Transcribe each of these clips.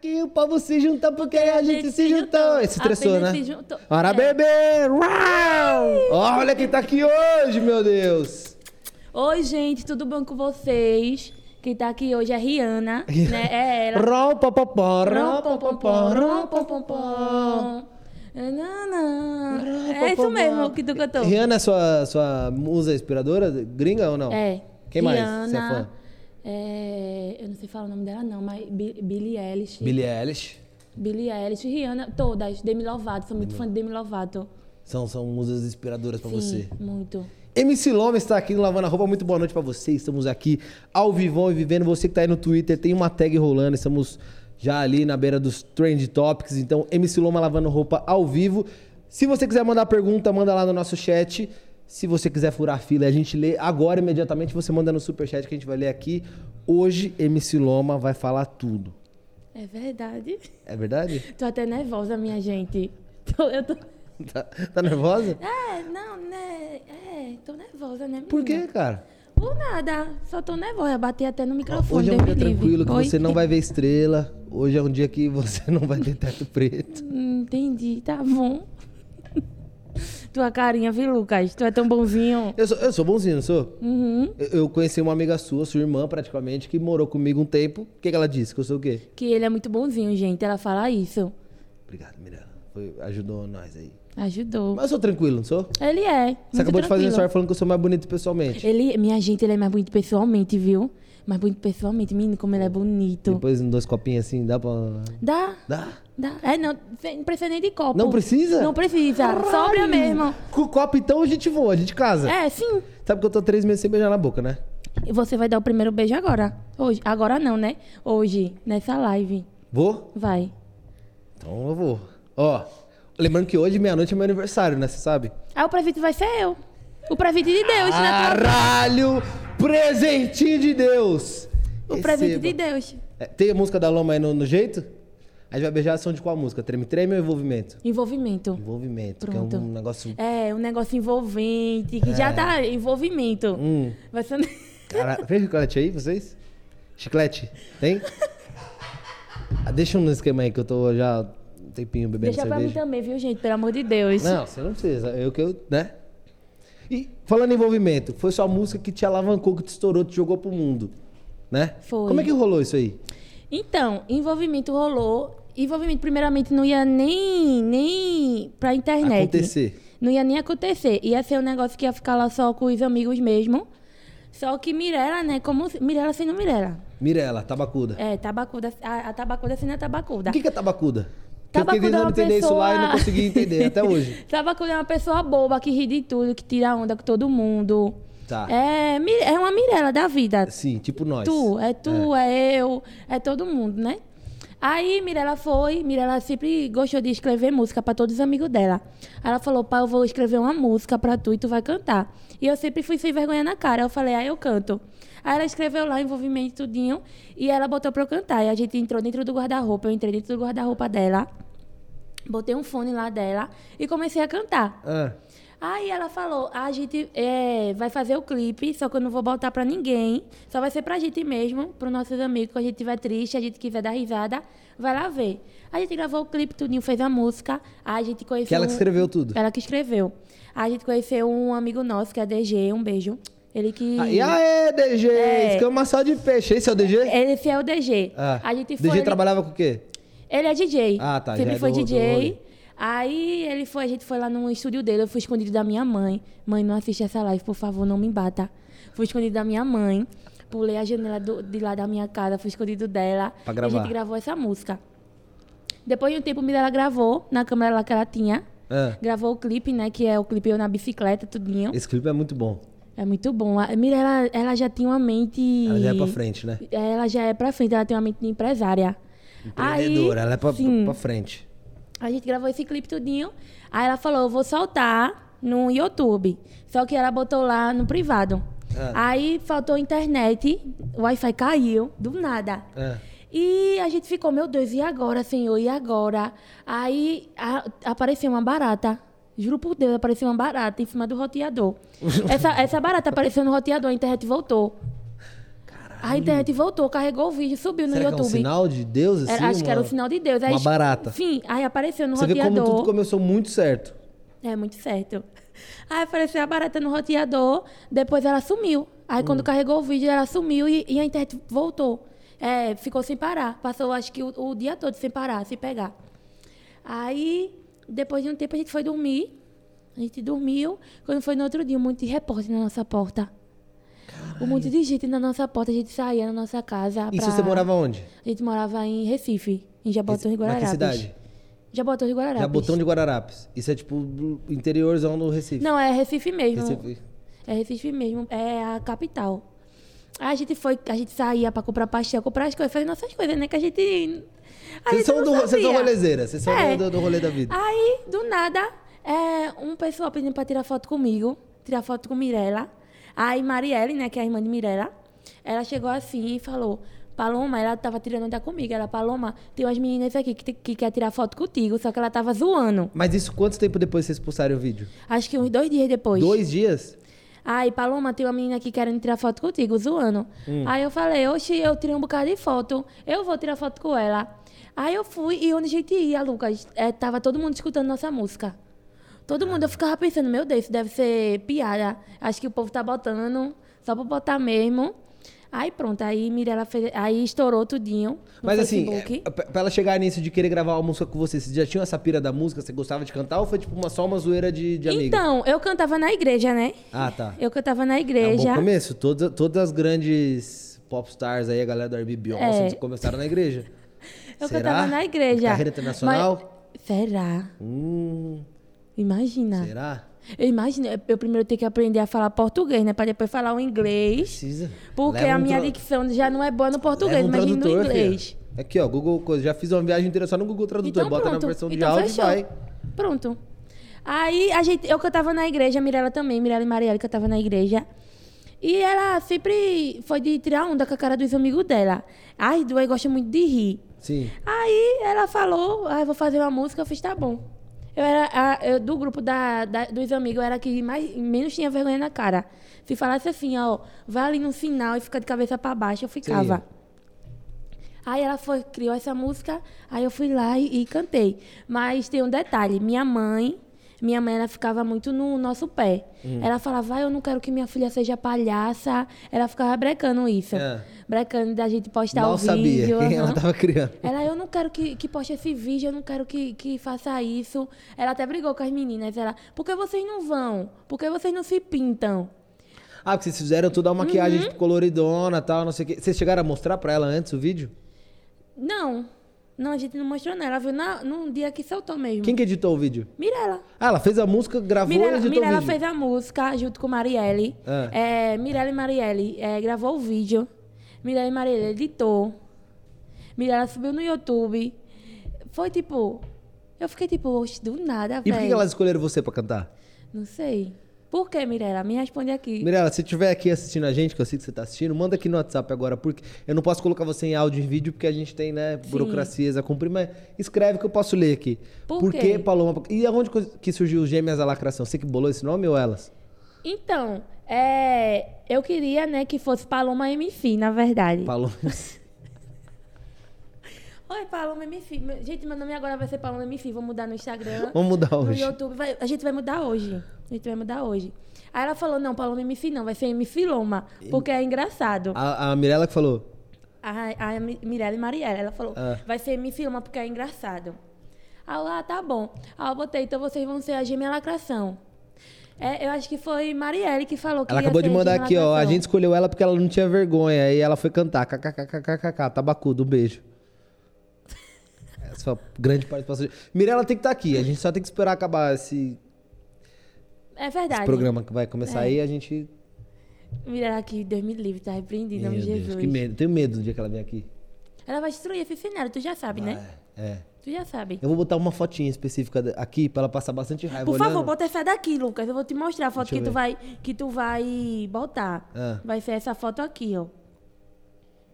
que o povo se juntou porque a gente se juntou. Esse estressou, Apenas né? se juntou. Ora, É. bebê! Uau! Olha quem tá aqui hoje, meu Deus! Oi, gente, tudo bom com vocês? Quem tá aqui hoje é Rihanna, né? É ela. Ró, pó, pó, pó, ró, pó, pó, pó, ró, pó, pó, pó. Ronpopompom. Nananã. É isso mesmo que tu cantou. Rihanna é sua, sua musa inspiradora? Gringa ou não? É. Quem mais você é fã? é, eu não sei falar o nome dela, não, mas Bi- Billie Eilish. Billie Eilish. Billie Eilish, Rihanna, todas. Demi Lovato, sou muito fã de Demi Lovato. São, são musas inspiradoras pra Sim, você. muito. MC Loma está tá aqui no Lavando a Roupa. Muito boa noite pra você. Estamos aqui ao vivão e vivendo. Você que tá aí no Twitter, tem uma tag rolando. Estamos já ali na beira dos Trend Topics. Então, MC Loma lavando roupa ao vivo. Se você quiser mandar pergunta, manda lá no nosso chat. Se você quiser furar a fila, a gente lê agora imediatamente. Você manda no superchat que a gente vai ler aqui. Hoje, MC Loma vai falar tudo. É verdade. É verdade? Tô até nervosa, minha gente. Tô- eu tô. Tá, tá nervosa? É, não, né? É, tô nervosa, né? Por menina? quê, cara? Por nada. Só tô nervosa. Bati até no microfone. Hoje é um Deus dia me livre. tranquilo que Oi? você não vai ver estrela. Hoje é um dia que você não vai ter teto preto. Hum, Entendi, tá bom. Tua carinha, viu, Lucas? Tu é tão bonzinho. Eu sou, eu sou bonzinho, não sou? Uhum. Eu, eu conheci uma amiga sua, sua irmã praticamente, que morou comigo um tempo. O que, que ela disse? Que eu sou o quê? Que ele é muito bonzinho, gente. Ela fala isso. Obrigado, Mirella. Foi- ajudou nós aí. Ajudou. Mas eu sou tranquilo, não sou? Ele é. Você acabou de fazer um story sorte. falando que eu sou mais bonito pessoalmente. Ele, minha gente, ele é mais bonito pessoalmente, viu? Mais bonito pessoalmente. Menino, como ele é bonito. Depois, em dois copinhos assim, dá pra. Dá. Dá? Dá. É, não, sem- não precisa nem de copo. Não precisa? Não precisa. Sobra mesmo. Com o copo, então, a gente voa, a gente casa. É, sim. Sabe que eu tô três meses sem beijar na boca, né? E você vai dar o primeiro beijo agora. Hoje. Agora não, né? Hoje, nessa live. Vou? Vai. Então eu vou. Ó, lembrando que hoje, meia-noite, é meu aniversário, né? Você sabe? Ah, o presente vai ser eu. O presente de Deus, na tua... Caralho! Presentinho de Deus! O presente de Receba. Deus. É, tem a música da Loma aí no, no jeito? A gente vai beijar a som de qual música? Treme Treme ou Envolvimento? Envolvimento. Envolvimento, que é Pronto. um negócio... É, um negócio envolvente, que já tá envolvimento. É. Hum. Vai ser... um- Caralho, tem chiclete aí, vocês? Chiclete? Tem? Ah, deixa um esquema aí que eu tô já um tempinho bebendo Deixa pra mim cerveja. também, viu, gente? Pelo amor de Deus. Não, você não precisa. Eu que eu, né? E falando em envolvimento, foi sua música que te alavancou, que te estourou, te jogou pro mundo, né? Foi. Como é que rolou isso aí? Então, envolvimento rolou. Envolvimento, primeiramente, não ia nem, nem pra internet. Acontecer. Não ia nem acontecer. Ia ser um negócio que ia ficar lá só com os amigos mesmo. Só que Mirella, né? Como se- Mirella sendo Mirella. Mirela, tabacuda. É, tabacuda. A, a tabacuda sendo a tabacuda. O que que é tabacuda? Que eu Tabacuda fiquei é tentando uma entender isso lá e não pessoa- consegui entender até hoje. Tabacuda é uma pessoa boba que ri de tudo, que tira onda com todo mundo. Tá. É, mi- é uma Mirella da vida. Sim, tipo nós. Tu, é tu, é. eu, é todo mundo, né? Aí Mirella foi, Mirella sempre gostou de escrever música pra todos os amigos dela. Aí Ela falou, pai, eu vou escrever uma música pra tu e tu vai cantar. E eu sempre fui sem vergonha na cara. Eu falei, ah, eu canto. Aí ela escreveu lá, envolvimento e tudinho, e ela botou pra eu cantar. E a gente entrou dentro do guarda-roupa, eu entrei dentro do guarda-roupa dela, botei um fone lá dela e comecei a cantar. Ah, Aí ela falou, a gente é, vai fazer o clipe, só que eu não vou botar pra ninguém. Só vai ser pra gente mesmo, pros nossos amigos. Quando a gente estiver triste, a gente quiser dar risada, vai lá ver. A gente gravou o clipe, Tudinho fez a música. Aí a gente conheceu... que ela que um- escreveu tudo. Ela que escreveu. Aí a gente conheceu um amigo nosso, que é DG, um beijo. Ele que... Ah, e aê, DG! É. Escama só de peixe. Esse é o DG? Esse é o DG. Ah, A gente foi... DG ele- trabalhava com o quê? Ele é DJ. Ah, tá, já Sempre é foi do- do rolê. DJ. Aí ele foi, a gente foi lá no estúdio dele, eu fui escondido da minha mãe. Mãe, não assiste essa live, por favor, não me bata. Fui escondido da minha mãe. Pulei a janela do- de lá da minha casa, fui escondido dela. Pra E a gravar. gente gravou essa música. Depois de um tempo, Mirella gravou na câmera lá que ela tinha. Ah, Gravou o clipe, né? Que é o clipe Eu na Bicicleta, tudinho. esse clipe é muito bom. É muito bom. A Mirella, ela já tinha uma mente... Ela já é pra frente, né? Ela já é pra frente, ela tem uma mente de empresária. Aí- Empreendedora, ela é pra, Sim. pra frente. A gente gravou esse clipe tudinho. Aí ela falou, eu vou soltar no YouTube. Só que ela botou lá no privado. Ah. Aí faltou internet, o Wi-Fi caiu, do nada. Ah. E a gente ficou, meu Deus, e agora, senhor, e agora? Aí a- apareceu uma barata. Juro por Deus, apareceu uma barata em cima do roteador. essa, essa barata apareceu no roteador, a internet voltou. A internet voltou, carregou o vídeo, subiu no Será que é um YouTube. sinal de Deus, assim? Era- acho que uma- era o sinal de Deus. Aí, uma barata. Sim, aí apareceu no Você vê roteador. como tudo começou muito certo. É, muito certo. Aí apareceu a barata no roteador, depois ela sumiu. Aí quando Hum. carregou o vídeo, ela sumiu e, e a internet voltou. É, ficou sem parar. Passou, acho que, o, o dia todo sem parar, sem pegar. Aí, depois de um tempo, a gente foi dormir. A gente dormiu. Quando foi no outro dia, um monte de repórter na nossa porta. Um monte de gente na nossa porta. A gente saía na nossa casa. E Ah, pra- se você morava onde? A gente morava em Recife, em Jabotão de Na que Guararapes. cidade? Jabotão de Guararapes. Jabotão de Guararapes. Isso é tipo do interiorzão do Recife. Não, é Recife mesmo. Recife. É Recife mesmo, é a capital. Aí a gente foi, a gente saía pra comprar pastel, comprar as coisas, fazer nossas coisas, né? Que a gente. a Vocês gente são, não do, vocês são sabia. rolezeiras, vocês são É. do, do rolê da vida. Aí, do nada, é, um pessoal pedindo pra tirar foto comigo, tirar foto com Mirella. Aí Marielle, né, que é a irmã de Mirella, ela chegou assim e falou: Paloma, ela tava tirando onda comigo. Ela, Paloma, tem umas meninas aqui que, te- que quer tirar foto contigo, só que ela tava zoando. Mas isso quanto tempo depois vocês postaram o vídeo? Acho que uns dois dias depois. Dois dias? Aí, Paloma, tem uma menina aqui querendo tirar foto contigo, zoando. Hum. Aí eu falei, oxe, eu tirei um bocado de foto. Eu vou tirar foto com ela. Aí eu fui e onde a gente ia, Lucas, é, tava todo mundo escutando nossa música. Todo mundo, eu ficava pensando, meu Deus, isso deve ser piada. Acho que o povo tá botando, só pra botar mesmo. Aí pronto, aí Mirella fez, aí estourou tudinho no Mas assim, Facebook. é, pra pra ela chegar nisso de querer gravar uma música com você, vocês já tinham essa pira da música? Você gostava de cantar ou foi tipo uma, só uma zoeira de, de é, amiga? Então, eu cantava na igreja, né? Ah, tá. Eu cantava na É um igreja. bom começo. Todas, todas as grandes popstars aí, a galera do R&B Beyoncé, É. eles começaram na igreja. eu Será? cantava na igreja. Carreira internacional? Mas- será? Hum, Imagina. será? Eu imagino, eu primeiro tenho que aprender a falar português, né? Pra depois falar o inglês. Precisa. Porque Leva a um minha tra- dicção já não é boa no português, leva um imagina no tradutor, filha. inglês. Aqui, ó, Google coisa. Já fiz uma viagem inteira só no Google Tradutor. Então Bota pronto. na versão de então, áudio fechou. e vai. Pronto. Aí a gente, eu cantava na igreja, a Mirella também, Mirella e Marielle cantava na igreja. E ela sempre foi de tirar onda com a cara dos amigos dela. As duas gostam muito de rir. Sim. Aí ela falou, ah, eu vou fazer uma música, eu fiz, tá bom. Eu era, a- eu- do grupo da, da- dos amigos, eu era a que mais, menos tinha vergonha na cara. Se falasse assim, ó, vai ali no final e fica de cabeça pra baixo, eu ficava. Aí ela foi, criou essa música, aí eu fui lá e, e cantei. Mas tem um detalhe, minha mãe, minha mãe ela ficava muito no nosso pé. Hum. Ela falava, ah, eu não quero que minha filha seja palhaça. Ela ficava brecando isso. É. Brecando da gente postar Mal o sabia vídeo. quem aham. ela tava criando. Ela, eu não quero que, que poste esse vídeo, eu não quero que, que faça isso. Ela até brigou com as meninas. Ela, por que vocês não vão? Por que vocês não se pintam? Ah, porque vocês fizeram toda a maquiagem Uhum. tipo, coloridona e tal, não sei o quê. Vocês chegaram a mostrar pra ela antes o vídeo? Não. Não, a gente não mostrou, não. Ela viu na, num dia que soltou mesmo. Quem que editou o vídeo? Mirella. Ah, ela fez a música, gravou e Mirella, editou Mirella o vídeo. fez a música junto com Marielle. Ah. É, Mirella e Marielle é, gravou o vídeo. Mirella e Marielle editou. Mirella subiu no YouTube. Foi tipo. Eu fiquei tipo, oxe, do nada, E velho. por que que elas escolheram você pra cantar? Não sei. Por que, Mirella? Me responde aqui. Mirella, se tiver aqui assistindo a gente, que eu sei que você tá assistindo, manda aqui no WhatsApp agora, porque eu não posso colocar você em áudio e vídeo, porque a gente tem, né, burocracias a cumprir, mas escreve que eu posso ler aqui. Por Por quê? que Paloma? E aonde co- que surgiu os Gêmeas da Lacração? Você que bolou esse nome ou elas? Então, é, eu queria, né, que fosse Paloma MC, na verdade. Paloma. Oi, Paloma MC. Meu- Gente, meu nome agora vai ser Paloma MC. Vou mudar no Instagram. Vamos mudar no hoje. YouTube. Vai- a gente vai mudar hoje. A gente vai mudar hoje. Aí ela falou, não, Paloma MC não, vai ser MC Loma, porque é engraçado. A, a Mirella que falou. A, a Mi- Mirella e Marielle, ela falou, Ah. vai ser MC Loma porque é engraçado. Aí eu, ah, tá bom. Aí eu botei, então vocês vão ser a gêmea lacração. É, eu acho que foi Marielle que falou que Ela ia acabou de ser a mandar gêmea aqui, ó. A lacração. gente escolheu ela porque ela não tinha vergonha. Aí ela foi cantar. KKKKKK, tabacudo, um beijo. Essa foi a grande participação. de- Mirella tem que estar aqui. A gente só tem que esperar acabar esse, É esse verdade. programa que vai começar aí. É. A gente Mirar aqui, Deus me livre, tá repreendido, em Meu nome de Deus, Jesus. que medo. Tenho medo do dia que ela vem aqui. Ela vai destruir esse cenário, tu já sabe, né? É. é. Tu já sabe. Eu vou botar uma fotinha específica da- aqui pra ela passar bastante raiva. Por favor, olhando. bota essa daqui, Lucas. Eu vou te mostrar a foto Deixa eu que tu, ver. vai, que tu vai botar. Ah. Vai ser essa foto aqui, ó.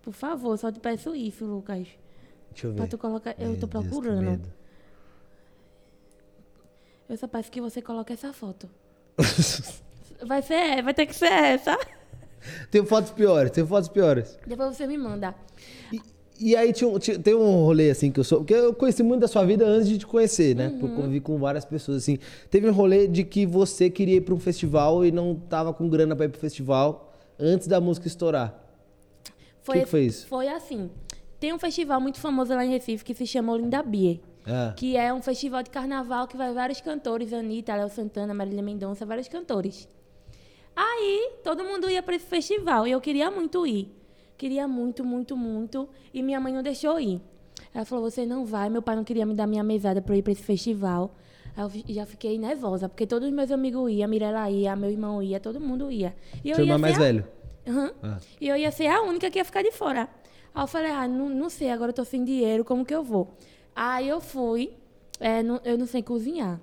Por favor, só te peço isso, Lucas. Deixa eu ver. Pra tu colocar. Eu Meu tô Deus, que procurando. medo. eu só peço que você coloque essa foto. Vai ser, vai ter que ser essa. Tem fotos piores, tem fotos piores. Depois você me manda. E, e aí tinha, um- tinha- tem um rolê assim que eu sou. Porque eu conheci muito da sua vida antes de te conhecer, né? Uhum. Porque eu convivi com várias pessoas assim. Teve um rolê de que você queria ir pra um festival e não tava com grana pra ir pro festival antes da música estourar. Que que foi isso? Foi assim. Tem um festival muito famoso lá em Recife que se chama Olinda Bier. Ah, Que é um festival de carnaval que vai vários cantores, Anitta, Léo Santana, Marília Mendonça, vários cantores. Aí, todo mundo ia para esse festival e eu queria muito ir. Queria muito, muito, muito. E minha mãe não deixou eu ir. Ela falou: Você não vai. Meu pai não queria me dar minha mesada para ir para esse festival. Aí eu fi- já fiquei nervosa, porque todos os meus amigos iam, a Mirella ia, meu irmão ia, todo mundo ia. E eu seu ia irmão ser mais a- velho. Aham. Ah. E eu ia ser a única que ia ficar de fora. Aí eu falei, ah, não, não sei, agora eu tô sem dinheiro, como que eu vou? Aí eu fui, é, não- eu não sei cozinhar.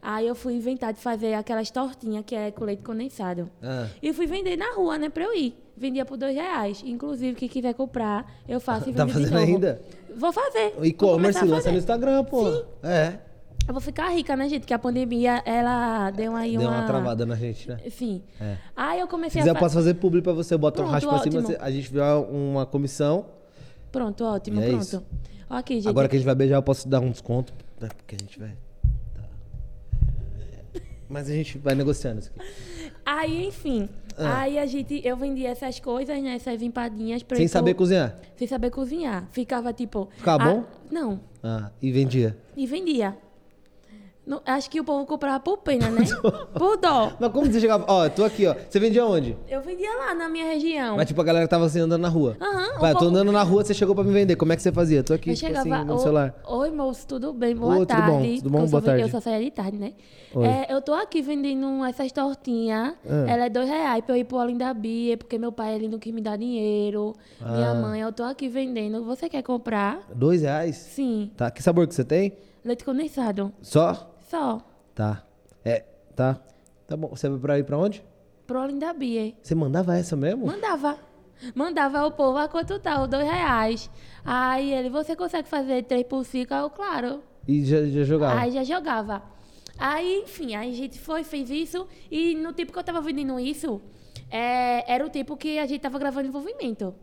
Aí eu fui inventar de fazer aquelas tortinhas que é com leite condensado. Ah. E fui vender na rua, né, pra eu ir. Vendia por dois reais. Inclusive, quem quiser comprar, eu faço e Tá vendo de fazendo novo. ainda? Vou fazer. Vou E-commerce começar a lança fazer. no Instagram, pô. É. Eu vou ficar rica, né, gente? Que a pandemia, ela deu aí Deu uma... uma travada na gente, né? Sim. É. Aí eu Se comecei quiser, a... eu fa- posso fazer público pra você. Bota um Pronto, rastro pra cima, ótimo. você- a gente vira uma comissão. Pronto, ótimo, E é pronto. isso. Ó Aqui, gente. Agora que a gente vai beijar, eu posso dar um desconto. né? Porque a gente vai. tá. Mas a gente vai negociando isso aqui. Aí, enfim. Ah. Aí a gente, eu vendia essas coisas, né? Essas empadinhas pra Sem eu- saber cozinhar. Sem saber cozinhar. Ficava tipo. Ficava ah, bom? Não. Ah, e vendia. E vendia. Não, acho que o povo comprava por pena, né? por dó. Mas como você chegava? Ó, eu tô aqui, ó. Você vendia onde? Eu vendia lá na minha região. Mas tipo, a galera tava assim andando na rua. Aham, um Vai, eu tô pouco- andando na rua, você chegou pra me vender. Como é que você fazia? Tô aqui, eu tipo chegava. assim, no "Ô, celular. Oi, moço, tudo bem? Boa Ô, tudo tarde. bom, tudo bom? Eu só Boa ven- tarde. Eu só saía de tarde, né? Oi. Ah. É, eu tô aqui vendendo essas tortinhas. Ela é dois reais pra eu ir pro Olinda da Bia, porque meu pai ele não quis me dar dinheiro. Ah. Minha mãe, eu tô aqui vendendo. Você quer comprar? Dois reais? Sim, Tá. Que sabor que você tem? leite condensado. Só? Só. Tá. É, tá. Tá bom. Você vai pra ir pra onde? Pro Olinda Bia. Você mandava essa mesmo? Mandava. Mandava o povo, a quanto tá? Dois reais. Aí ele, você consegue fazer três por cinco? Aí eu, claro. E já, já jogava. Aí já jogava. Aí, enfim, aí a gente foi, fez isso. E no tempo que eu tava vendendo isso, é, era o tempo que a gente tava gravando envolvimento.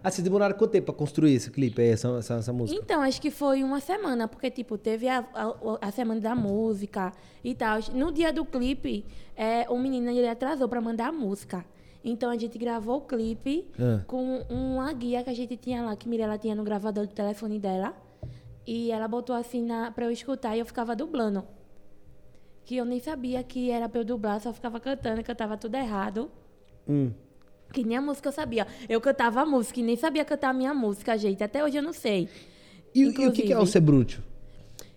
Ah, vocês demoraram quanto tempo pra construir esse clipe aí, essa, essa, essa música? Então, acho que foi uma semana, porque, tipo, teve a, a- a semana da música e tal. No dia do clipe, é, o menino, ele atrasou pra mandar a música. Então, a gente gravou o clipe Ah. com uma guia que a gente tinha lá, que Mirella tinha no gravador do telefone dela. E ela botou assim na, pra eu escutar e eu ficava dublando. Que eu nem sabia que era pra eu dublar, só ficava cantando, cantava tudo errado. Hum. Que nem a música eu sabia. Eu cantava a música e nem sabia cantar a minha música, gente. Até hoje eu não sei. E, e o que, que é o Inclusive. ser brútil?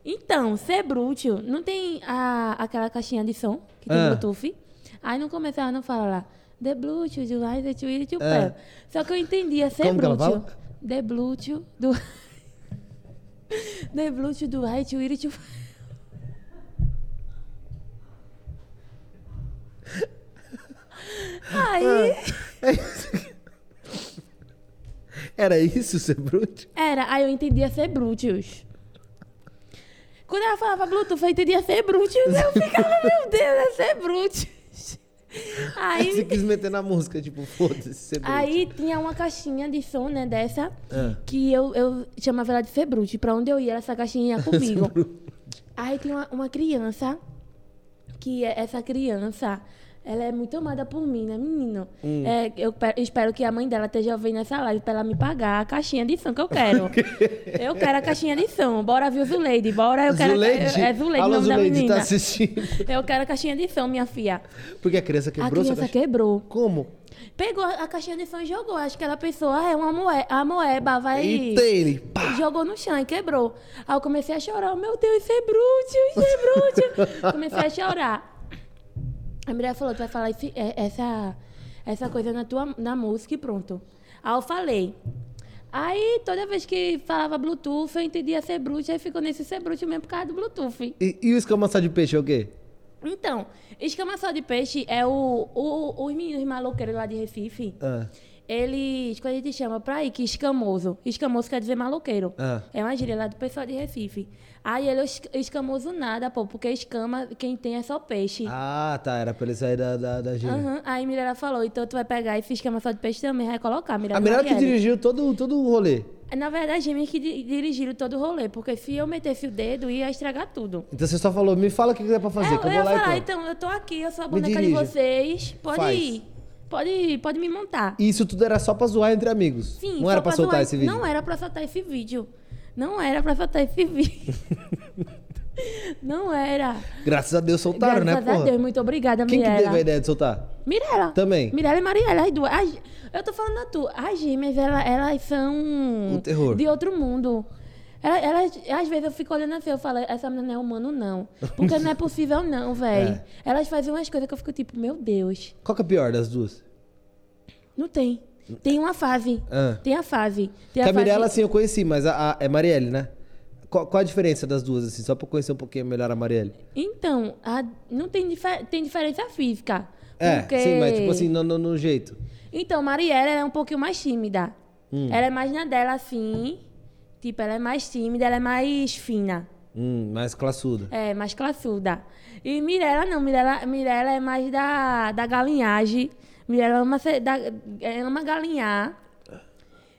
Então, ser brútil, não tem a, aquela caixinha de som que tem Ah. Bluetooth? Aí no começo ela não fala lá, The Bluetooth, do Eyes to Eat, to Ah. Pell. Só que eu entendia ser Como que ela brútil. fala? The Bluetooth, do... The Bluetooth, do Eyes to Eat, to Pell. Aí, É isso que- Era isso ser brútil? era, aí eu entendia ser brútios. Quando ela falava Bluetooth, eu entendia ser brútios. Eu ficava, meu Deus, é ser brútios. Aí você Aí, quis meter na música, tipo, foda-se, ser brútil. aí tinha uma caixinha de som, né, dessa, Ah. que eu, eu chamava ela de ser brútil. Pra onde eu ia, essa caixinha ia comigo. Brútil. Aí tem uma, uma criança, que é- essa criança, ela é muito amada por mim, né, menino? Hum. É, eu pe- espero que a mãe dela esteja ouvindo essa live pra ela me pagar a caixinha de som que eu quero. eu quero a caixinha de som. Bora, viu, Zuleide? Bora, eu quero... Zuleide? É, é Zuleide o Alô, nome da Zuleide, menina. tá assistindo? eu quero a caixinha de som, minha filha. Porque a criança A quebrou essa criança caixa? quebrou. Como? Pegou a caixinha de som e jogou. Acho que ela pensou, ah, é uma moe a moeba, vai... Eita, ele! Pá! Jogou no chão e quebrou. Aí eu comecei a chorar. Meu Deus, isso é brútil, isso é brútil. comecei a chorar. A mulher falou, tu vai falar esse- é- essa, essa coisa na tua na música e pronto. Aí eu falei. Aí toda vez que falava Bluetooth, eu entendia ser brútil, aí ficou nesse ser brútil mesmo por causa do Bluetooth. E, e o escamaçar de peixe é o quê? Então, escama só de peixe é o, o, os meninos maloqueiros lá de Recife. Ah. Eles, quando a gente chama pra ir, que escamoso. Escamoso quer dizer maloqueiro. Ah. É uma gíria lá do pessoal de Recife. Aí ele, é "Es- escamoso nada, pô, porque escama, quem tem é só peixe. Ah, tá. Era pra ele sair da, da, da gíria. Aham. Aí Mirella falou, então tu vai pegar esse esquema só de peixe também, vai colocar, Mirella. A Mirella que Marielle." dirigiu todo, todo o rolê. Na verdade, eles que di- dirigiram todo o rolê, porque se eu metesse o dedo, ia estragar tudo. Então você só falou, me fala o que que dá pra fazer, eu, que eu eu vou ia lá falar, então. então. eu tô aqui, eu sou a Me boneca de dirija. vocês, pode Faz. ir, pode ir, pode me montar. E Isso tudo era só pra zoar entre amigos. Sim, não só era pra soltar zoar- esse vídeo. Não era pra soltar esse vídeo. Não era pra soltar esse vídeo. não era. Graças a Deus soltaram, Graças né, a porra? Deus, muito obrigada, Quem que Mirella. teve a ideia de soltar? Mirella. Também. Mirella e Mariela, as duas. As- eu tô falando a tu. As gêmeas, ela- elas são. Um terror. De outro mundo. Ela, elas- às vezes eu fico olhando assim, eu falo, essa menina não é humano, não. Porque não é possível, não, velho. É. Elas fazem umas coisas que eu fico tipo, meu Deus, Qual que é a pior das duas? não tem. Tem uma fase. Ah. Tem a fase. Tem Que a fase- Mirella, assim, eu conheci, mas a, a- é Marielle, né? Qual, qual a diferença das duas, assim? Só pra eu conhecer um pouquinho melhor a Marielle. Então, a- não tem, difer- tem diferença física. É, porque- sim, mas tipo assim, no, no- no jeito. Então, Mariela ela é um pouquinho mais tímida. Hum. Ela é mais na dela, assim. Tipo, ela é mais tímida, ela é mais fina. Hum, mais classuda. É, mais classuda. E Mirella não, Mirella, Mirella é mais da, da galinhagem. Mirella ama, ser- da, é, ama galinhar.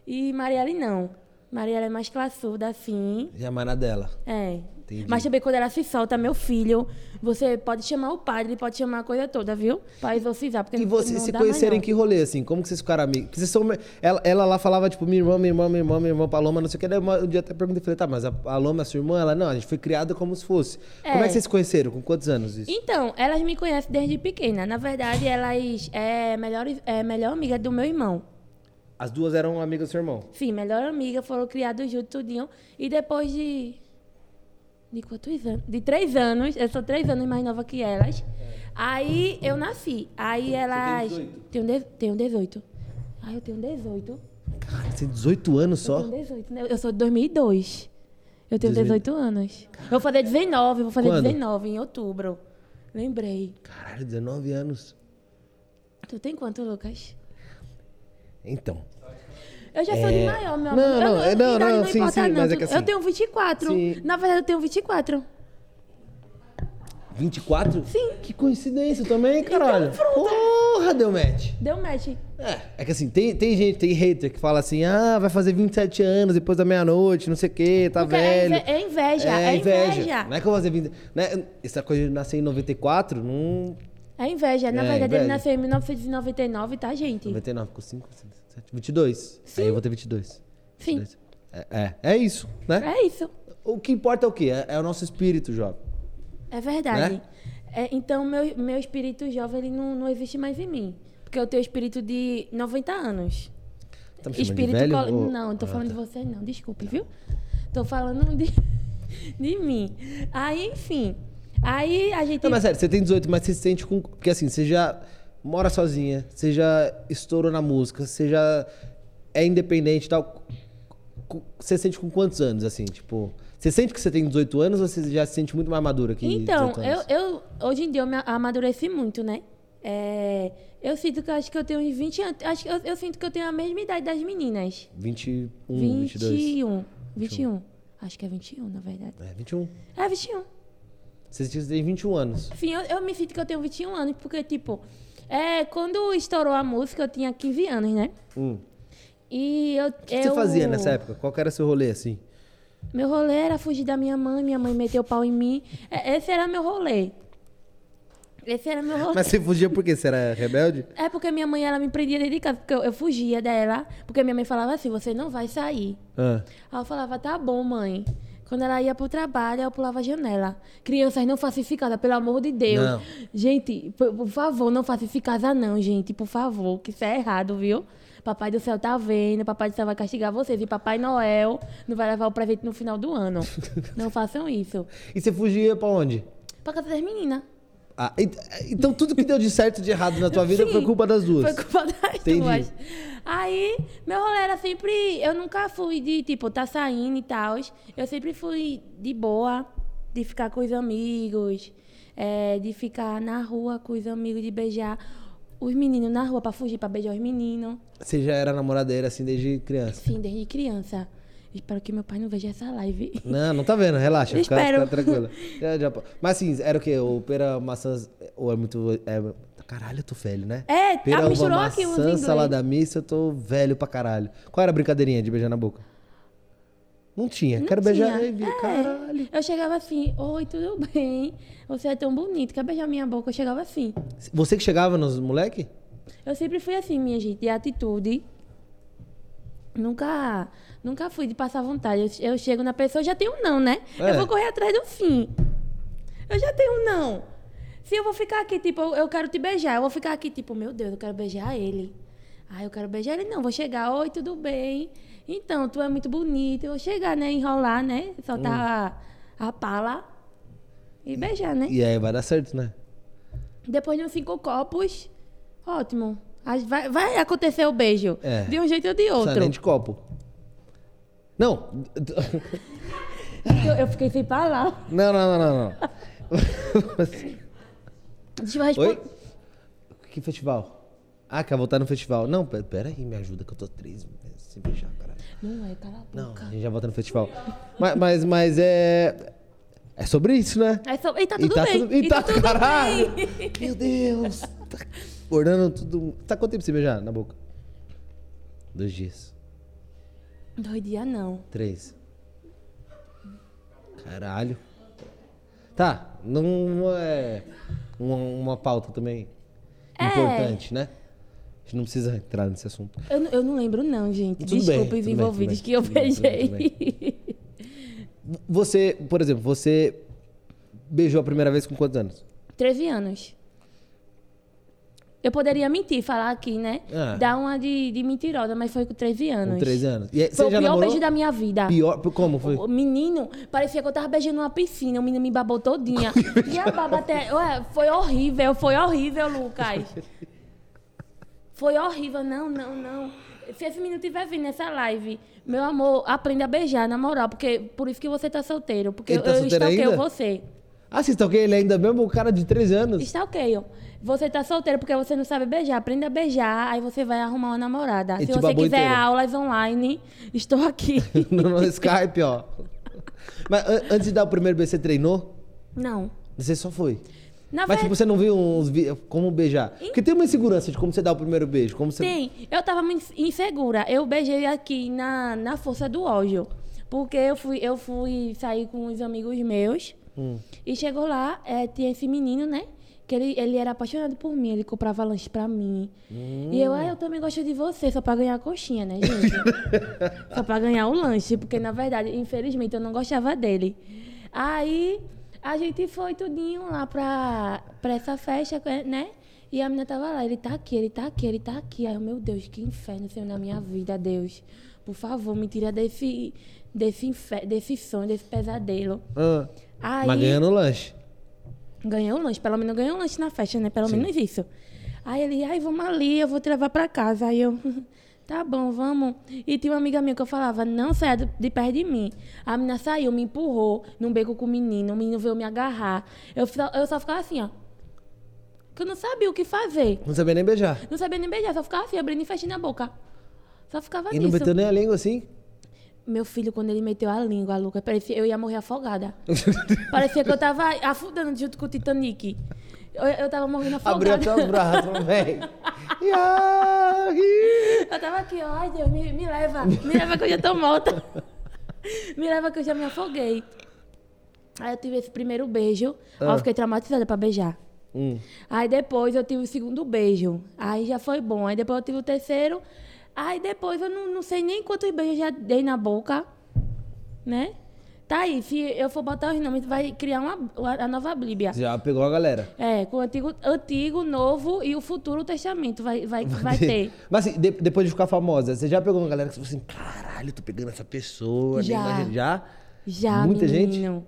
E Marielle não. Mariela é mais classuda, assim. E a mana dela. É. Entendi. Mas também quando ela se solta, meu filho, você pode chamar o padre, pode chamar a coisa toda, viu? Pra exorcizar, porque E não- vocês não se dá mais conhecerem em não. que rolê, assim? Como que vocês ficaram amigos? Porque vocês são... ela, ela lá falava, tipo, minha irmã, minha irmã, minha irmã, minha irmã, Paloma, não sei o que. Daí uma- um dia até perguntei, falei, tá, mas a Paloma, a sua irmã, ela, não, a gente foi criada como se fosse. Como é É. que vocês se conheceram? Com quantos anos isso? Então, elas me conhecem desde pequena. Na verdade, elas é melhor, é melhor amiga do meu irmão. As duas eram amigas do seu irmão. Sim, melhor amiga, foram criados juntos, tudinho. E depois de. De quantos anos? De três anos. Eu sou três anos mais nova que elas. Aí eu nasci. Aí elas. tem 18? Tenho, de... tenho 18. Ai, eu tenho 18. Cara, você tem 18 anos Eu só? tenho 18, né? Eu sou de 2002. Eu tenho 18. 18 anos. Eu vou fazer 19, vou fazer Quando? 19 em outubro. Lembrei. Caralho, 19 anos. Tu tem quanto, Lucas? Então. Eu já sou É. de maior, meu amor. Não, eu, não, é- não, idade não, sim, importa, sim, mas é Tu- que assim- Eu tenho 24. Sim. Na verdade, eu tenho 24. 24? Sim. Então, Que coincidência também, caralho. Porra, deu match. Deu um match. É, é que assim, tem, tem gente, tem hater que fala assim, ah, vai fazer 27 anos depois da meia-noite, não sei o quê, tá Porque é velho. inve- é inveja, é inveja. Não é que eu vou fazer 20... Né? Essa coisa de nascer em 94, não... É inveja. Na É, verdade, ele inveja. nasceu em 1999, tá, gente? 99, ficou 5, 7, 22. Aí eu vou ter 22. Sim. É, é, é isso, né? É isso. O que importa é o quê? É, é o nosso espírito, jovem. É verdade. Né? É, então, meu, meu espírito jovem ele não, não existe mais em mim. Porque eu tenho espírito de 90 anos. Tá me chamando de espírito velho colo- ou- Não, não tô Ah, falando tá. de você, não. Desculpe, viu? Tô falando de, de mim. Aí, enfim. Aí a gente. Não, mas sério, você tem 18, mas você se sente com. Porque assim, você já mora sozinha, você já estourou na música, você já é independente e tal. Co- Você sente com quantos anos, assim? Tipo. Você sente que você tem 18 anos ou você já se sente muito mais madura que Então, 18 eu, anos? eu hoje em dia eu me amadureci muito, né? É, eu sinto que eu acho que eu tenho uns 20 anos. Acho que eu, eu sinto que eu tenho a mesma idade das meninas. 21, 22. 21. 21. Acho que é 21, na verdade. É, 21. É 21. Você sente que você tem 21 anos. Enfim, eu, eu me sinto que eu tenho 21 anos, porque, tipo, é, quando estourou a música, eu tinha 15 anos, né? Hum. E eu. O que você fazia nessa época? Qual que era seu rolê, assim? Meu rolê era fugir da minha mãe, minha mãe meteu o pau em mim. É, Esse era meu rolê. Esse era meu rolê. Mas você fugia por quê? Você era rebelde? É porque minha mãe, ela me prendia dentro de casa, porque eu, eu fugia dela, porque minha mãe falava assim, você não vai sair. Ah. Aí eu falava, tá bom, mãe. Quando ela ia pro trabalho, eu pulava a janela. Crianças não façam isso em casa, pelo amor de Deus. Não. Gente, por, por favor, não façam isso em casa não, gente. Por favor, que isso é errado, viu? Papai do céu tá vendo, papai do céu vai castigar vocês. E papai Noel não vai levar o presente no final do ano. não façam isso. E você fugia pra onde? Pra casa das meninas. Ah, ent- então tudo que deu de certo e de errado na tua vida Sim. foi culpa das duas. Foi culpa das Entendi. duas. Aí, meu rolê era sempre. Eu nunca fui de, tipo, tá saindo e tal. Eu sempre fui de boa, de ficar eh, com os amigos, é, de ficar na rua com os amigos, de beijar. os meninos na rua pra fugir, pra beijar os meninos. Você já era namoradeira assim desde criança? Sim, desde criança. Espero que meu pai não veja essa live. Não, não tá vendo, relaxa. Fica, Espero. fica tranquila. Já- já- Mas assim, era o quê? O pera, maçãs. Ou é muito. é- Caralho, eu tô velho, né? É, pera, ah, uva, misturou maçã, aqui os inglês. salada missa, eu tô velho pra caralho. Qual era a brincadeirinha de beijar na boca? Não tinha. Não Quero beijar. tinha. Ai, vi- É. Caralho. Eu chegava assim, oi, tudo bem? Você é tão bonito, quer beijar minha boca? Eu chegava assim. Você que chegava nos moleque? Eu sempre fui assim, minha gente, de atitude. Nunca, nunca fui de passar vontade. Eu, eu chego na pessoa, eu já tenho um não, né? É. Eu vou correr atrás do fim. Eu já tenho um não. Se eu vou ficar aqui, tipo, eu, eu quero te beijar, eu vou ficar aqui, tipo, meu Deus, eu quero beijar ele. Ah, eu quero beijar ele, não. Vou chegar, oi, tudo bem? Então, tu é muito bonita. Eu vou chegar, né? Enrolar, né? Soltar a, a pala e beijar, né? E aí vai dar certo, né? Depois de uns cinco copos, ótimo. As- Vai, vai acontecer o beijo. É. De um jeito ou de Não precisa outro. nem de copo. Não. Eu, eu fiquei sem palavras. Não, não, não, não, não. Você- Deixa eu responder. Oi? Que festival? Ah, quer voltar no festival. Não, pe- pera aí, me ajuda que eu tô três meses sem beijar, caralho. Não é, cala a boca. Não, a gente já volta no festival. Mas, mas, mas é... É sobre isso, né? É só- E tá tudo bem. e tá, tudo caralho! bem. Meu Deus! Tá orando tudo... Tá quanto tempo sem beijar na boca? Dois dias. Dois dias não. Três. Caralho. Tá, não é uma, uma pauta também É. importante, né? A gente não precisa entrar nesse assunto. Eu, não- eu não lembro, não, gente. Tudo bem, Desculpa tudo os bem, envolvidos tudo bem, que eu tudo bem, tudo bem, beijei. tudo V- Você, por exemplo, você beijou a primeira vez com quantos anos? 13 anos. Eu poderia mentir, falar aqui, né? Ah. Dar uma de, de mentirosa, mas foi com 13 anos. Com 13 anos. E aí, Foi você o já pior namorou? beijo da minha vida. Pior? Como foi? O menino, parecia que eu tava beijando uma piscina, o menino me babou todinha. e a baba até. Ué, foi horrível, foi horrível, Lucas. Foi horrível, não, não, não. Se esse menino estiver vindo nessa live, meu amor, aprenda a beijar, na moral, porque por isso que você tá solteiro. Porque Ele tá eu solteiro stalkeio ainda? você. Ah, vocês toquei ele ainda mesmo? O cara de 13 anos? Stalkeio. Você tá solteiro porque você não sabe beijar. Aprenda a beijar, aí você vai arrumar uma namorada. Ele Se te você babou quiser inteiro. aulas online, estou aqui. no, no Skype, ó. Mas an- antes de dar o primeiro beijo, você treinou? não. Você só foi? Na Mas verdade. tipo, você não viu uns vi- como beijar. Porque tem uma insegurança de como você dá o primeiro beijo. Como você... Tem. Eu tava muito insegura. Eu beijei aqui na, na força do ódio. Porque eu fui, eu fui sair com uns amigos meus. Hum. E chegou lá, eh, tinha esse menino, né? Que ele, ele era apaixonado por mim, ele comprava lanche pra mim. Hum. E eu, ah, eu também gosto de você, só pra ganhar a coxinha, né, gente? só pra ganhar o lanche, porque na verdade, infelizmente, eu não gostava dele. Aí a gente foi tudinho lá pra, pra essa festa, né? E a menina tava lá, ele tá aqui, ele tá aqui, ele tá aqui. Aí, eu, meu Deus, que inferno, Senhor, na minha vida, Deus. Por favor, me tira desse, desse, infer... desse sonho, desse pesadelo. Ah, Aí, Mas ganhando lanche. Ganhei um lanche, pelo menos ganhei um lanche na festa, né? Pelo menos isso. Aí ele, ai, vamos ali, eu vou te levar pra casa. Aí eu, tá bom, vamos. E tinha uma amiga minha que eu falava, não saia do- de perto de mim. A menina saiu, me empurrou num beco com o menino, o menino veio me agarrar. Eu só, eu só ficava assim, ó. Que eu não sabia o que fazer. Não sabia nem beijar. Não sabia nem beijar, só ficava assim, abrindo e fechando a boca. Só ficava E nisso. não meteu nem a língua assim? Meu filho, quando ele meteu a língua, Lucas, parecia eu ia morrer afogada. parecia que eu tava afundando junto com o Titanic. Eu, eu tava morrendo Abriu afogada. até os braços, velho. Iá, ih. Eu tava aqui, ó, ai Deus, me, me leva, me leva que eu já tô morta. me leva que eu já me afoguei. Aí eu tive esse primeiro beijo, aí Ah. eu fiquei traumatizada pra beijar. Hum. Aí depois eu tive o segundo beijo, aí já foi bom. Aí depois eu tive o terceiro, aí depois eu não, não sei nem quantos beijos eu já dei na boca, né? Tá aí, se eu for botar os nomes, vai criar uma, a nova Bíblia. Já pegou a galera. É, com o antigo, antigo, novo e o futuro testamento vai, vai, vai ter. Mas assim, de- depois de ficar famosa, você já pegou uma galera que você falou assim, caralho, tô pegando essa pessoa, Já. nem imagina. Já? Já, Muita gente? menino.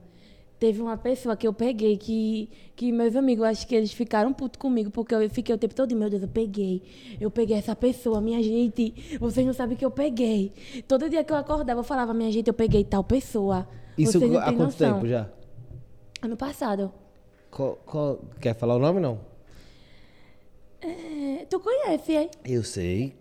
Teve uma pessoa que eu peguei que, que meus amigos, acho que eles ficaram putos comigo, porque eu fiquei o tempo todo, meu Deus, eu peguei. Eu peguei essa pessoa, minha gente. Vocês não sabem que eu peguei. Todo dia que eu acordava, eu falava, minha gente, eu peguei tal pessoa. Isso Vocês não há têm quanto noção. tempo já? Ano passado. Co- co- Quer falar o nome, não? É, tu conhece, é? Eu sei.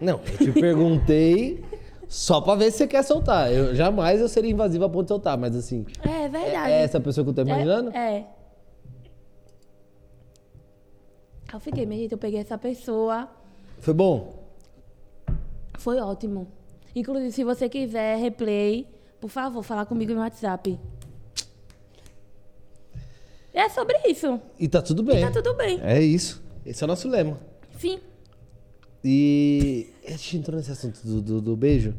Não, eu te perguntei só pra ver se você quer soltar. Eu, jamais eu seria invasivo a ponto de soltar, mas assim. É É, verdade. é essa pessoa que eu tô imaginando? É. é. Eu fiquei, minha gente, eu peguei essa pessoa. Foi bom? Foi ótimo. Inclusive, se você quiser replay, por favor, falar comigo no WhatsApp. É sobre isso. E tá tudo bem. Tá tudo bem. É isso. Esse é o nosso lema. Fim. E a gente entrou nesse assunto do, do- do beijo.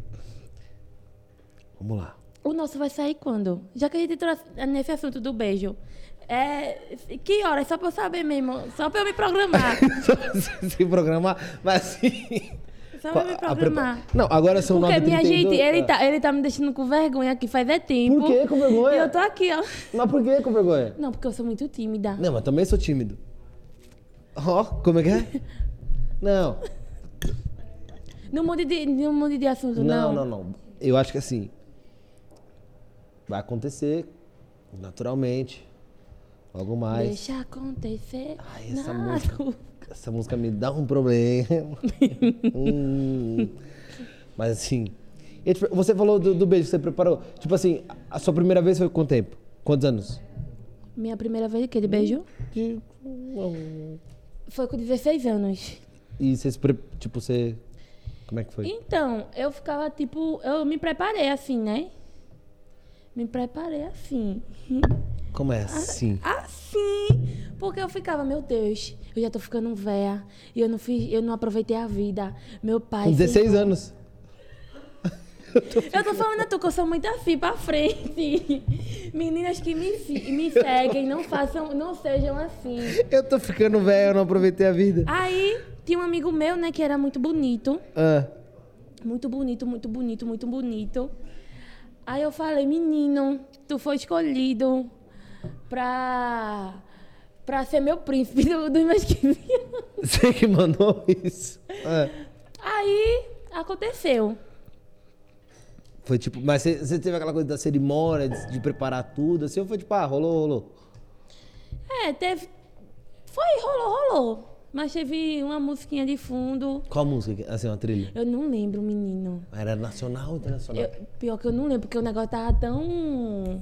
Vamos lá. O nosso vai sair quando? Já que a gente entrou nesse assunto do beijo. É, que horas? Só pra eu saber mesmo. Só pra eu me programar. Sem programar, mas assim. Só pra eu me a prepa- programar. Não, agora são Porque, é 9 minha gente, ele tá, ele tá me deixando com vergonha aqui faz é tempo. É. Por quê? Com vergonha? E eu tô aqui, ó. Ah. Mas por que com vergonha? Não, porque eu sou muito tímida. Não, mas também sou tímido. Ó, como é que é? Não, Não mude de, não mude de assunto, não, não. não, não. Eu acho que assim. Vai acontecer, naturalmente. Logo mais. Deixa acontecer. Ai, essa nada. música. Essa música me dá um problema. Hum. Mas assim. e, tipo, Você falou do, do beijo que você preparou. Tipo assim, a- a sua primeira vez foi com quanto tempo? Quantos anos? Minha primeira vez que ele Hum? beijou De- um foi com 16 anos. E você se pre... Tipo, você. Como é que foi? Então, eu ficava tipo. Eu me preparei assim, né? Me preparei assim. Como é assim? Assim. Porque eu ficava, meu Deus, eu já tô ficando véia. E eu não fiz, eu não aproveitei a vida. Meu pai. Com 16 anos. Eu tô falando a tu que eu sou muito assim pra frente. Meninas que me, se- me seguem, não façam, não sejam assim. Eu tô ficando velho, eu não aproveitei a vida. Aí tinha um amigo meu, né, que era muito bonito. Ah, Muito bonito, muito bonito, muito bonito. Aí eu falei, menino, tu foi escolhido pra, pra ser meu príncipe do- dos meus 15 anos. você que mandou isso. Ah, Aí aconteceu. Foi tipo, mas você, você teve aquela coisa da cerimônia, de, de preparar tudo, assim, ou foi tipo, ah, rolou, rolou? É, teve. Foi, rolou, rolou. Mas teve uma musiquinha de fundo. Qual a música? que- Assim, uma trilha? Eu não lembro, menino. Era nacional ou internacional? Eu- pior que eu não lembro, porque o negócio tava tão.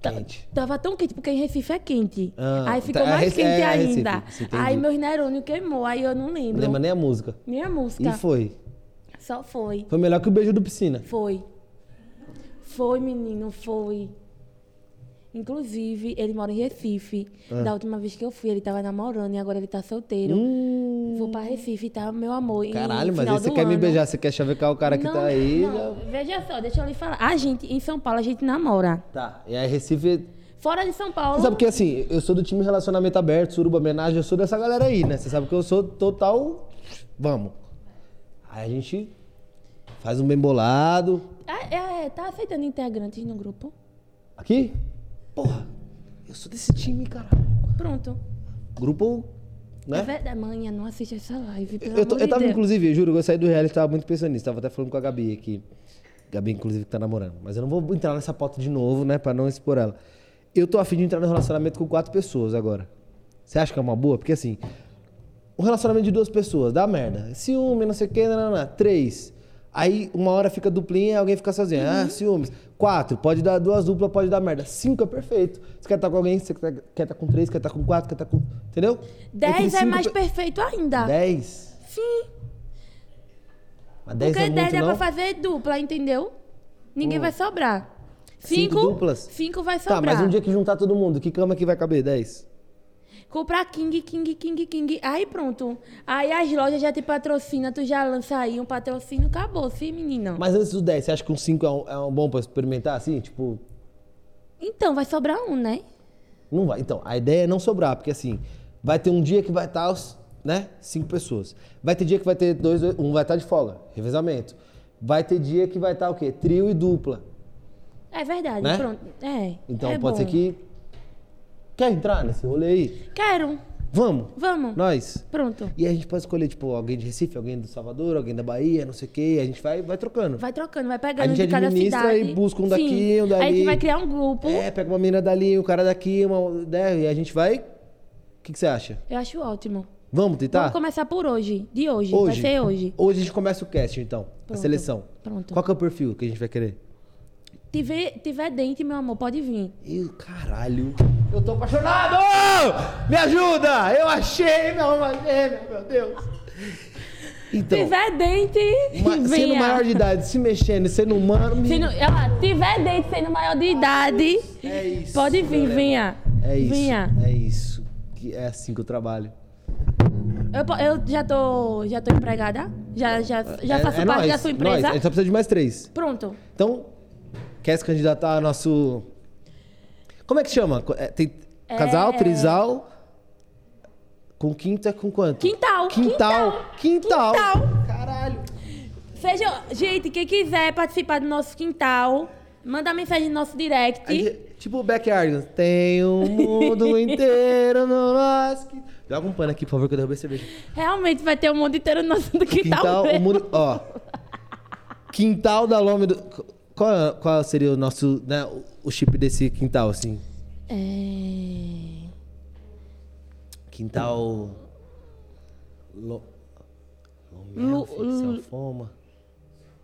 ta- Quente. Tava tão quente, porque em Recife é quente. Ah, aí ficou tá, é mais Recife- quente é Recife, ainda. sim, entendi. aí meus neurônios queimou, aí eu não Não lembro. lembra nem a música. Minha música. E foi. Só foi. Foi melhor que o beijo do piscina. Foi. Foi, menino, foi. Inclusive, ele mora em Recife. Da última vez que eu fui, ele tava namorando e agora ele tá solteiro. Ah. Hum, Vou pra Recife, tá, meu amor? em caralho, mas final aí você do quer me ano. beijar, você quer chavecar o cara que Não, tá aí. não. Veja só, deixa eu lhe falar. A gente, em São Paulo, a gente namora. Tá, e aí Recife. Fora de São Paulo. Você sabe que assim, eu sou do time Relacionamento Aberto, Suruba Homenagem, eu sou dessa galera aí, né? Você sabe que eu sou total. Vamos. Aí a gente faz um bem bolado. É, é, é, tá aceitando integrantes no grupo? Aqui? Porra, eu sou desse time, cara. Pronto. Grupo, É né? verdade, manhã, não assiste essa live. Pelo Eu, tô- amor eu de tava, Deus. inclusive, eu juro, eu saí do reality, tava muito pensando nisso. Tava até falando com a Gabi aqui. Gabi, inclusive, que tá namorando. Mas eu não vou entrar nessa pauta de novo, né? Pra não expor ela. Eu tô afim de entrar no relacionamento com quatro pessoas agora. Você acha que é uma boa? Porque assim, um relacionamento de duas pessoas, dá merda. Ciúme, não sei o quê, não, não, não. Três. Aí uma hora fica duplinha e alguém fica sozinho. Uhum. Ah, ciúmes. Quatro, pode dar duas duplas, pode dar merda. Cinco é perfeito. Você quer estar com alguém, você quer estar com três, quer estar com quatro, quer estar com. Entendeu? Entre Dez é cinco mais pe- perfeito ainda. Dez? Sim. Mas 10 Porque é 10 muito, é não? Hum. pra fazer dupla, entendeu? Ninguém vai sobrar. Cinco Cinco duplas? Cinco vai Tá, sobrar. mas um dia que juntar todo mundo, que cama que vai caber? 10? Comprar King, King, King, King. Aí pronto. Aí as lojas já te patrocinam, tu já lança aí um patrocínio, acabou, sim, menina. Mas antes dos 10, você acha que um 5 é, um, é um bom pra experimentar, assim? Tipo, Então, vai sobrar um, né? não vai. Então, a ideia é não sobrar, porque assim, vai ter um dia que vai estar, os, né, 5 pessoas. Vai ter dia que vai ter dois, dois- um vai estar de folga, revezamento. Vai ter dia que vai estar o quê? Trio e dupla. É verdade, Né? pronto. É. Então, é pode ser bom. que... Quer entrar nesse rolê aí? Quero. Vamos, Vamos. nós. Pronto. E a gente pode escolher, tipo, alguém de Recife, alguém do Salvador, alguém da Bahia, não sei o quê. A gente vai, vai trocando. Vai trocando, vai pegando A de gente cada administra cidade. e busca um Sim. daqui, um Aí dali. tu vai criar um grupo. É, pega uma menina dali, um cara daqui, uma. Né? E a gente vai. O que, que você acha? Eu acho ótimo. Vamos tentar? Vamos começar por hoje, de hoje. Tá. hoje. Vai ser hoje. Hoje a gente começa o casting, então. A Pronto. seleção. Pronto. Qual que é o perfil que a gente vai querer? Tiver, tiver dente, meu amor, pode vir. Eu, caralho. Eu tô apaixonado! Me ajuda! Eu achei minha alma gêmea, meu Deus. Então, tiver dente, ma- sendo venha. maior de idade, se mexendo, e sendo humano... Se me- não- olha lá, tiver dente sendo maior de idade, É isso, pode vir, galera. venha. É isso. Venha. É isso. Que é assim que eu trabalho. Eu, po- eu já tô, já tô empregada, já, já, já é, faço é parte nós, da sua nós. empresa. A gente só precisa de mais três. Pronto. Então, quer se candidatar a nosso. Como é que chama? É, tem casal, É. trisal. Com quinto é com quanto? Quintal, Quintal. Quintal. Quintal. Caralho. Seja, gente, quem quiser participar do nosso quintal, manda mensagem no nosso direct. A gente- tipo o backyard. Tem o mundo inteiro no nosso. quintal. Joga um pano aqui, por favor, que eu derrubei a cerveja. Realmente vai ter o mundo inteiro no nosso do quintal. Quintal, o mesmo. mundo. Ó. Quintal da Lome do. Qual, é- qual seria o nosso. Né, o- o chip desse quintal, assim? É... Quintal. Lo... Lu- Lomelf, lu- Selfoma.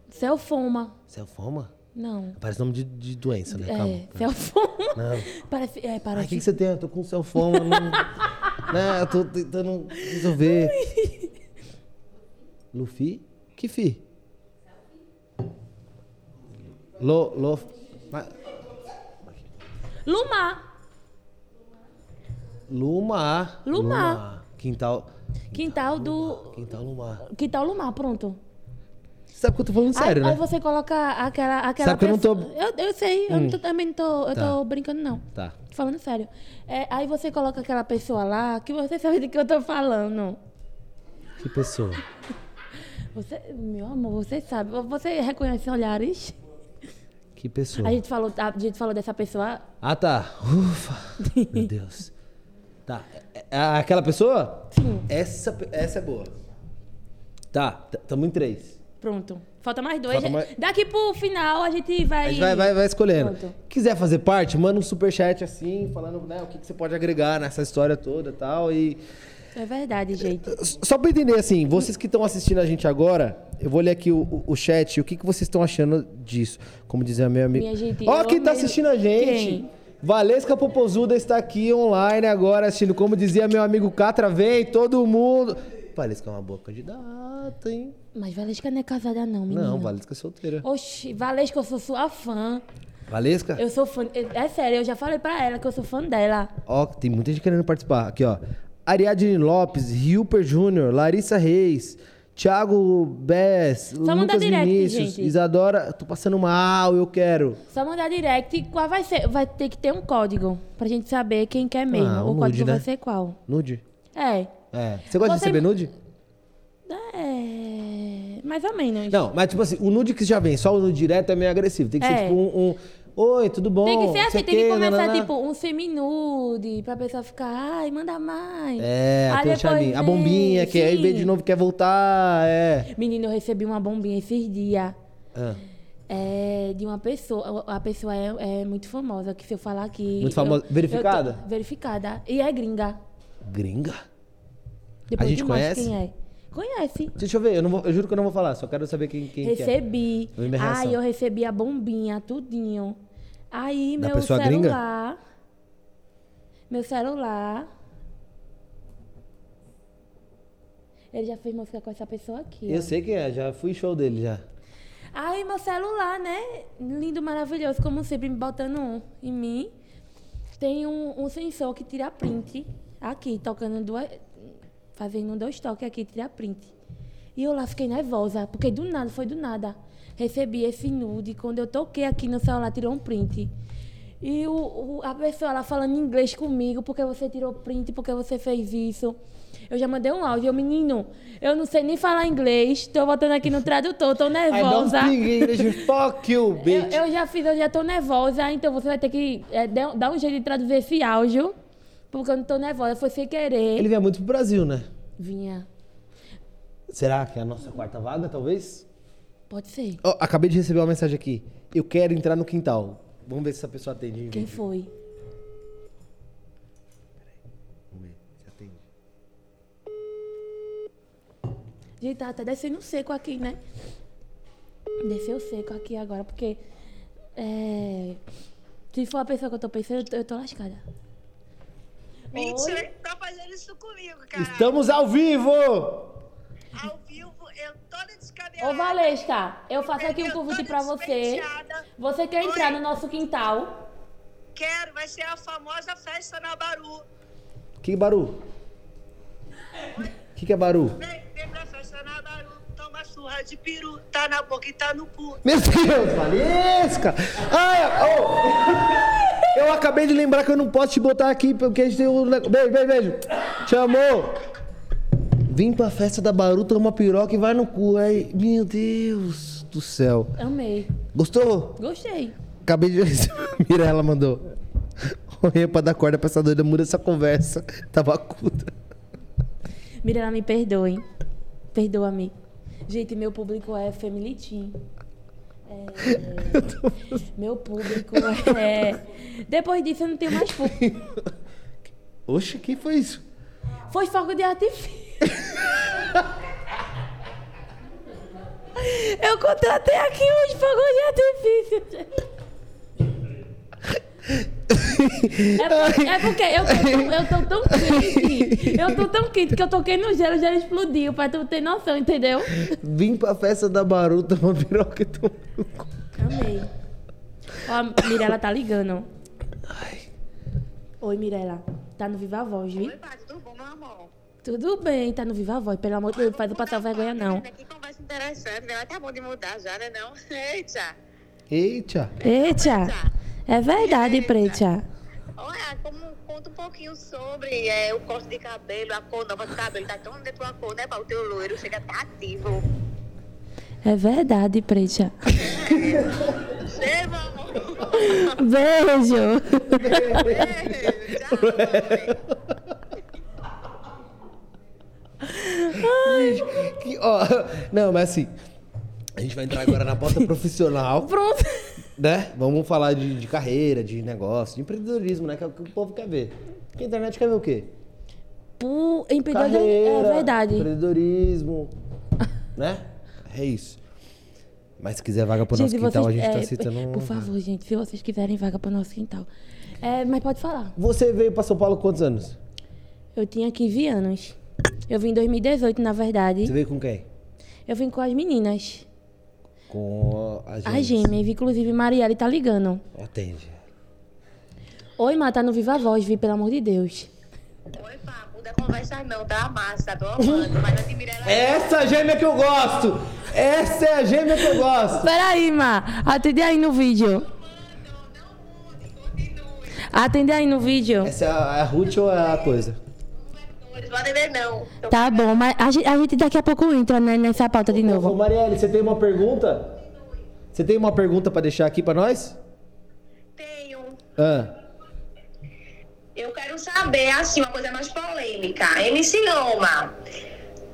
Selfoma. Selfoma? Não. Parece nome de, de doença, né? Calma. É, selfoma. Não. Parece, é, Ai, o que, parece. que você tem? Eu tô com selfoma. Não... não, eu tô tentando resolver. Luffy? Que fi? Lo, lo... Ma- Lumar. Luma. Lumar. Quintal. Quintal do... Quintal Lumar. Quintal Lumar, pronto. Você sabe que eu tô falando sério, aí, aí né? você coloca aquela... aquela Sabe que eu não tô- Hum. pessoa- Eu, eu sei, eu não tô, também não tô... Eu Tá. tô brincando, não. Tá. Tô falando sério. É, aí você coloca aquela pessoa lá, que você sabe do que eu tô falando. Que pessoa. Você, meu amor, você sabe. Você reconhece olhares? Que pessoa. A gente falou, a gente falou dessa pessoa. Ah, tá. Ufa. Meu Deus. Tá. É- é aquela pessoa? Sim. Essa, pe- essa é boa. Tá. t- Tamo em três. Pronto. Falta mais dois. né? Falta mais- Daqui pro final a gente vai. A gente vai, vai, vai escolhendo. Pronto. Quiser fazer parte, manda um superchat assim, falando né, o que, que você pode agregar nessa história toda e tal. E É verdade, gente. Só pra entender, assim, vocês que estão assistindo a gente agora, eu vou ler aqui o, o- o chat, o que, que vocês estão achando disso? Como dizia meu amigo. Minha gente, Ó, eu quem tá mesmo- assistindo a gente. Quem? Valesca Popozuda está aqui online agora assistindo. Como dizia meu amigo Catra, vem todo mundo. Valesca é uma boa candidata, hein? Mas Valesca não é casada, não, menina. Não, Valesca é solteira. Oxi, Valesca, eu sou sua fã. Valesca? Eu sou fã. É sério, eu já falei pra ela que eu sou fã dela. Ó, tem muita gente querendo participar. Aqui, ó. Ariadne Lopes, Hilper Júnior, Larissa Reis, Thiago Bess, mandar Lucas direct, Vinícius, gente. Isadora. Tô passando mal, eu quero. Só mandar direct. Qual vai ser? Vai ter que ter um código pra gente saber quem quer mesmo. Ah, o um código nude, né? vai ser qual? Nude? É. É. Você gosta de Você- receber nude? É. Mais ou menos. Não, mas tipo assim, o nude que já vem, só o nude direto é meio agressivo. Tem que ser É. tipo um, um, Oi, tudo bom? Tem que ser Não sei assim, o tem que quê, começar, nananã." tipo, um seminude, pra pessoa ficar, ai, manda mais. É, Aí tem o "Ah, depois charminho. A vem, bombinha, que aí vem de sim. novo, quer voltar. É. Menino, eu recebi uma bombinha esses dias. Ah, É, de uma pessoa, a a pessoa é, é muito famosa, que se eu falar aqui... Muito famosa. eu- eu Verificada? tô- verificada. E é gringa. Gringa? Depois gente eu te mostro conhece? Quem é. Conhece. Deixa eu ver, eu, não vou- eu juro que eu não vou falar, só quero saber quem, quem que é. Recebi. Eu vi minha reação. Ai, eu recebi a bombinha, tudinho. Aí, Da meu pessoa celular... gringa? Meu celular... Ele já fez música com essa pessoa aqui. ó. Eu sei quem é, já fui show dele já. Ai, meu celular, né? Lindo, maravilhoso, como sempre, me botando um em mim. Tem um, um sensor que tira print aqui, tocando duas. Fazendo dois toques aqui, tira print. E eu lá fiquei nervosa, porque do nada, foi do nada. Recebi esse nude, quando eu toquei aqui no celular, tirou um print. E o, o- a pessoa lá falando em inglês comigo, porque você tirou print, porque você fez isso. Eu já mandei um áudio, eu, menino, eu não sei nem falar inglês, tô botando aqui no tradutor, tô I don't nervosa. speak English, fuck you, Eu, bitch. eu já fiz, eu já tô nervosa, então você vai ter que é, dar dar um jeito de traduzir esse áudio, porque eu não tô nervosa, foi sem querer. Ele vinha muito pro Brasil, né? Vinha. Será que é a nossa quarta vaga, talvez? Pode ser. Ó, acabei de receber uma mensagem aqui. Eu quero entrar no quintal. Vamos ver se essa pessoa atende. Quem foi? Vamos ver se atende. Gente, tá até descendo seco aqui, né? Desceu seco aqui agora, porque. É... Se for a pessoa que eu tô pensando, eu tô, eu tô lascada. Mentira, que tá fazendo isso comigo, cara. Estamos ao vivo! Ao vivo, eu toda descabeada. Ô, Valesca, eu faço aqui um Eu tô convite pra você. despenteada. Você quer entrar Oi. no nosso quintal? Quero, vai ser a famosa festa na Baru. Que barulho? Que que é barulho? Vem, vem pra festa na Baru, toma surra de peru, tá na boca e tá no cu. Meu Deus, Valesca! Ai, ô! Eu acabei de lembrar que eu não posso te botar aqui porque a gente tem um. nego- Beijo, beijo, beijo! Te amou! Vim pra festa da Baru, toma piroca e vai no cu. Ai, meu Deus do céu. Amei. Gostou? Gostei. Acabei de. Mirella mandou. Correr pra dar corda pra essa doida, muda essa conversa. Tabacuda. Mirela, me perdoe. Perdoa-me. Gente, meu público é feminitim. É... Meu público é. Depois disso eu não tenho mais público. Oxe, que foi isso? Foi fogo de artifício. Eu contratei aqui uns fogos de artifício. É, por- é porque eu tô, eu tô tão quente. Eu tô tão quente que eu toquei no gelo, o gelo explodiu, pra tu ter noção, entendeu? Vim pra festa da Baru, toma piroca e toma no cu. Amei. Ó, a Mirella tá ligando. Oi, Mirella. Tá no Viva Voz, viu? Oi, pai, tudo bom, meu amor? um Tudo bem, tá no Viva Voz. Pelo amor de Deus, não faz eu passar vergonha, não. Que conversa interessante, né? Tá bom de mudar já, né não? Eita! Eita! Eita! É verdade, Preta. Olha, como, conta um pouquinho sobre é, o corte de cabelo, a cor nova do cabelo, tá tão dentro da cor, né, Paulo? O teu loiro chega tá ativo. É verdade, Preta. Sei, meu amor. Beijo! Ei, já, Que- ó, não, mas assim, a gente vai entrar agora na pauta profissional, Pronto. né? Vamos falar de, de carreira, de negócio, de empreendedorismo, né? Que é o que o povo quer ver. Porque a internet quer ver o quê? Pu- Empreendedor Carreira, é verdade. empreendedorismo, né? É isso. Mas se quiser vaga pro nosso quintal, a gente tá é, citando... um- Por favor, gente, se vocês quiserem vaga pro nosso quintal. É, mas pode falar. Você veio pra São Paulo com quantos anos? Eu tinha 15 anos. Eu vim em 2018, na verdade. Você veio com quem? Eu vim com as meninas. Com a A gente. gêmeas, inclusive Marielle tá ligando. Atende. Oi, Má, tá no Viva Voz, vi, pelo amor de Deus. não. Oi, pá, muda conversa não, tá massa, tô amando, mas a de Mirella Essa é a gêmea que eu gosto! Essa é a gêmea que eu gosto! Peraí, Má, atende aí no vídeo. Atende aí no vídeo. Essa é a, a Ruth ou é a coisa? não vai atender não. Então, Tá bom, mas a gente, a gente daqui a pouco entra né, nessa pauta de Ô, novo. Marielle, você tem uma pergunta? Você tem uma pergunta pra deixar aqui pra nós? Tenho. Ah, Eu quero saber, assim, uma coisa mais polêmica. MC Loma,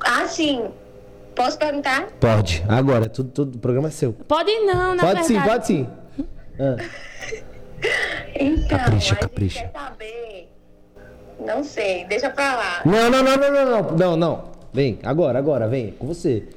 assim, posso perguntar? pode. Agora, tudo, tudo- o programa é seu. Pode não, na pode verdade. sim, pode sim. Ah, Então, Capricha, a gente capricha. quer saber. Não sei, deixa pra lá. Não, não, não, não, não, não, não, não. Vem, agora, agora, vem, com você.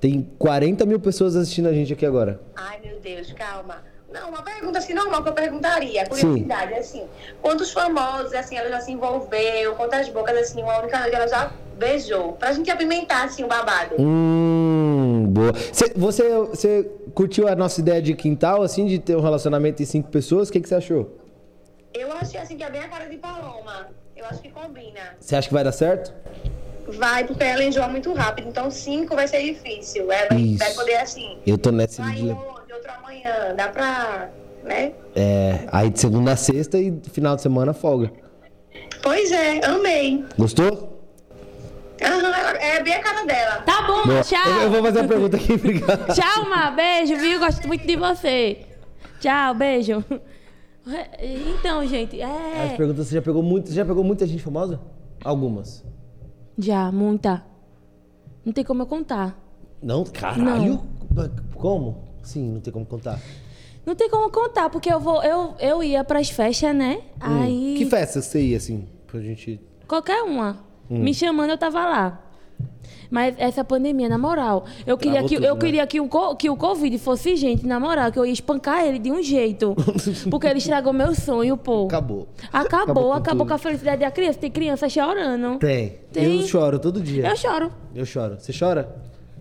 Tem 40 mil pessoas assistindo a gente aqui agora. Ai, meu Deus, calma. Não, uma pergunta assim normal que eu perguntaria, curiosidade, assim, quantos famosos, assim, ela já se envolveu, quantas bocas, assim, uma única noite ela já beijou, pra gente apimentar, assim, o babado. Hum, boa. Cê- você, você curtiu a nossa ideia de quintal, assim, de ter um relacionamento em cinco pessoas? O que, que você achou? Eu achei, assim, que é bem a cara de Paloma, eu acho que combina. Você acha que vai dar certo? Vai, porque ela enjoa muito rápido, então cinco vai ser difícil, ela Isso. vai poder, assim, Eu tô nessa vai de... hoje, outro amanhã, dá pra, né? É, aí de segunda a sexta e final de semana folga. Pois é, amei. Gostou? Aham, ela- é bem a cara dela. Tá bom, Má, tchau. Eu, eu vou fazer a pergunta aqui, obrigado. Tchau, Má. Beijo, viu? Gosto muito de você. Tchau, beijo. Então, gente, As é. perguntas, você já pegou muito, você já pegou muita gente famosa? Algumas. Já, muita. tá? Não tem como eu contar. Não, caralho. Como? Sim, não tem como contar. Não tem como contar, porque eu vou. Eu, eu ia pras festas, né? Hum, Aí. Que festa você ia assim, pra gente Qualquer uma. Me chamando, eu tava lá. Mas essa pandemia, na moral, eu queria, Travou que, tudo, eu né? queria que, um, co- que o Covid fosse gente, na moral, que eu ia espancar ele de um jeito. porque ele estragou meu sonho, pô. Acabou. Acabou, Acabou acabou, com com, tudo. a felicidade da criança. Tem criança chorando. Tem. Tem. Eu choro todo dia. Eu Uhum. choro. Eu choro. Você chora?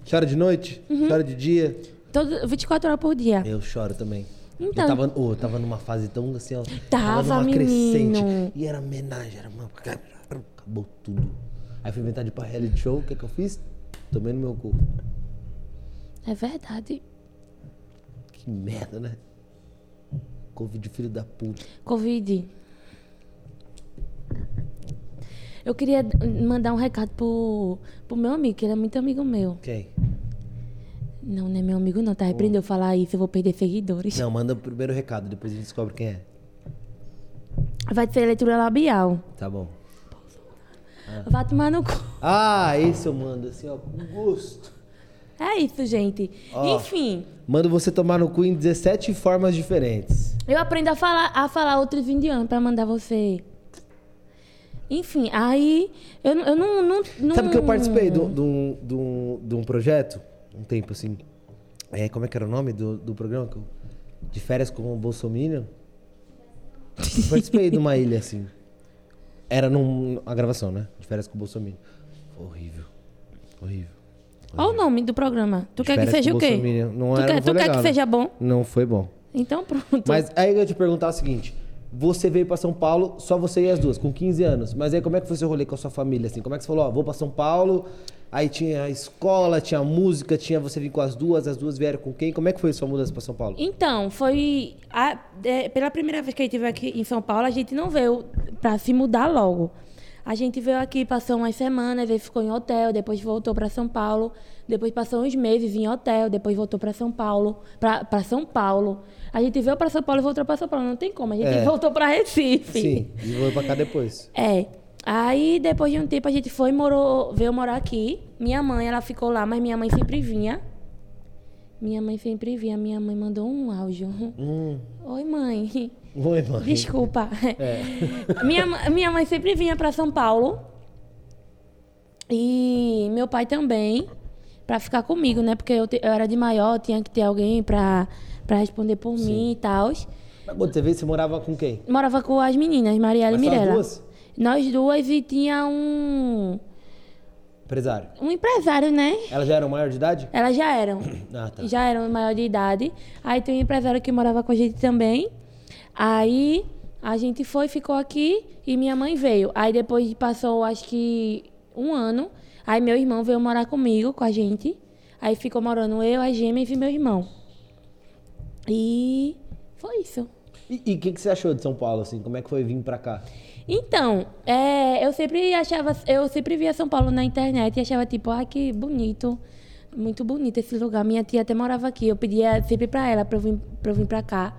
Chora de noite? Chora de dia? Todo, 24 horas por dia. Eu choro também. Então. Eu tava, ô, eu tava numa fase tão assim, ó. Tava, numa menino. crescente. E era homenagem, era uma. Acabou tudo. Aí fui inventar de ir pra reality show, o que que eu fiz? Tomei no meu cu. É verdade. Que merda, né? Covid, filho da puta. Covid. Eu queria d- mandar um recado pro, pro meu amigo, que ele é muito amigo meu. Quem? Não, não é meu amigo, não. Tá repreendeu falar isso, eu vou perder seguidores. Não, manda o primeiro recado, depois a gente descobre quem é. Vai ser leitura labial. Tá bom. É. Vai tomar no cu. Ah, esse eu mando assim, ó, com gosto. É isso, gente. Ó. Enfim, Mando você tomar no cu em 17 formas diferentes. eu aprendo a falar, a falar outros indianos pra mandar você. Enfim, aí eu, eu não, não, não. Sabe que eu participei de um- de um- de um de um projeto, um tempo assim. É, como é que era o nome do, do programa? que eu- De férias com o Bolsominion? Eu participei de uma ilha assim. Era num, a gravação, né? De férias com o Bolsominion. Horrível. Horrível. Olha o nome do programa. Tu quer que Férias seja com o quê? Bolsominion. Não tu era, quer, não tu foi quer legal, que né? seja bom? Não foi bom. Então pronto. Mas aí eu ia te perguntar o seguinte: você veio pra São Paulo, só você e as duas, com 15 anos. Mas aí como é que foi seu rolê com a sua família? Assim? Como é que você falou, ó, vou pra São Paulo? Aí tinha a escola, tinha a música, tinha você vir com as duas, as duas vieram com quem? Como é que foi sua mudança pra São Paulo? Então, foi. a- é, pela primeira vez que a gente veio aqui em São Paulo, a gente não veio para se mudar logo. A gente veio aqui, passou umas semanas, ele ficou em hotel, depois voltou para São Paulo, depois passou uns meses em hotel, depois voltou para São Paulo, para São Paulo. A gente veio para São Paulo e voltou para São Paulo, não tem como, a gente É. voltou para Recife. Sim, e vou pra cá depois. É. Aí, depois de um tempo, a gente foi e morou, veio morar aqui. Minha mãe, ela ficou lá, mas minha mãe sempre vinha. Minha mãe sempre vinha. Minha mãe mandou um áudio. Hum. Oi, mãe. Oi, mãe. Desculpa. É. minha, ma- minha mãe sempre vinha para São Paulo. E meu pai também. Pra ficar comigo, né? Porque eu, te- eu era de maior, tinha que ter alguém pra, pra responder por mim e tal. Mas quando você veio, você morava com quem? Morava com as meninas, Mariela Mas e só as Mirella. duas? Nós duas e tinha um Empresário. um empresário, né? Ela já era maior de idade? Elas já eram. Ah, tá. Já eram maior de idade. Aí tem um empresário que morava com a gente também. Aí a gente foi, ficou aqui e minha mãe veio. Aí depois passou, acho que um ano. Aí meu irmão veio morar comigo, com a gente. Aí ficou morando eu, as gêmeas e meu irmão. E foi isso. E e o que, que você achou de São Paulo, assim? Como é que foi vir pra cá? Então, é, eu sempre achava, eu sempre via São Paulo na internet e achava tipo, ah, que bonito, muito bonito esse lugar. Minha tia até morava aqui, eu pedia sempre pra ela pra eu vir, pra, eu vir pra cá.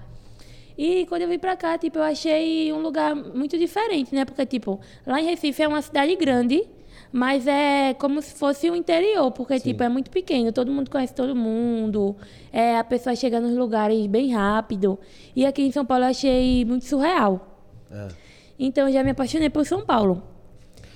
E quando eu vim pra cá, tipo, eu achei um lugar muito diferente, né? Porque, tipo, lá em Recife é uma cidade grande, mas é como se fosse o interior, porque, tipo, é muito pequeno, todo mundo conhece todo mundo, é, a pessoa chega nos lugares bem rápido. E aqui em São Paulo eu achei muito surreal. É. Então eu já me apaixonei por São Paulo.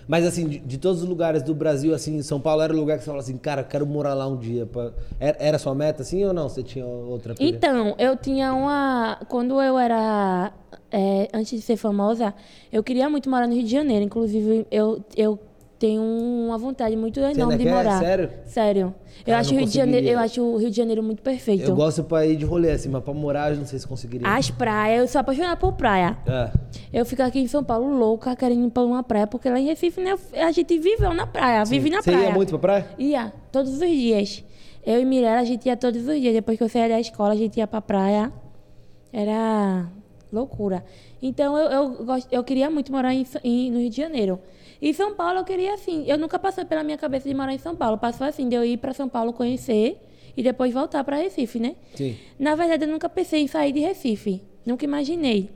Mas assim, de, de todos os lugares do Brasil, assim, São Paulo era o lugar que você fala assim, cara, eu quero morar lá um dia. pra- Era, era sua meta, assim, ou não? Você tinha outra pilha? Então, eu tinha uma. Quando eu era. é, antes de ser famosa, eu queria muito morar no Rio de Janeiro. Inclusive, eu, eu tenho uma vontade muito enorme ainda de quer? morar. Sério? Sério. Eu Cara, acho, não o Rio de Janeiro, conseguiria. eu acho o Rio de Janeiro muito perfeito. eu gosto pra ir de rolê, assim, mas pra morar, eu não sei se conseguiria. As praias, eu sou apaixonada por praia. É. Eu fico aqui em São Paulo louca, querendo ir pra uma praia, porque lá em Recife, né, a gente viveu na praia, vive na você praia. ia muito pra praia? Ia, todos os dias. Eu e Mirella, a gente ia todos os dias. Depois que eu saía da escola, a gente ia pra praia. Era loucura. Então, eu, eu, gost- eu queria muito morar em, Sa- em- no Rio de Janeiro. E São Paulo, eu queria assim. Eu nunca passei pela minha cabeça de morar em São Paulo. Passou assim, de eu ir pra São Paulo conhecer e depois voltar pra Recife, né? Sim. Na verdade, eu nunca pensei em sair de Recife. Nunca imaginei.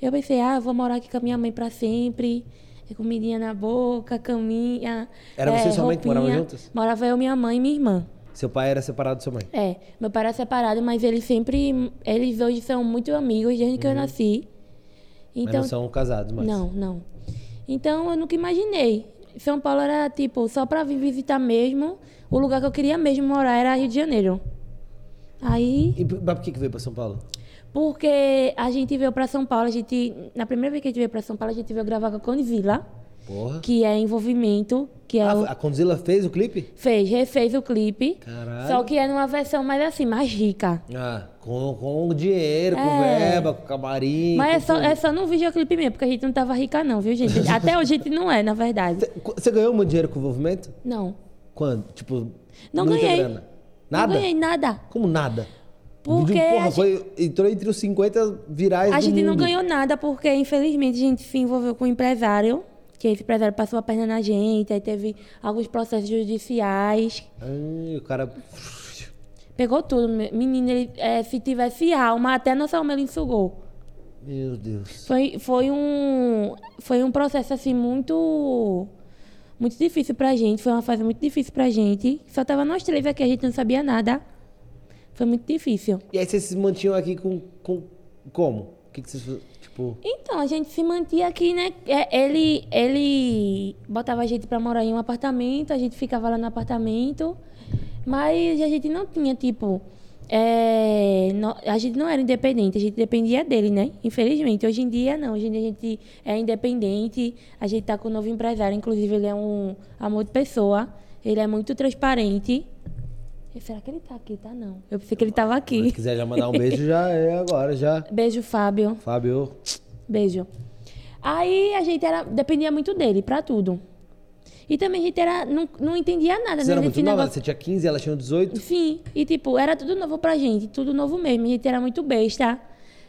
Eu pensei, ah, vou morar aqui com a minha mãe pra sempre. É Comidinha na boca, caminha. é, Era você e sua mãe que moravam roupinha. juntas? Morava eu, minha mãe e minha irmã. Seu pai era separado da sua mãe. É, meu pai era separado, mas eles sempre. Eles hoje são muito amigos desde que eu nasci. Uhum. Mas Então. não são casados, mas. Não, não. Então eu nunca imaginei. São Paulo era, tipo, só pra vir visitar mesmo. O lugar que eu queria mesmo morar era Rio de Janeiro. Aí, E por- mas por que, que veio pra São Paulo? porque a gente veio pra São Paulo, a gente... Na primeira vez que a gente veio pra São Paulo, a gente veio gravar com a Conzilla, Porra. que é envolvimento, que é Ah, o... a Condzilla fez o clipe? Fez, refez o clipe. Caralho. Só que é numa versão mais assim, mais rica. Ah, com, com dinheiro, com É. verba, com camarim. Mas é com só, tudo. é só no videoclipe mesmo, porque a gente não tava rica não, viu, gente? Até hoje a gente não é, na verdade. Cê- Você ganhou muito dinheiro com o envolvimento? Não. Quando? Tipo, Não muita ganhei. grana? Nada? Não ganhei nada. Como nada? Porque Vídeo, porra, a foi, entrou entre os 50 virais A do gente não mundo. ganhou nada porque, infelizmente, a gente se envolveu com um empresário, que esse empresário passou a perna na gente, aí teve alguns processos judiciais. Ah, o cara... Pegou tudo. me- Menino, ele, eh, se tivesse alma, até nossa alma ele sugou. Meu Deus. Foi, foi, um, foi um processo, assim, muito... Muito difícil pra gente. Foi uma fase muito difícil pra gente. Só tava nós três aqui, a gente não sabia nada. Foi muito difícil. E aí vocês se mantinham aqui com... com como? O que, que vocês... fa- Tipo... Então, a gente se mantia aqui, né? É, Ele, ele botava a gente pra morar em um apartamento, a gente ficava lá no apartamento, mas a gente não tinha, tipo. é, no- a gente não era independente, a gente dependia dele, né? Infelizmente. Hoje em dia, não. Hoje em dia a gente é independente, a gente tá com um novo empresário, inclusive ele é um amor de pessoa, ele é muito transparente. Será que ele tá aqui? Tá não. Eu pensei que ele tava Se aqui. quiser já mandar um beijo, já é agora, já. Beijo, Fábio. Fábio... Beijo. Aí a gente era, dependia muito dele pra tudo. E também a gente era, não, não entendia nada. Você né? Esse era muito nova? assim? negócio- Você tinha 15, ela tinha 18? Sim, e tipo, era tudo novo pra gente, tudo novo mesmo. A gente era muito besta.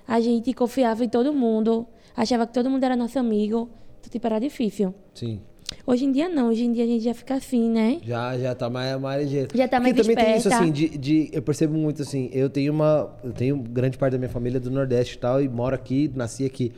A gente confiava em todo mundo, achava que todo mundo era nosso amigo. Então, tipo, era difícil. Sim. Hoje em dia não, hoje em dia a gente já fica assim, né? Já, já tá mais, mais ligeiro. Já tá mais Porque também tem isso, esperta. assim, de, de- Eu percebo muito, assim, eu tenho uma... Eu tenho grande parte da minha família é do Nordeste e tal, e moro aqui, nasci aqui.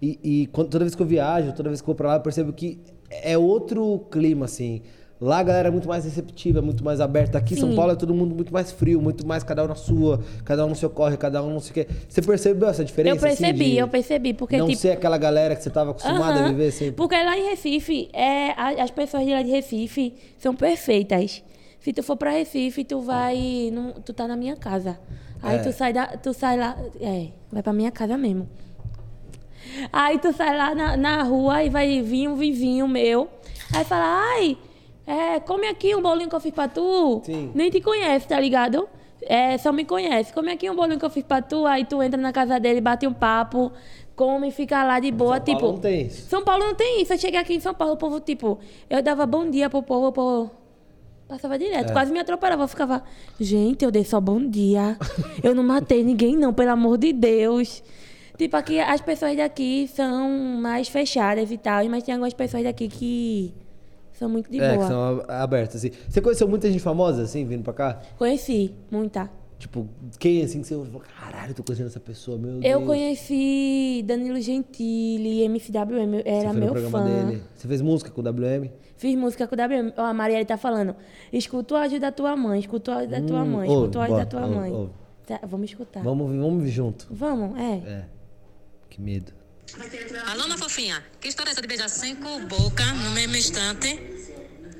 E, e quando- toda vez que eu viajo, toda vez que eu vou pra lá, eu percebo que é outro clima, assim. Lá a galera é muito mais receptiva, é muito mais aberta. Aqui em São Sim. Paulo é todo mundo muito mais frio, muito mais cada um na sua, cada um no seu corre, cada um não sei o quê. Você percebeu essa diferença? Eu percebi, assim, de eu percebi, porque Não tipo... ser aquela galera que você tava acostumada a Aham. viver sempre. Porque lá em Recife, é, a- as pessoas de lá de Recife são perfeitas. Se tu for pra Recife, tu vai. num- tu tá na minha casa. Aí É. tu sai da. Tu sai lá. É, vai pra minha casa mesmo. Aí tu sai lá na, na rua e vai vir um vizinho meu. Aí fala, ai, é, come aqui um bolinho que eu fiz pra tu. Sim. Nem te conhece, tá ligado? É, só me conhece. Come aqui um bolinho que eu fiz pra tu. Aí tu entra na casa dele, bate um papo, come, fica lá de boa. São Paulo tipo, não tem isso. São Paulo não tem isso. Eu cheguei aqui em São Paulo, o povo, tipo, eu dava bom dia pro povo, o povo Passava É. direto, quase me atropelava. Eu ficava, gente, eu dei só bom dia. Eu não matei ninguém, não, pelo amor de Deus. Tipo, aqui, as pessoas daqui são mais fechadas e tal, mas tem algumas pessoas daqui que são muito de é, boa. que são a- abertas, assim. Você conheceu muita gente famosa, assim, vindo pra cá? Conheci, muita. Tipo, quem, assim, que você falou, caralho, eu tô conhecendo essa pessoa, meu Deus. Eu conheci Danilo Gentili, MCWM, eu Você era foi no meu programa fã. dele. Você fez música com o WM? Fiz música com o WM. Ó, a Marielle tá falando. Escuta o áudio da tua mãe, escuta o áudio da tua Hum, mãe, ouve, escuta o áudio bora, da tua ouve, mãe. ouve. Tá, vamos escutar. Vamos, Vamos, ouvir- vamos ouvir junto. é. É. Que medo. Alô, minha fofinha, que história é essa de beijar cinco bocas no mesmo instante?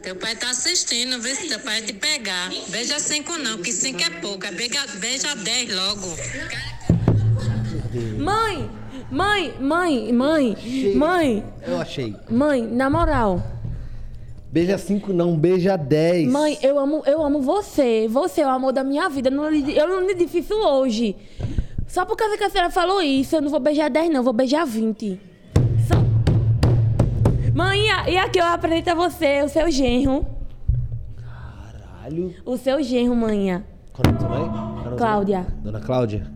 Teu pai tá assistindo, vê se teu pai te pegar. Beija cinco não, que cinco é pouca. Beija, beija dez logo. Mãe! Mãe, mãe, mãe, mãe, Eu achei. mãe, na moral. Beija 5 não, beija 10. Mãe, eu amo, eu amo você. Você é o amor da minha vida. Eu não lhe- Eu não lhe disse isso hoje. Só por causa que a senhora falou isso, eu não vou beijar 10, não, eu vou beijar 20. Só... Mãe, e a- e aqui eu apresento a você, o seu genro. Caralho. O seu genro, manhã. Qual é o nome da sua mãe? Qual é o nome da sua Cláudia. mãe? Dona Cláudia.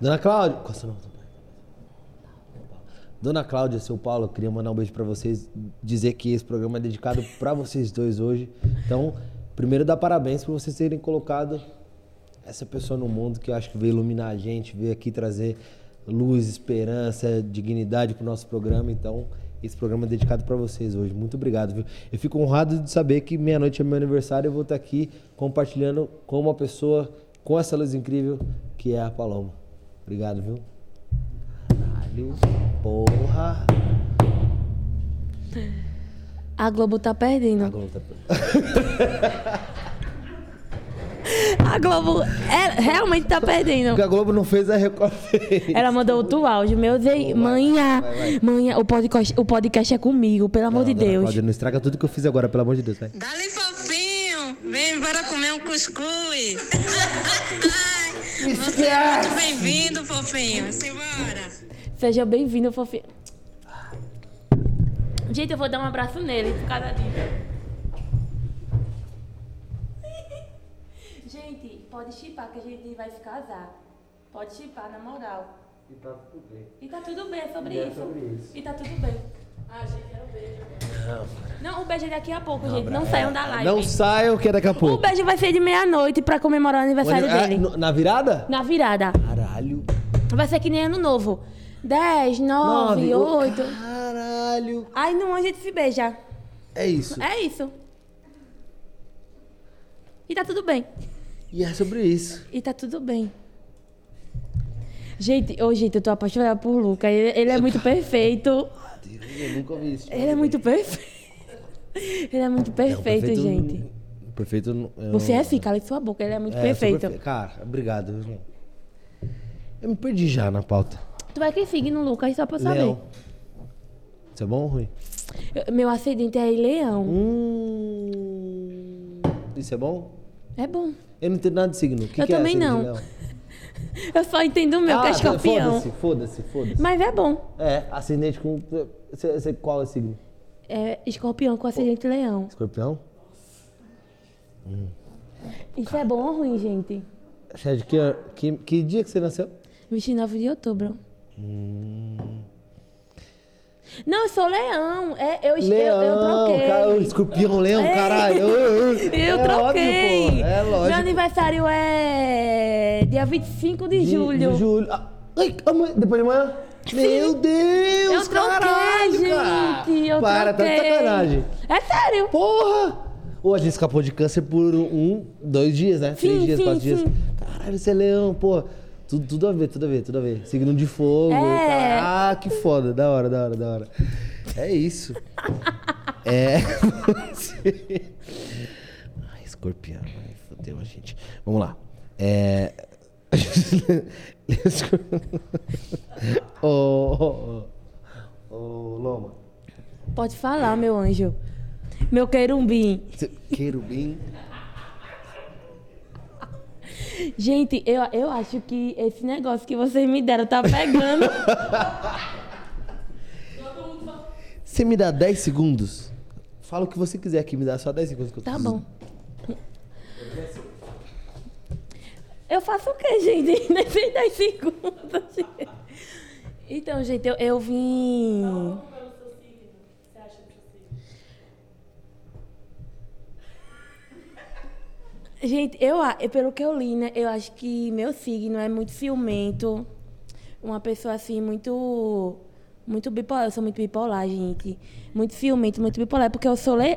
Dona Cláudia. Qual é o seu nome? do pai? Dona Cláudia, seu Paulo, eu queria mandar um beijo pra vocês, dizer que esse programa é dedicado pra vocês dois hoje. Então, primeiro dar parabéns por vocês terem colocado essa pessoa no mundo que eu acho que veio iluminar a gente, veio aqui trazer luz, esperança, dignidade pro nosso programa. Então, esse programa é dedicado pra vocês hoje. Muito obrigado, viu? Eu fico honrado de saber que meia-noite é meu aniversário e eu vou estar aqui compartilhando com uma pessoa com essa luz incrível que é a Paloma. Obrigado, viu? Caralho, porra. A Globo tá A perdendo. Globo tá... A Globo é- realmente tá Porque perdendo. a Globo não fez a Record. Ela mandou outro áudio. Meu Deus, manhã, manhã, o podcast, o podcast é comigo, pelo amor de Não, dona Deus. Cláudia, não estraga tudo que eu fiz agora, pelo amor de Deus, vai. Dali fofinho, vem para comer um cuscuz. Você é muito bem-vindo, fofinho. Simbora. Seja bem-vindo, fofinho. Gente, eu vou dar um abraço nele por causa disso. Gente, pode chipar que a gente vai se casar. Pode chipar, na moral. E tá tudo bem. E tá tudo bem, é sobre, isso. E tá tudo bem. Ah, gente, era um beijo. Não, o beijo é daqui a pouco, gente. Não saiam da live. Não saiam que é daqui a o pouco. beijo vai ser de meia-noite pra comemorar o aniversário Ah, dele. no- Na virada? Na virada. Caralho. Vai ser que nem ano novo. 10, 9, Nove. Ô, 8. Caralho. Aí não a gente se beija. É isso. É isso. E tá tudo bem. E é sobre isso. E tá tudo bem. Gente, ô, gente, eu tô apaixonada por Luca. Ele, ele é muito perfeito. Eu nunca ouvi isso. Ele é muito perfeito. Ele é muito Não, perfeito, gente. não- um Perfeito. não- eu Você não- é assim, cala sua boca. Ele é muito É, eu sou perfeito. perfe- Cara, obrigado. viu? Eu me perdi já na pauta. Tu vai que signo, Lucas, só pra eu saber. Leão. Isso é bom ou ruim? Eu- Meu acidente é em leão. Hum. Isso é bom? É bom. Eu não entendo nada de signo. O que Eu que é também signo de não. leão? Eu só entendo o meu, que é Ah, escorpião. Foda-se, foda-se, foda-se. Mas é bom. É, ascendente com. Cê, cê- qual é o signo? É escorpião com acidente leão. Escorpião? Isso é bom ou ruim, gente? Você é de que, que, que dia que você nasceu? 29 de outubro. Hum. Não, eu sou leão. É, eu, eu, eu troquei. cara, o escorpião, leão, É. caralho. Eu é troquei. Óbvio, pô. É Meu lógico. aniversário é dia 25 de, De- julho. De julho. Ah, ai, amanhã, depois de amanhã? Meu Deus, Eu troquei, caralho, cara. gente. Eu Para, troquei. tá de sacanagem. É sério. Porra! Ou a gente escapou de câncer por um, dois dias, né? Sim, Três dias, sim, quatro dias. sim. Caralho, você é leão, porra. Tudo, tudo a ver, tudo a ver, tudo a ver. Signo de fogo. É. Ah, que foda. Da hora, da hora, da hora. É isso. é. Ai, escorpião. Ai, fodeu a gente. Vamos lá. É. Ô, ô, ô. Ô, Loma. Pode falar, meu anjo. Meu querumbim. Cê- Querubim. Gente, eu, eu acho que esse negócio que vocês me deram tá pegando. Você me dá 10 segundos? Fala o que você quiser aqui, me dá só 10 segundos que eu Tá preciso. bom. Eu faço o quê, gente? Nesses 10 segundos. Então, gente, eu, eu vim. Gente, eu, a- eu- pelo que eu li, né? Eu acho que meu signo é muito ciumento. Uma pessoa assim, muito. Muito bipolar. Eu sou muito bipolar, gente. Muito ciumento, muito bipolar. Porque eu sou. Le...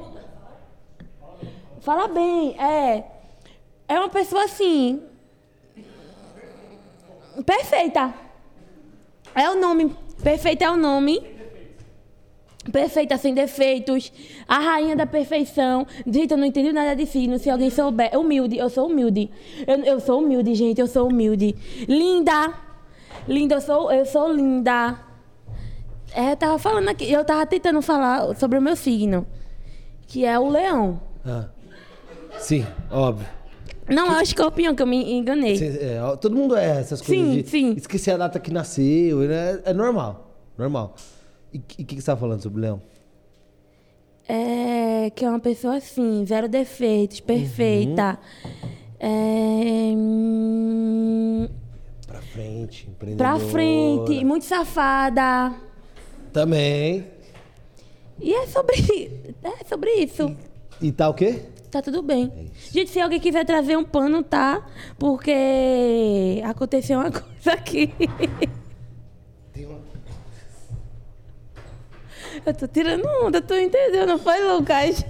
Fala bem, é. É uma pessoa assim. Perfeita. É o nome. Perfeita é o nome. Perfeita, sem defeitos. A rainha da perfeição. Gente, eu não entendo nada de signo. Se alguém souber. Humilde, eu sou humilde. Eu, eu sou humilde, gente, eu sou humilde. Linda. Linda, eu sou, eu sou linda. É, eu tava falando aqui. Eu tava tentando falar sobre o meu signo. Que é o leão. Ah. Sim, óbvio. Não é o escorpião que eu me enganei. Cê- é, ó, todo mundo erra essas coisas Sim, de sim. esquecer a data que nasceu, né? É normal, normal. E o que, que você tava falando sobre o leão? É que é uma pessoa assim, zero defeitos, perfeita. Uhum. É, hum, Pra frente, empreendedor. pra frente, muito safada. Também. E é sobre, é sobre isso. E tá o quê? Tá tudo É bem. Gente, se alguém quiser trazer um pano, tá? Porque aconteceu uma coisa aqui. Tem uma... Eu tô tirando onda, tu entendeu? Não foi, Lucas?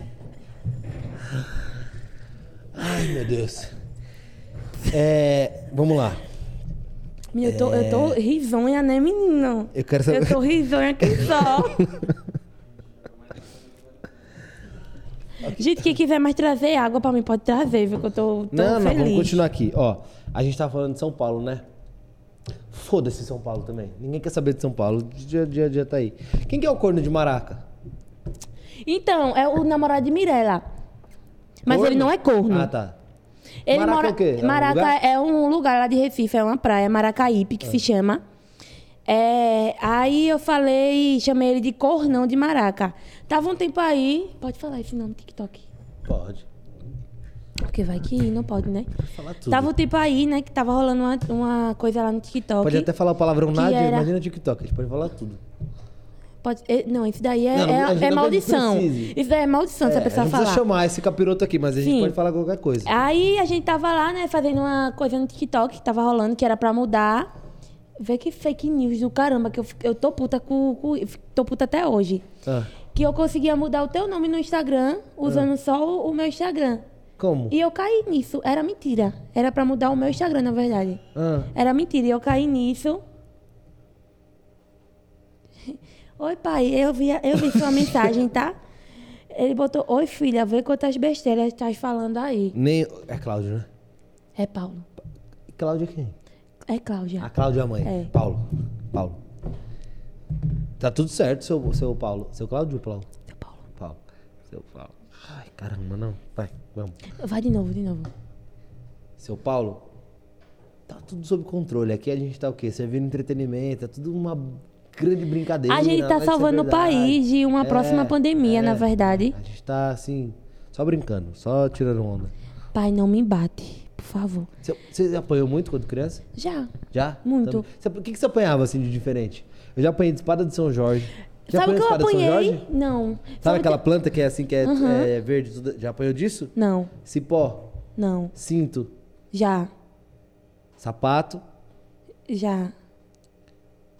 Ai, meu Deus. É, vamos lá. Menina, eu tô, eu tô risonha, né, menino? É. Eu quero saber- Eu tô risonha aqui só. Gente, quem quiser mais trazer água pra mim, pode trazer, viu? Que eu tô, tô Não, não, feliz. vamos continuar aqui. Ó, a gente tava falando de São Paulo, né? Foda-se São Paulo também. Ninguém quer saber de São Paulo. Dia, dia, dia tá aí. Quem que é o corno de Maraca? Então, é o namorado de Mirella. Mas Corno? ele não é corno. Ah, tá. Ele Maraca mora... é o quê? É um Maraca lugar? Ah. é um lugar lá de Recife, é uma praia, Maracaípe, que se chama. É, aí eu falei, chamei ele de cornão de Maraca. Tava um tempo aí. Pode falar esse nome, TikTok. Pode. Porque vai que não pode, né? falar tudo. Tava um tempo aí, né? Que tava rolando uma, uma coisa lá no TikTok. Pode até falar o palavrão que nada, era- imagina o TikTok, a gente pode falar tudo. Pode- eh, Não, isso daí é, Não, não- é- a gente é não maldição. precisa. Isso daí é maldição se a pessoa não precisa falar. chamar esse capiroto aqui, mas a gente Sim. É. pode falar qualquer coisa. Aí a gente tava lá, né, fazendo uma coisa no TikTok que tava rolando, que era pra mudar. Vê que fake news do caramba, que eu, fico- eu tô puta com, com- eu fico- Tô puta até hoje. Ah, Que eu conseguia mudar o teu nome no Instagram, usando só o, o meu Instagram. como? E eu caí nisso. Era mentira. Era pra mudar o meu Instagram, na verdade. Ah, Era mentira. E eu caí nisso. Oi, pai, eu vi, eu vi sua mensagem, tá? Ele botou, oi filha, vê quantas besteiras estás falando aí. nem... É Cláudio, né? É Paulo. Cláudio é quem? É Cláudia. A Cláudia é a mãe. É. Paulo. Paulo. Tá tudo certo, seu, seu Paulo. Seu Cláudio ou Paulo? É Paulo. Paulo. Seu Paulo. Ai, caramba, não. Vai, vamos. Vai de novo, de novo. Seu Paulo, tá tudo sob controle. Aqui a gente tá o quê? Servindo entretenimento, é tudo uma grande brincadeira. a gente tá mas isso é salvando o verdade. país de uma É, próxima pandemia, é. na verdade. A gente tá, assim, só brincando, só tirando onda. Pai, não me bate, por favor. Você, você apanhou muito quando criança? Já. Já? Muito. Também. Você- o que, que você apanhava, assim, de diferente? Eu já apanhei de espada de São Jorge. Já Sabe o apanhou que eu espada de São apanhei? Jorge? Não. Sabe o que- aquela planta que é assim, que é, é verde? tudo- Já apanhou disso? Não, Cipó, não. cinto, Já. sapato. Já.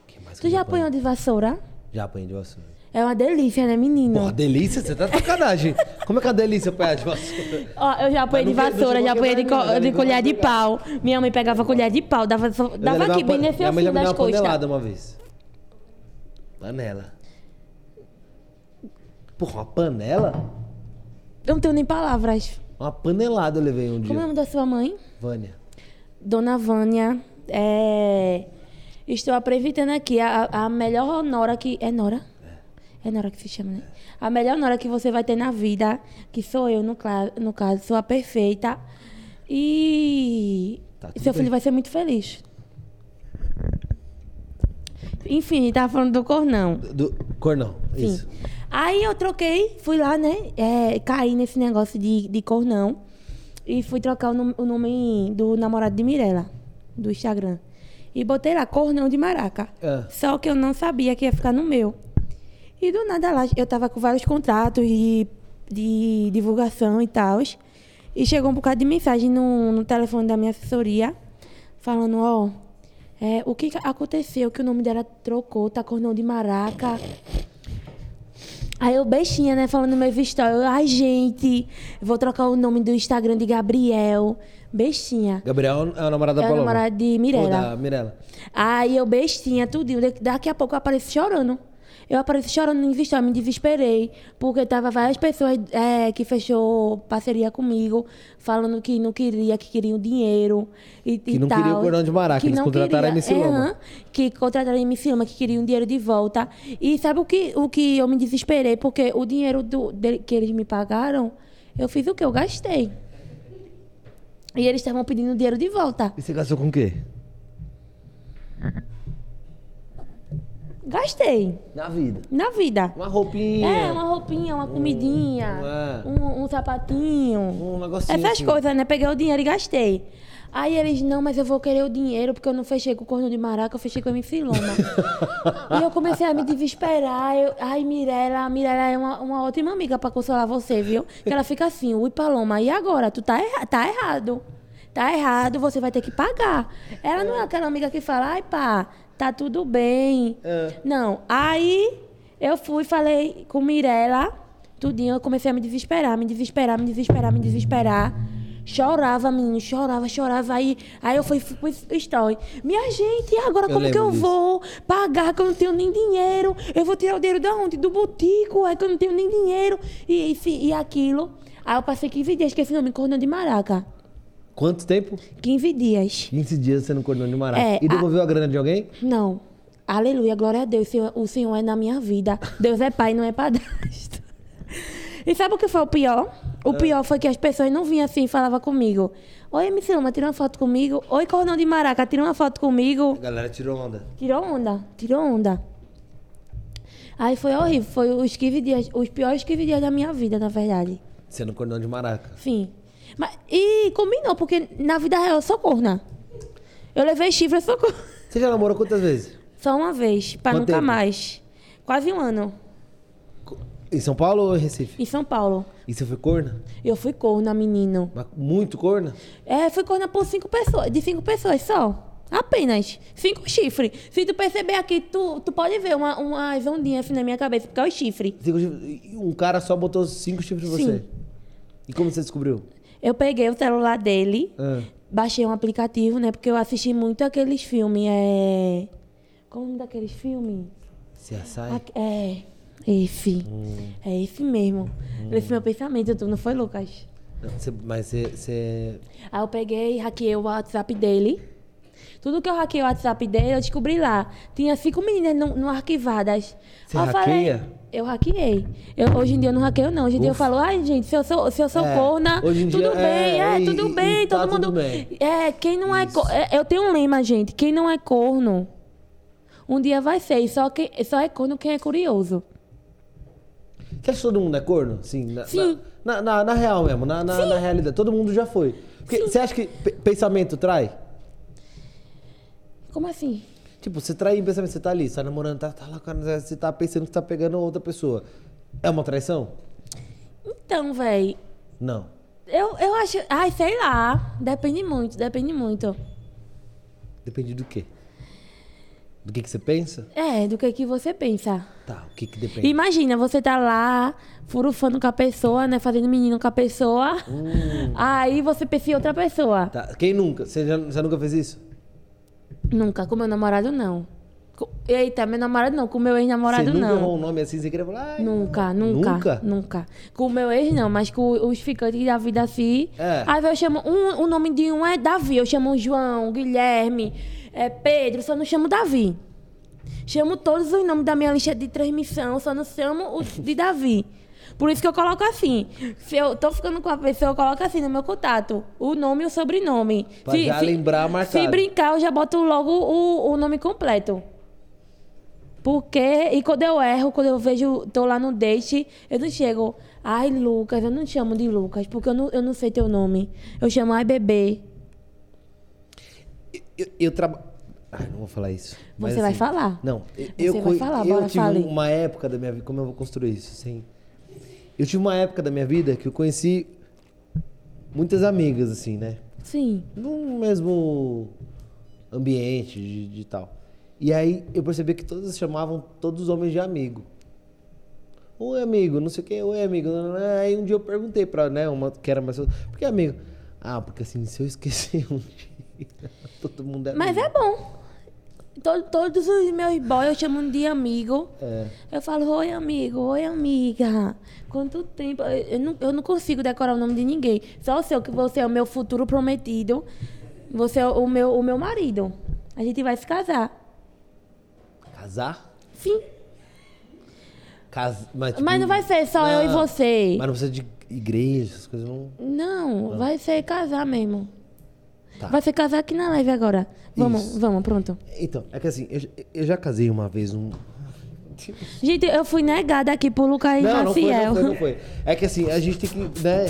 que mais que Tu eu já apanhou de vassoura? Já apanhei de vassoura. É uma delícia, né, menino? Porra, delícia? Você tá de sacanagem. Como é que é a delícia apanhar de vassoura? Ó, eu já apanhei de Mas não quer- vassoura, deixa eu já apanhei de, quebrar co- nada, de né? colher de pau. Minha mãe pegava colher de pau, dava, só- Eu dava levei aqui, uma bem pan- nesse Minha mãe já fio me das deu uma panelada costas. uma vez. Panela. Porra, uma panela? Eu não tenho nem palavras. Uma panelada eu levei um dia. Como é o nome da sua mãe? Vânia. Dona Vânia, é, estou aproveitando aqui a, a melhor Nora que. É Nora? É Nora que se chama, né? A melhor Nora que você vai ter na vida, que sou eu, no, cla- no caso, sou a perfeita. E Tá tudo seu filho bem. vai ser muito feliz. Enfim, tava falando do cornão. Do Cornão, Enfim. isso. Aí eu troquei, fui lá, né? É, caí nesse negócio de, de cornão. E fui trocar o, nom- o nome do namorado de Mirella, do Instagram. E botei lá, cornão de maraca. Ah. Só que eu não sabia que ia ficar no meu. E do nada lá, eu tava com vários contratos de, de divulgação e tal. E chegou um bocado de mensagem no, no telefone da minha assessoria, falando, ó, é, o que que aconteceu que o nome dela trocou, tá cornão de maraca. Aí eu bestinha, né, falando meus stories. Eu, Ai, gente, vou trocar o nome do Instagram de Gabriel. Bestinha. Gabriel é o namorado É da o Paloma. namorado de Ou Mirella. da Mirella. Aí eu bestinha, tudinho. Da- Daqui a pouco eu apareci chorando. Eu apareci chorando nos stories, me desesperei. Porque tava várias pessoas é, que fechou parceria comigo, falando que não queria, que queriam dinheiro e Que não queria o Cordão de Maraca, eles contrataram a MC Loma. aham, que contrataram a MC Loma, que queriam dinheiro de volta. E sabe o que, o que eu me desesperei? Porque o dinheiro do, dele- que eles me pagaram, eu fiz o que? Eu gastei. E eles estavam pedindo dinheiro de volta. E você casou com o quê? Gastei. Na vida. Na vida. Uma roupinha. Um, É, uma roupinha, uma comidinha, é. um, um sapatinho. Um negocinho Essas assim. coisas, né? Peguei o dinheiro e gastei. Aí eles, não, mas eu vou querer o dinheiro, porque eu não fechei com o corno de maraca, eu fechei com a MC Loma. e eu comecei a me desesperar. Eu, Ai, Mirella, a Mirella é uma, uma ótima amiga pra consolar você, viu? Que ela fica assim, ui, Paloma, e agora? Tu tá, erra- tá errado. Tá errado, você vai ter que pagar. Ela não é aquela amiga que fala, ai, pá, tá tudo bem. É. Não, aí eu fui, falei com Mirella, tudinho, eu comecei a me desesperar, me desesperar, me desesperar, me desesperar. Chorava, menino, chorava, chorava. Aí, aí eu fui, fui pro story. Minha gente, e agora Eu como que lembro eu disso. vou pagar que eu não tenho nem dinheiro? Eu vou tirar o dinheiro da onde? Do botico, é que eu não tenho nem dinheiro. E, enfim, e aquilo. Aí eu passei 15 dias que esse nome, corno de maraca. Quanto tempo? 15 dias. 15 dias você não cornou de maraca. É, e devolveu a... grana de alguém? Não. Aleluia, glória a Deus. Senhor- O Senhor é na minha vida. Deus é pai, não é padrasto. E sabe o que foi o pior? Ah. O pior foi que as pessoas não vinham assim e falavam comigo. Oi, MC Luma, tira uma foto comigo. Oi, Cordão de Maraca, tira uma foto comigo. A galera tirou onda. Tirou onda, tirou onda. Aí foi horrível. Foi os 15 dias, os piores 15 dias da minha vida, na verdade. Você não cornou de maraca. Enfim. Mas, e combinou, porque na vida real eu sou corna. Eu levei chifre, eu sou corna. Você já namorou quantas vezes? Só uma vez, pra Quanto nunca tempo? mais. Quase um ano, Em São Paulo ou em Recife? em São Paulo. E você foi corna? Eu fui corna, menino. Mas muito corna? É, fui corna por cinco pessoas, de cinco pessoas só. Apenas. Cinco chifres. Se tu perceber aqui, tu, tu pode ver uma, umas ondinhas assim na minha cabeça, porque é o chifre. Cinco chifres- e Um cara só botou cinco chifres em você. E como você descobriu? Eu peguei o celular dele, Ah. baixei um aplicativo, né? Porque eu assisti muito aqueles filmes, é... Como é o nome daqueles filmes? Se assai. Aque- É, esse. É esse mesmo. Esse meu pensamento, tu não foi, Lucas? Não, você- mas você, é, você. Aí eu peguei e hackeei o WhatsApp dele. Tudo que eu hackeei o WhatsApp dele, eu descobri lá. Tinha cinco meninas não, não arquivadas. Você Aí eu hackeia? eu hackeei. Eu- hoje em dia eu não hackeio, não. Hoje em dia eu Ufa. falo, ai, gente, se eu sou, se eu sou É, corna, hoje em tudo dia, bem, é, é, e- tudo e- bem, e todo tá mundo. tudo bem. É, quem não é, co- é. Eu tenho um lema, gente. Quem não é corno, um dia vai ser. E só, quem, só é corno quem é curioso. Você acha que todo mundo é corno? Sim. Na, Sim. Na, na, na real mesmo, na, na, na realidade. Todo mundo já foi. Porque você acha que pe- pensamento trai? Como assim? Tipo, você trai em pensamento, você tá ali, você tá namorando, tá, tá lá, com a- você tá pensando que tá pegando outra pessoa. É uma traição? Então, véi, Não. eu, eu acho. Ai, sei lá. Depende muito, depende muito. Depende do quê? Do que, que você pensa? É, do que, que você pensa. Tá, o que, que depende? Imagina, você tá lá furufando com a pessoa, né? Fazendo menino com a pessoa. Aí você pensa em outra pessoa. Uh. Tá, quem nunca? Você já, você nunca fez isso? Nunca, com meu namorado não. Co- Eita, meu namorado não, com meu ex-namorado você nunca não. errou um nome assim, você queria falar. ai, Nunca, nunca, Nunca? nunca. Com o meu ex, não, mas com os ficantes da vida assim. É. Aí eu chamo. Um, o nome de um é Davi. Eu chamo João, Guilherme, é Pedro, só não chamo Davi. Chamo todos os nomes da minha lista de transmissão, só não chamo os de Davi. Por isso que eu coloco assim. Se eu tô ficando com a pessoa, eu coloco assim no meu contato. O nome e o sobrenome. Pra já lembrar marcado. Se brincar, eu já boto logo o, o nome completo. Porque, e quando eu erro, quando eu vejo, tô lá no date, eu não chego. Ai, Lucas, eu não chamo de Lucas, porque eu não, eu não sei teu nome. Eu chamo ai bebê. Eu, eu trabalho. Ai, não vou falar isso. Mas, assim, Você vai falar. Não, eu, Você eu, vai coi- falar, eu bora, tive fale. uma época da minha vida. Como eu vou construir isso? Sem... Eu tive uma época da minha vida que eu conheci muitas amigas, assim, né? Sim. Num mesmo ambiente de, de tal. E aí eu percebi que todas chamavam todos os homens de amigo. Oi, amigo, não sei o que, oi, amigo. não, não, não. Aí um dia eu perguntei pra, né, uma que era mais. Por que amigo? Ah, porque assim, se eu esquecer um dia, todo mundo é Mas amigo. é bom. To- todos os meus boys eu chamo de amigo. É. Eu falo, oi amigo, oi amiga. Quanto tempo? Eu, eu não, eu não consigo decorar o nome de ninguém. Só o seu, que você é o meu futuro prometido. Você é o meu, o meu marido. A gente vai se casar. é- Casar? Sim. Cas... Mas, tipo, Mas não vai ser só eu e você. Mas não precisa de igreja, essas coisas não. Não, vai ser casar mesmo. Tá. Vai ser casar aqui na live agora. Vamos, Isso. vamos, pronto. Então, é que assim, eu, eu já casei uma vez um. Gente, eu fui negada aqui por Lucas Não, não foi, Maciel. não foi, não foi. É que assim, a gente tem que, né?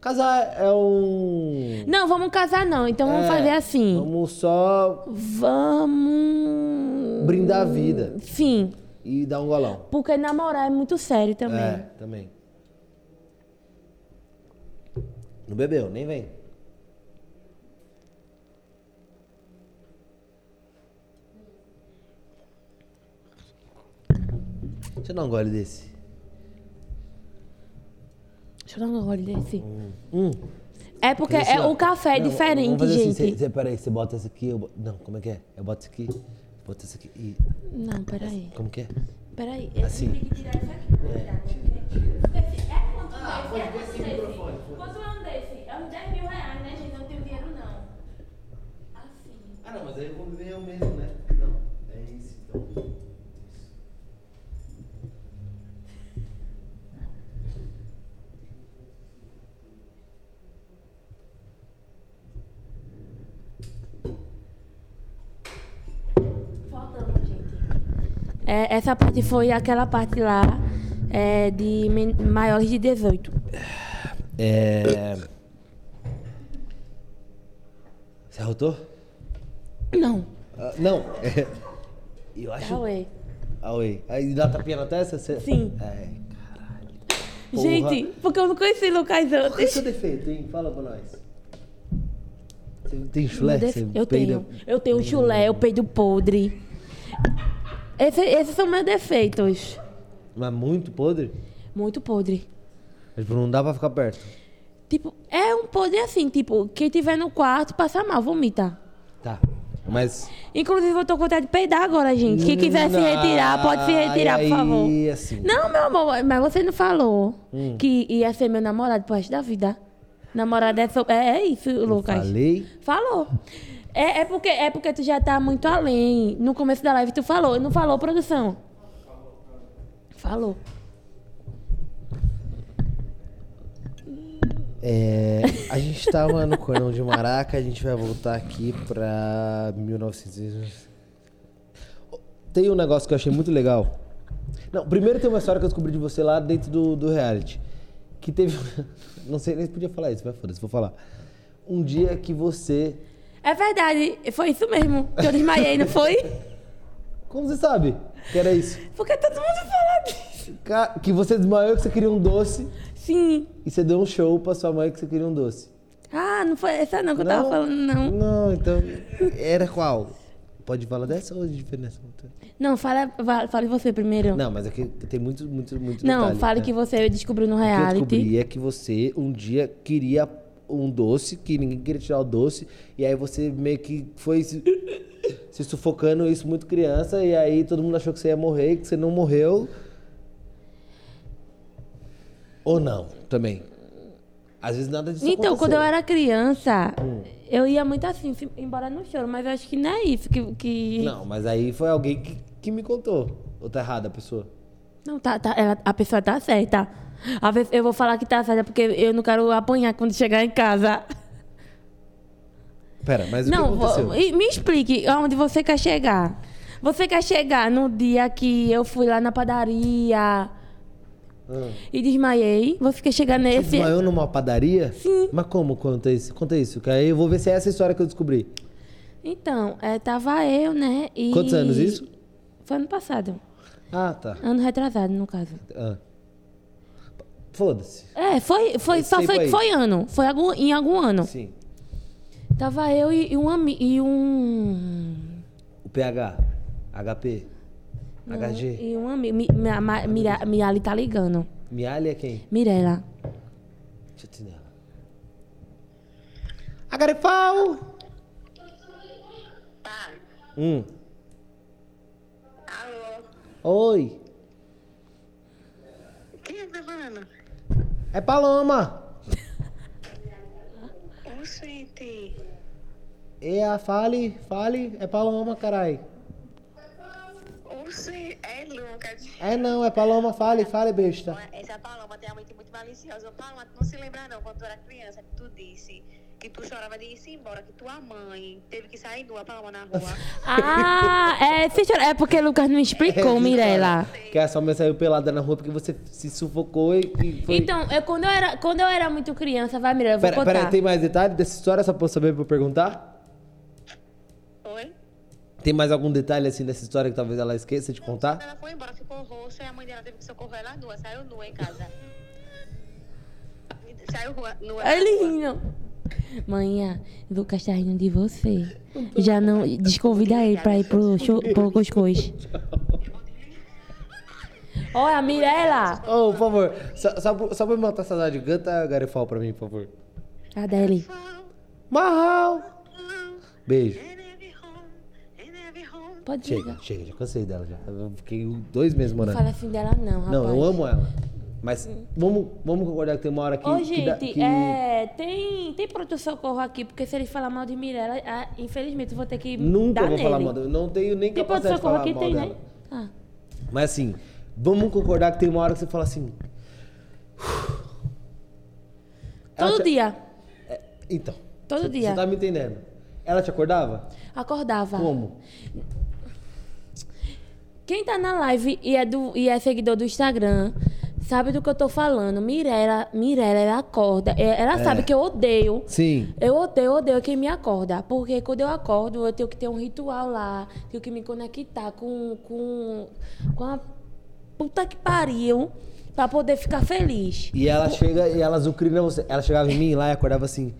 Casar é um. Não, vamos casar não. Então vamos É, fazer assim. Vamos só Vamos. brindar a vida Sim. e dar um golão. Porque namorar é muito sério também. É, também. Não bebeu, nem vem. Deixa eu dar um gole desse. Deixa eu dar um gole desse. Hum. É porque é, o café é Não, diferente, vamos fazer assim, gente. Você, você, peraí, você bota esse aqui, eu bo- Não, como é que é? Eu boto esse aqui, boto esse aqui e... Não, peraí. Como que é? Peraí. Eu Assim. tenho que tirar isso aqui, na verdade. porque- Esse- É quanto é esse? É quanto desse? Quanto é um desse? É uns 10 mil reais, né, gente? Não tenho dinheiro, não. Assim. Ah, não, mas aí eu vou ver eu mesmo, né? Não, é isso então. Voltamos, gente. É, essa parte foi aquela parte lá é, de men- maiores de 18. É... Você arrotou? Não. Ah, não, é... Eu acho... Cauê. Aoi. Aí dá tapinha na testa? Você... Sim. É, Porra. Gente, porque eu não conheci Lucas Qual é o antes. seu defeito, hein? Fala pra nós. Você tem Meu chulé? Deus, Você Eu é peida- tenho. Eu tenho chulé, eu peido podre. Esse- esses são meus defeitos. Mas muito podre? Muito podre. Tipo, não dá pra ficar perto. Tipo, é um podre assim, tipo, quem tiver no quarto passa mal, vomita. Tá. Mas. Inclusive, eu tô com vontade de peidar agora, gente. Quem quiser Ah, se retirar, pode se retirar, Ai, por favor. ai, Ah, assim. Não, meu amor, mas você não falou Hum. que ia ser meu namorado pro resto da vida. Namorado é, so- é, é isso, Lucas. Falei. Falou. É, é porque, é porque tu já tá muito além. No começo da live tu falou. Não falou, produção? Falou. É, a gente tava no Cordão de Maraca, a gente vai voltar aqui pra 1900. Tem um negócio que eu achei muito legal. Não, primeiro tem uma história que eu descobri de você lá dentro do, do reality. Que teve. Não sei nem se podia falar isso, mas foda-se, vou falar. Um dia que você. É verdade, foi isso mesmo. Que eu desmaiei, não foi? Como você sabe que era isso? Porque todo mundo fala disso. Ca- Que você desmaiou que você queria um doce Sim. e você deu um show pra sua mãe que você queria um doce. Ah, não foi essa não que eu tava Não? falando, não. Não, então. Era qual? Pode falar dessa ou de diferença? Não, fala, va- fale você primeiro. Não, mas é que tem muito, muito, muito Não, detalhe, fale né? que você descobriu no O que eu reality. descobri é que você um dia queria um doce, que ninguém queria tirar o doce, e aí você meio que foi se, se sufocando isso muito criança, e aí todo mundo achou que você ia morrer, que você não morreu. Ou não, também. Às vezes nada disso Então, quando eu aconteceu. Hum. era criança, eu ia muito assim, se- embora no choro, mas eu acho que não é isso que. que... Não, mas aí foi alguém que, que me contou. Ou tá errada a pessoa? Não, tá, tá, ela- a pessoa tá certa. Às vezes eu vou falar que tá certa porque eu não quero apanhar quando chegar em casa. Pera, mas não, o que aconteceu? vou- e me explique aonde você quer chegar. Você quer chegar no dia que eu fui lá na Ah. padaria e desmaiei? Você quer chegar nesse. Desmaiou Tipo, numa padaria? Sim. Mas como conta isso? Conta isso, que aí eu vou ver se é essa história que eu descobri. Então, é, tava eu, né? E... Quantos anos isso? Foi ano passado. Ah, tá. Ano retrasado, no caso. Ah. Foda-se. É, foi, foi, Esse só tempo foi que aí. foi ano. Foi algum- em algum ano. Sim. Tava eu e, e um ami- e um. O PH, HP, HG. E um amigo. Mi, mi, Ma- Mira- Mirali tá ligando. Mialha é quem? Mirela. Deixa eu te nela. Tá. Hum. Alô? Oi, Quem é que tá falando? é Paloma. Ô, gente. É a Fale, Fale, é Paloma, carai. Ô, gente. É Lucas. É não, é Paloma, Fale, Fale, besta. Essa Paloma tem a mente muito maliciosa. Ô, Paloma, tu não se lembra não, quando tu era criança, que tu disse que tu chorava de ir embora, que tua mãe teve que sair nua, Paloma, na rua. Ah, é, se chora- é porque o Lucas não explicou, Mirela. É, Que a sua mãe saiu pelada na rua porque você se sufocou e, e foi... Então, eu, quando, eu era, quando eu era muito criança, vai, Mirela, eu vou Pera, contar. pera, tem mais detalhe dessa história? Só pra eu saber pra eu perguntar? Foi? Tem mais algum detalhe assim dessa história que talvez ela esqueça de Quando contar? Ela foi embora, ficou roxa e a mãe dela teve que socorrer ela nua, saiu nua em casa. Saiu rua, nua. Aí Ele rindo. É Manhã, Lucas tá rindo de você. Já não. Desconvida ele pra ir pro, show, pro cuscuz. Olha, Mirela! Ô, por favor, só, só, pra- só pra eu matar a saudade, canta Garifal pra mim, por favor. Adele. Marral! Beijo. é Pode Chega, ligar. chega, já cansei dela já. Eu fiquei um, dois meses Não morando. fala assim dela, não, rapaz. Não, eu amo ela. Mas vamos, vamos concordar que tem uma hora que. Ô, que gente, dá- que- é, tem, tem pronto-socorro aqui, porque se ele falar mal de Mirella, ah, infelizmente eu vou ter que Nunca dar vou nele. falar mal dela. Eu Não tenho nem Tem capacidade de pronto-socorro falar aqui, mal tem, dela. né? Ah, Mas assim, vamos concordar que tem uma hora que você fala assim. Ela todo te- dia, Então. Todo você- dia. Tá. Você tá me entendendo? Ela te acordava? acordava. Como? Quem tá na live e é, do, e é seguidor do Instagram, sabe do que eu tô falando. Mirella, Mirella ela acorda. É, Ela sabe que eu odeio. Sim. Eu odeio, odeio quem me acorda. Porque quando eu acordo, eu tenho que ter um ritual lá. Tenho que me conectar com, com, com a puta que pariu pra poder ficar feliz. E ela chega e ela zucrina você. Ela chegava em mim lá e acordava assim.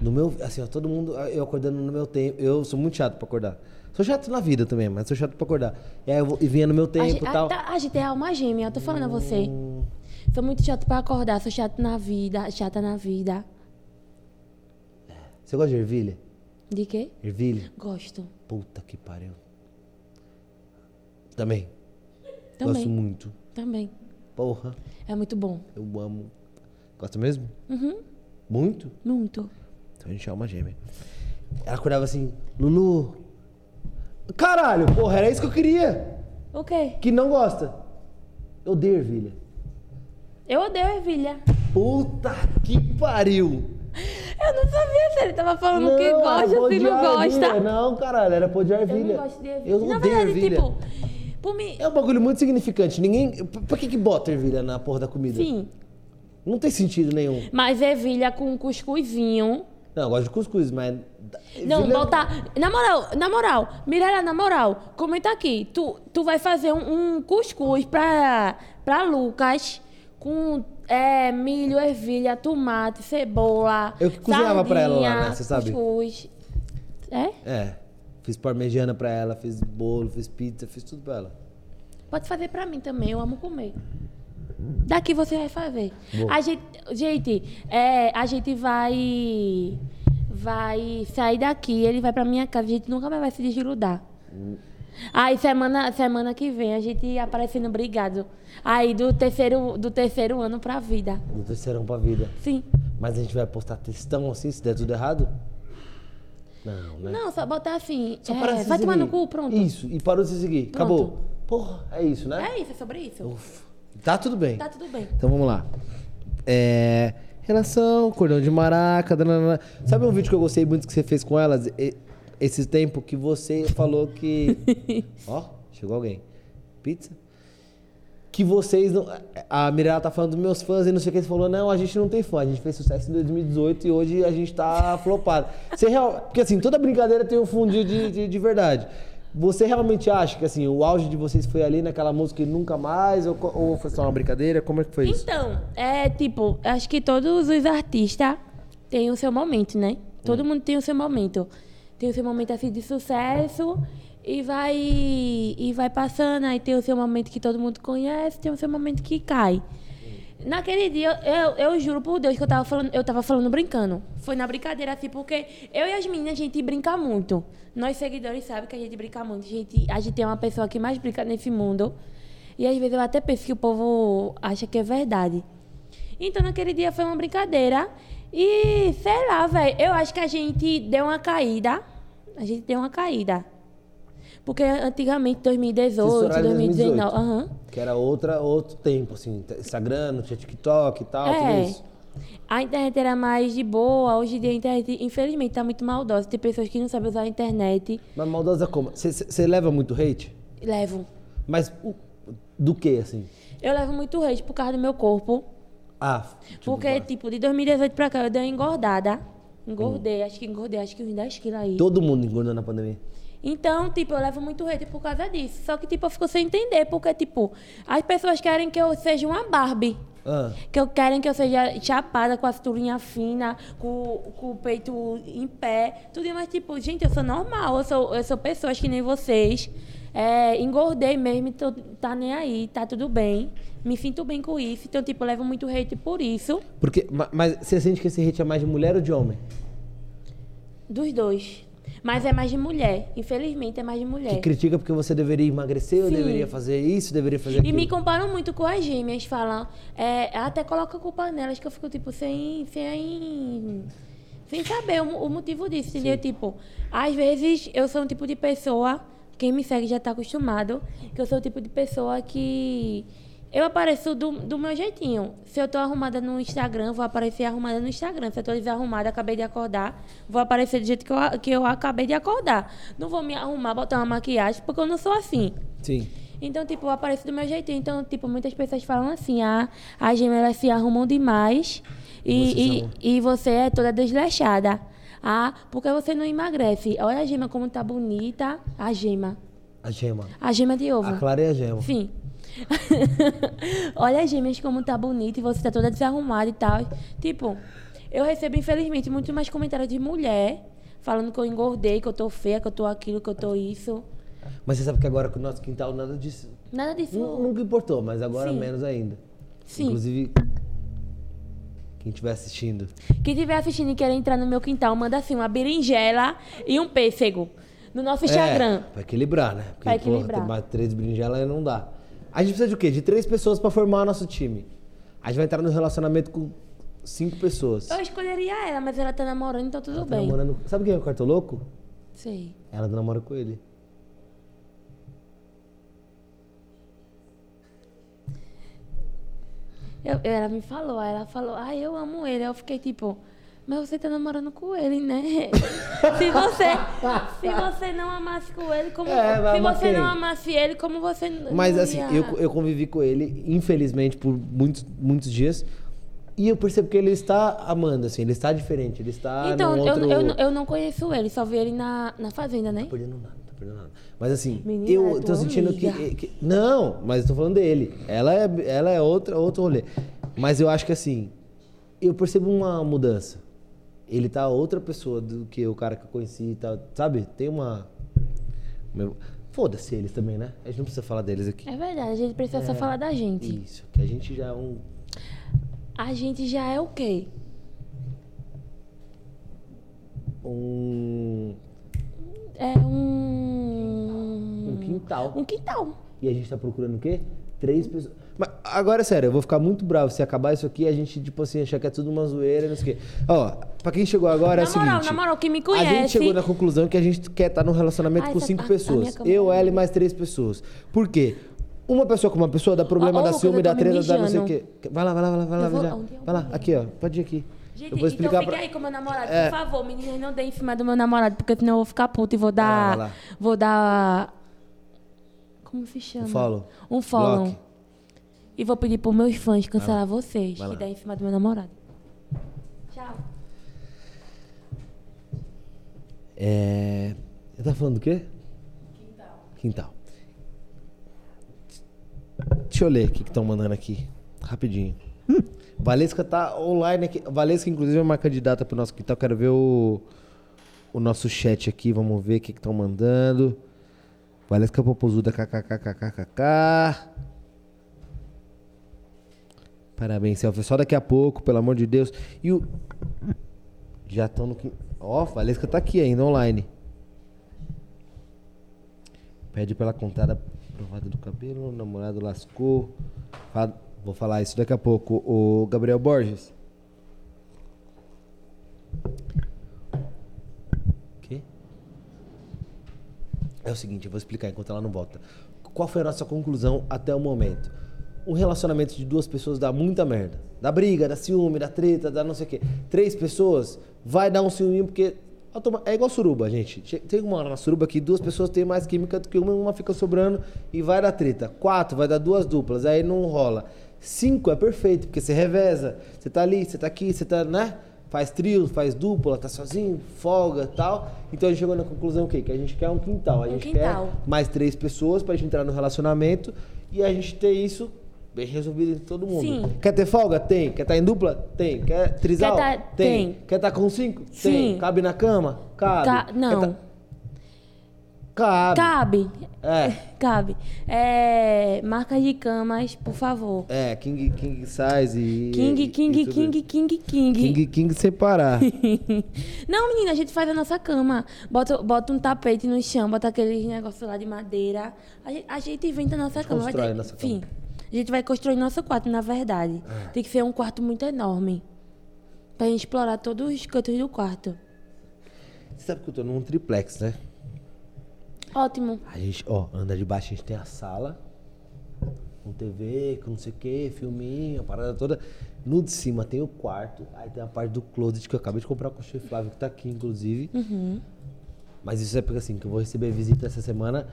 No meu, assim, ó, todo mundo, eu acordando no meu tempo. Eu sou muito chato pra acordar. Sou chato na vida também, mas sou chato pra acordar. E aí eu vou- e vinha no meu A tempo gente- e a- tal. Oh. tá- a gente é alma gêmea, eu tô falando a você. Sou muito chato pra acordar, sou chato na vida, chata na vida. Você gosta de ervilha? De quê? Ervilha? Gosto. Puta que pariu. Também. Também. Gosto muito. Também. Porra, É muito bom. eu amo. Gosta mesmo? Uhum. Muito? Muito. Então a gente é uma gêmea. Ela acordava assim, Lulu. Caralho, porra, era isso que eu queria. Ok. Que não gosta. Eu odeio ervilha. Eu odeio ervilha. Puta que pariu. Eu não sabia se ele tava falando que era gosta, se podiar não gosta. ervilha. Não, caralho, era pôr de Eu ervilha. não gosto de ervilha. Eu Na odeio verdade, ervilha. tipo, por mim. É um bagulho muito significante. Ninguém. Pra pra que que bota ervilha na porra da comida? Sim. Não tem sentido nenhum. Mas ervilha com cuscuzinho. Não, eu gosto de cuscuz, mas. Não, ervilha- botar. Na moral, na moral, Mirella, na moral, comenta aqui. Tu, tu vai fazer um, um cuscuz pra, pra Lucas com é, milho, ervilha, tomate, cebola. Eu que cozinhava pra ela lá, sardinha, né? Você sabe? Cuscuz. É? É. Fiz parmegiana pra ela, fiz bolo, fiz pizza, fiz tudo pra ela. Pode fazer pra mim também, eu amo comer. Daqui você vai fazer. A gente, gente, é, a gente vai vai sair daqui, ele vai pra minha casa, a gente nunca mais vai se desgrudar. Aí semana, semana que vem a gente aparecendo brigado. Aí do terceiro do terceiro ano pra vida. No terceirão pra vida. Sim. Mas a gente vai postar textão assim, se der tudo errado? Não, né? Não, só botar assim. Só é, para de se vai tomar no seguir. cu, pronto. Isso, e parou de se seguir. Pronto. Acabou. Porra, é isso, né? É isso, é sobre isso. Ufa. Tá tudo bem. Tá tudo bem. Então vamos lá. É, Relação, cordão de maraca. dananana. Sabe um vídeo que eu gostei muito que você fez com elas e- esse tempo que você falou que. Ó, chegou alguém. Pizza? Que vocês não. A Mirella tá falando dos meus fãs e não sei o que. Você falou, não, a gente não tem fã. A gente fez sucesso em 2018 e hoje a gente tá flopado. Você real... Porque assim, toda brincadeira tem um fundinho de, de, de verdade. Você realmente acha que assim, o auge de vocês foi ali naquela música e nunca mais? Ou, co- ou foi só uma brincadeira? Como é que foi isso? Então, é tipo, acho que todos os artistas têm o seu momento, né? É. Todo mundo tem o seu momento. Tem o seu momento assim de sucesso e vai e vai passando, aí tem o seu momento que todo mundo conhece, tem o seu momento que cai. Naquele dia, eu, eu juro por Deus que eu tava falando, eu tava falando brincando. Foi na brincadeira, assim, porque eu e as meninas, a gente brinca muito. Nós seguidores sabem que a gente brinca muito. A gente, a gente é uma pessoa que mais brinca nesse mundo. E às vezes eu até penso que o povo acha que é verdade. Então naquele dia foi uma brincadeira. E sei lá, velho, eu acho que a gente deu uma caída. A gente deu uma caída. Porque antigamente, 2018, Vocês estouraram em 2019. 2018. aham. Que era outra, outro tempo, assim. Instagram, não tinha TikTok e tal, É. tudo isso. A internet era mais de boa, hoje em dia a internet, infelizmente, tá muito maldosa. Tem pessoas que não sabem usar a internet. Mas maldosa como? Você leva muito hate? Levo. Mas o- do que, assim? Eu levo muito hate por causa do meu corpo. Ah, tipo, porque, tipo, de 2018 pra cá eu dei uma engordada. Engordei, acho que engordei, acho que uns 10 quilos aí. todo mundo engordou na pandemia. Então, tipo, eu levo muito hate por causa disso. Só que, tipo, eu fico sem entender, porque, tipo, as pessoas querem que eu seja uma Barbie. Ah, Que eu querem que eu seja chapada, com a cinturinha fina, com, com o peito em pé, tudo, mas tipo, gente, eu sou normal, eu sou, eu sou pessoas que nem vocês. É, engordei mesmo, então tá nem aí, tá tudo bem. Me sinto bem com isso, então, tipo, levo muito hate por isso. Porque, ma- mas você sente que esse hate é mais de mulher ou de homem? Dos dois. Mas é mais de mulher. Infelizmente, é mais de mulher. Que critica porque você deveria emagrecer, eu Sim. deveria fazer isso, deveria fazer E aquilo. me comparam muito com as gêmeas, falam. É, até coloca a culpa nelas, que eu fico, tipo, sem. sem, sem saber o, mo- o motivo disso, entendeu? Tipo, às vezes eu sou um tipo de pessoa, quem me segue já tá acostumado, que eu sou o tipo de pessoa que. Eu apareço do, do meu jeitinho. Se eu tô arrumada no Instagram, vou aparecer arrumada no Instagram. Se eu tô desarrumada, acabei de acordar, vou aparecer do jeito que eu, a- que eu acabei de acordar. Não vou me arrumar, botar uma maquiagem, porque eu não sou assim. Sim. Então, tipo, eu apareço do meu jeitinho. Então, tipo, muitas pessoas falam assim, ah, as gêmeas elas se arrumam demais e, são- e, e você é toda desleixada. Ah, porque você não emagrece. Olha a gema como tá bonita. A gema. A gema. A gema de ovo. A Clara é a gema. Sim. Olha as gêmeas como tá bonita e você tá toda desarrumada e tal. Tipo, eu recebo, infelizmente, muito mais comentários de mulher falando que eu engordei, que eu tô feia, que eu tô aquilo, que eu tô isso. Mas você sabe que agora com o nosso quintal nada disso. Nada disso. nu- Nunca importou, mas agora Sim. menos ainda. Sim. Inclusive, quem estiver assistindo. Quem estiver assistindo e quer entrar no meu quintal, manda assim uma berinjela e um pêssego. No nosso Instagram. É, pra equilibrar, né? Porque, Pra equilibrar. porra, ter três berinjelas não dá. A gente precisa de o quê? De três pessoas pra formar o nosso time. A gente vai entrar no relacionamento com cinco pessoas. Eu escolheria ela, mas ela tá namorando, então tudo É. Tá bem. namorando... Sabe quem é o quarto louco? Sei. Ela namora com ele. Eu- eu- ela me falou, aí ela falou, ah, eu amo ele. Aí Eu fiquei tipo, mas você tá namorando com ele, né? se, você, se você não amasse com ele, como. É, vai se amar você quem? não amasse ele, como você. n- Mas não assim, ia- eu, eu convivi com ele, infelizmente, por muitos, muitos dias. E eu percebo que ele está amando, assim, ele está diferente, ele está Então, ah, num eu, outro... eu, eu não conheço ele, só vi ele na, na fazenda, né? Tô perdendo nada, tô perdendo nada. Mas assim, Menina, eu é tô tua sentindo que, amiga. que- Não, mas eu tô falando dele. Ela é, ela é outra, outro rolê. Mas eu acho que assim, eu percebo uma mudança. Ele tá outra pessoa do que o cara que eu conheci e tal. Sabe? Tem uma. uma- Foda-se eles também, né? A gente não precisa falar deles aqui. É verdade, a gente precisa só falar da gente. Isso, que a gente já é um. A gente já é o quê? um, É um. um quintal. Um quintal. E a gente tá procurando o quê? Três pessoas. Mas agora, é sério, eu vou ficar muito bravo se acabar isso aqui e a gente, tipo assim, achar que é tudo uma zoeira e não sei o quê. Ó, pra quem chegou agora é na o moral, seguinte. na moral, quem me A conhece. gente chegou na conclusão que a gente quer estar num relacionamento Ai, com essa- cinco a- a minha pessoas. câmera. Eu, ela e mais três pessoas. Por quê? Uma pessoa com uma pessoa dá problema Ó, ó, da Lucas, ciúme, eu dá tô me treta, dá não sei o mijando. quê. Vai lá, vai lá, vai lá, vai lá. Eu vou- vai lá. onde é o Vai lá, aqui, ó. Pode ir aqui. Gente, eu vou então explicar fica pra... aí com meu namorado, É. por favor, meninas, não deem em cima do meu namorado, porque senão eu vou ficar puta e vou Vai lá, dar. vai lá. Vou dar. Como se chama? Um follow. Um follow. Block. E vou pedir pros meus fãs cancelar vocês Vai lá. que deem em cima do meu namorado. Tchau. É... Você tá falando do quê? Quintal. Quintal. Deixa eu ler o que estão mandando aqui. Rapidinho. Valesca tá online aqui. Valesca, inclusive, é uma candidata pro nosso quintal. Quero ver o, o nosso chat aqui. Vamos ver o que estão mandando. Valesca Popozuda, kkkkkkk. Parabéns, Selfie. Só daqui a pouco, pelo amor de Deus. E o, já estão no. quin- Ó, Valesca tá aqui ainda online. Pede pela contada provada do cabelo, o namorado lascou. Fa- Vou falar isso daqui a pouco. O Gabriel Borges. Quê? É o seguinte, eu vou explicar enquanto ela não volta. Qual foi a nossa conclusão até o momento? Um relacionamento de duas pessoas dá muita merda. Dá briga, dá ciúme, dá treta, dá não sei o quê. Três pessoas vai dar um ciúminho porque. automa- É igual suruba, gente. Che- Tem uma hora na suruba que duas pessoas têm mais química do que uma, uma fica sobrando e vai dar treta. Quatro, vai dar duas duplas, aí não rola. Cinco é perfeito, porque você reveza. Você tá ali, você tá aqui, você tá, né? faz trio, faz dupla, tá sozinho, folga tal. Então a gente chegou na conclusão o quê? Que a gente quer um quintal. A Um gente quintal. quer mais três pessoas pra gente entrar no relacionamento e a gente ter isso bem resolvido entre todo mundo. Sim. Quer ter folga? Tem. Quer estar em dupla? Tem. Quer trisal? Quer tá- tem. Quer estar com cinco? Sim. Tem. Cabe na cama? Cabe. Ca- Quer Não. tá- Cabe. Cabe. É. Cabe. É, marcas de camas, por favor. É, King, king Size e. King, É, e- king, e tudo. king, king, king. King, King separar. Não, menina, a gente faz a nossa cama. Bota, bota um tapete no chão, bota aqueles negócios lá de madeira. A gente, a gente inventa a nossa cama. vai constrói ter- a nossa cama. É. Enfim, a gente vai construir nosso quarto, na verdade. Tem que ser um quarto muito enorme. Pra gente explorar todos os cantos do quarto. Você sabe que eu tô num triplex, né? Ótimo. A gente, ó, anda de baixo, a gente tem a sala, com TV, com não sei o que, filminho, a parada toda. No de cima tem o quarto, aí tem a parte do closet que eu acabei de comprar com o chefe Flávio, que tá aqui, inclusive. Uhum. Mas isso é porque assim, que eu vou receber visita essa semana.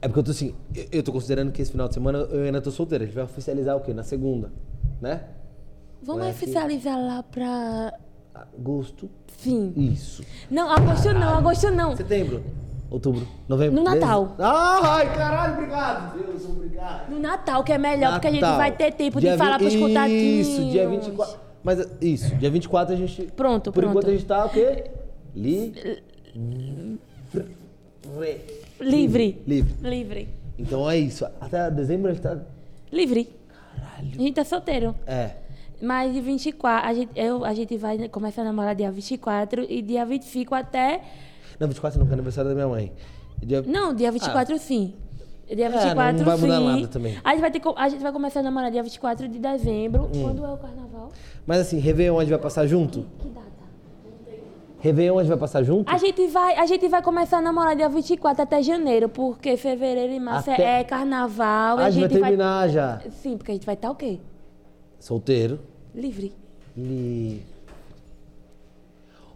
É porque eu tô assim, eu, eu tô considerando que esse final de semana eu ainda tô solteiro. A gente vai oficializar o quê? Na segunda, né? Vamos Ué, aqui. oficializar lá pra. Agosto. Fim. Isso. Não, agosto não, agosto não. Setembro. Outubro. Novembro. No Natal. dezembro. Ai, caralho, obrigado. Deus, obrigado. No Natal, que é melhor, porque a gente Natal. vai ter tempo Dia de falar pros vi- contatinhos. Isso, dia 24. Mas isso, dia 24 a gente. Pronto, Por pronto. enquanto a gente tá o quê? Li. Re- Livre. Livre. Livre. Então é isso. Até dezembro a gente tá. Livre. Caralho. A gente tá solteiro. É. Mas de 24, a gente, eu, a gente vai começar a namorar dia 24 e dia 25 até. Não, 24 não, que é aniversário da minha mãe. Dia- Não, dia 24 sim. Dia Ah. É, não 24 vai sim. mudar nada também. A gente, vai ter, co- a gente vai começar a namorar dia 24 de dezembro. Hum. Quando é o carnaval? Mas assim, Réveillon a gente vai passar junto? Que data? Réveillon a gente vai passar junto? A gente vai, a gente vai começar a namorar dia 24 até janeiro, porque fevereiro e março Até- é carnaval. e Ah, a gente vai terminar já. Sim, porque a gente vai estar o quê? Solteiro. Livre. Li.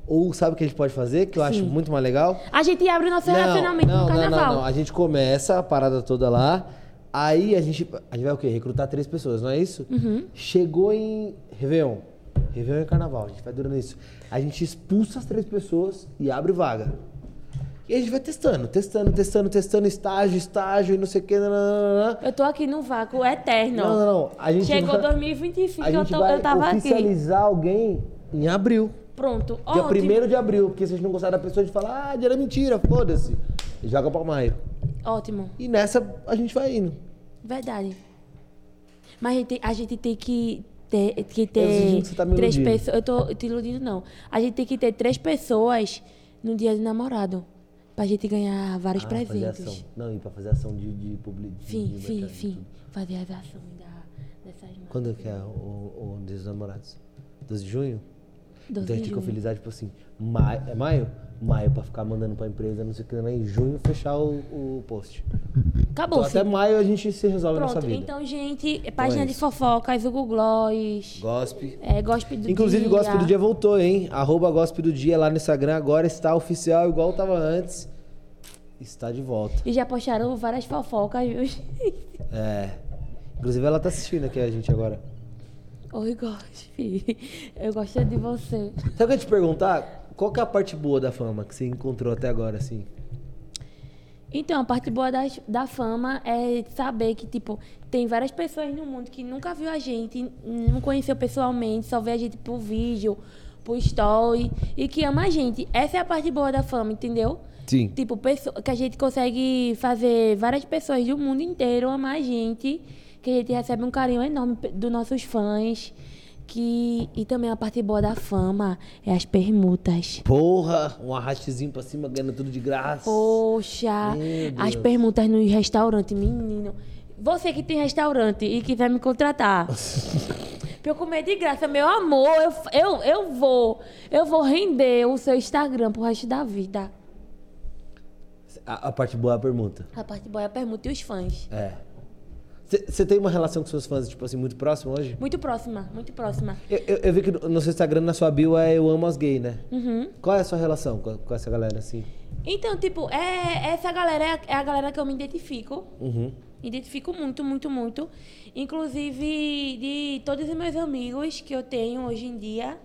Ou sabe o que a gente pode fazer, que eu acho muito mais legal? A gente abre o nosso relacionamento no é um carnaval. Não, não, A gente começa a parada toda lá. Aí a gente, a gente vai o quê? Recrutar três pessoas, não é isso? Uhum. Chegou em Réveillon. Réveillon é carnaval, a gente vai durando isso. A gente expulsa as três pessoas e abre vaga. E a gente vai testando, testando, testando, testando, estágio, estágio e não sei o quê. nananana. Eu tô aqui num vácuo eterno. Não, não, não. A gente Chegou vai- 2025, A eu, gente tô, vai eu tava aqui. oficializar alguém em abril. Pronto. Dia Ótimo. 1 de abril, porque vocês não gostaram da pessoa de falar, ah, dinheiro é mentira, foda-se. Joga pra maio. Ótimo. E nessa a gente vai indo. Verdade. Mas a gente, a gente tem que ter, que sentindo ter que você tá me três iludindo. pessoas. Eu tô te iludindo, não. A gente tem que ter três pessoas no dia de namorado. Pra gente ganhar vários Ah, fazer presentes. ação. Não, e pra fazer ação de, de publicidade. Fim, fim, fim. Fazer as ações da, dessas marcas. Quando que é o, o, o Dia dos Namorados? 12 de junho? Doze então a de gente tem que junho. oficializar, tipo assim, maio, é maio? Maio pra ficar mandando pra empresa, não sei o que, né? Em junho fechar o, o post. Então, Acabou, até sim. maio a gente se resolve a nossa Pronto, vida. então, gente, página é de isso. fofocas, o Gloss. Gospe. É, gospe do Inclusive, dia. Gospe do Dia voltou, hein? Arroba Gospe do Dia lá no Instagram. Agora está oficial, igual tava antes. Está de volta. E já postaram várias fofocas, viu? É. Inclusive, ela tá assistindo aqui a gente agora. Oi, Gospe. Eu gosto de você. Sabe o que eu ia te perguntar? Qual que é a parte boa da fama que você encontrou até agora, assim? Então, a parte boa das- da fama é saber que, tipo, tem várias pessoas no mundo que nunca viu a gente, não conheceu pessoalmente, só vê a gente por vídeo, por story, e que ama a gente. Essa é a parte boa da fama, entendeu? Sim. Tipo, pesso- que a gente consegue fazer várias pessoas do mundo inteiro amar a gente, que a gente recebe um carinho enorme pe- dos nossos fãs. Que, e também a parte boa da fama é as permutas. Porra, um arrastezinho pra cima, ganhando tudo de graça. Poxa, Meu as Deus. permutas no restaurante, menino. Você que tem restaurante e quiser me contratar. pra eu comer de graça, meu amor, eu, eu, eu vou. Eu vou render o seu Instagram pro resto da vida. A, a parte boa é a pergunta. A parte boa é a permuta e os fãs. É. Você tem uma relação com seus fãs, tipo assim, muito próxima hoje? Muito próxima, muito próxima. Eu, eu- eu vi que no no seu Instagram, na sua bio, é Eu Amo as Gay, né? Qual é a sua relação com, com essa galera, assim? Então, tipo, é, essa galera é a, é a galera que eu me identifico. Hum. Identifico muito, muito, muito. Inclusive, de todos os meus amigos que eu tenho hoje em dia,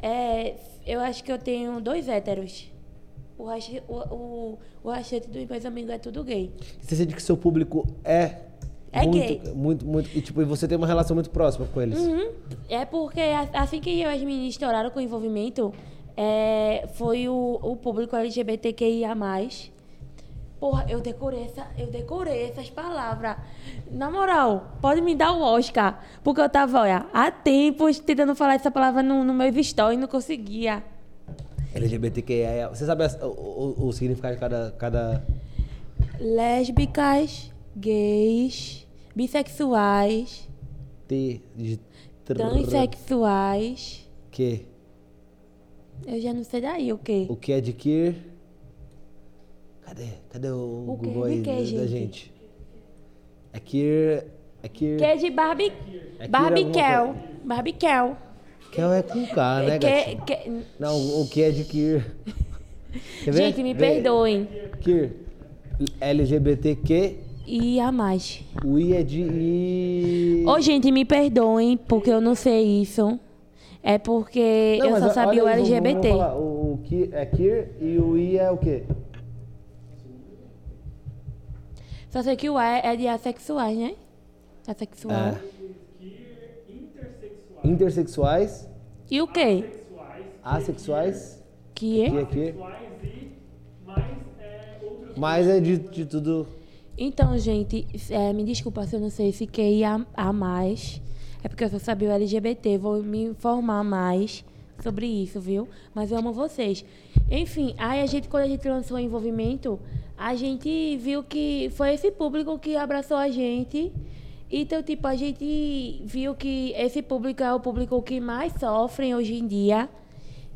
é, eu acho que eu tenho dois héteros. O, resto- o, o, o restante dos meus amigos é tudo gay. Você sente que seu público é... É muito, gay. Muito, muito. E, tipo, e você tem uma relação muito próxima com eles. Uhum. É porque a- assim que eu e as meninas estouraram com o envolvimento, é, foi o, o público LGBTQIA, Porra, eu decorei, essa, eu decorei essas palavras. Na moral, pode me dar o Oscar. Porque eu tava, olha, há tempos tentando falar essa palavra no, no meu story e não conseguia. LGBTQIA. Você sabe as- o, o- o significado de cada. cada... Lésbicas, gays, bissexuais, T de. tr- transexuais. Que? Eu já não sei daí o quê. O que é de que? Cadê? Cadê o, O que Google é de aí que, da- da gente? gente? É que. É que. Que é de barbe... É que era barbiquel. alguma Barbiquel. Que é com K, né, Que, é gatinho? que... Não, o- o que é de que? Quer ver? Gente, me Vê. perdoem. Que? LGBTQ. E a mais. O I é de. I... Ô, gente, me perdoem porque eu não sei isso. É porque Não, eu mas só olha sabia o aí, vamos- vamos LGBT. falar. O, o que é queer e o I é o quê? Só sei que o A é de assexuais, né? Assexual. É. Intersexuais, E o quê? assexuais, Que que é é? queer. Mas é de, de tudo. Então, gente, é, me desculpa se eu não sei se que a, a mais. É porque eu só sabia o LGBT. Vou me informar mais sobre isso, viu? Mas eu amo vocês. Enfim, aí a gente, quando a gente lançou o envolvimento, a gente viu que foi esse público que abraçou a gente. Então, tipo, a gente viu que esse público é o público que mais sofre hoje em dia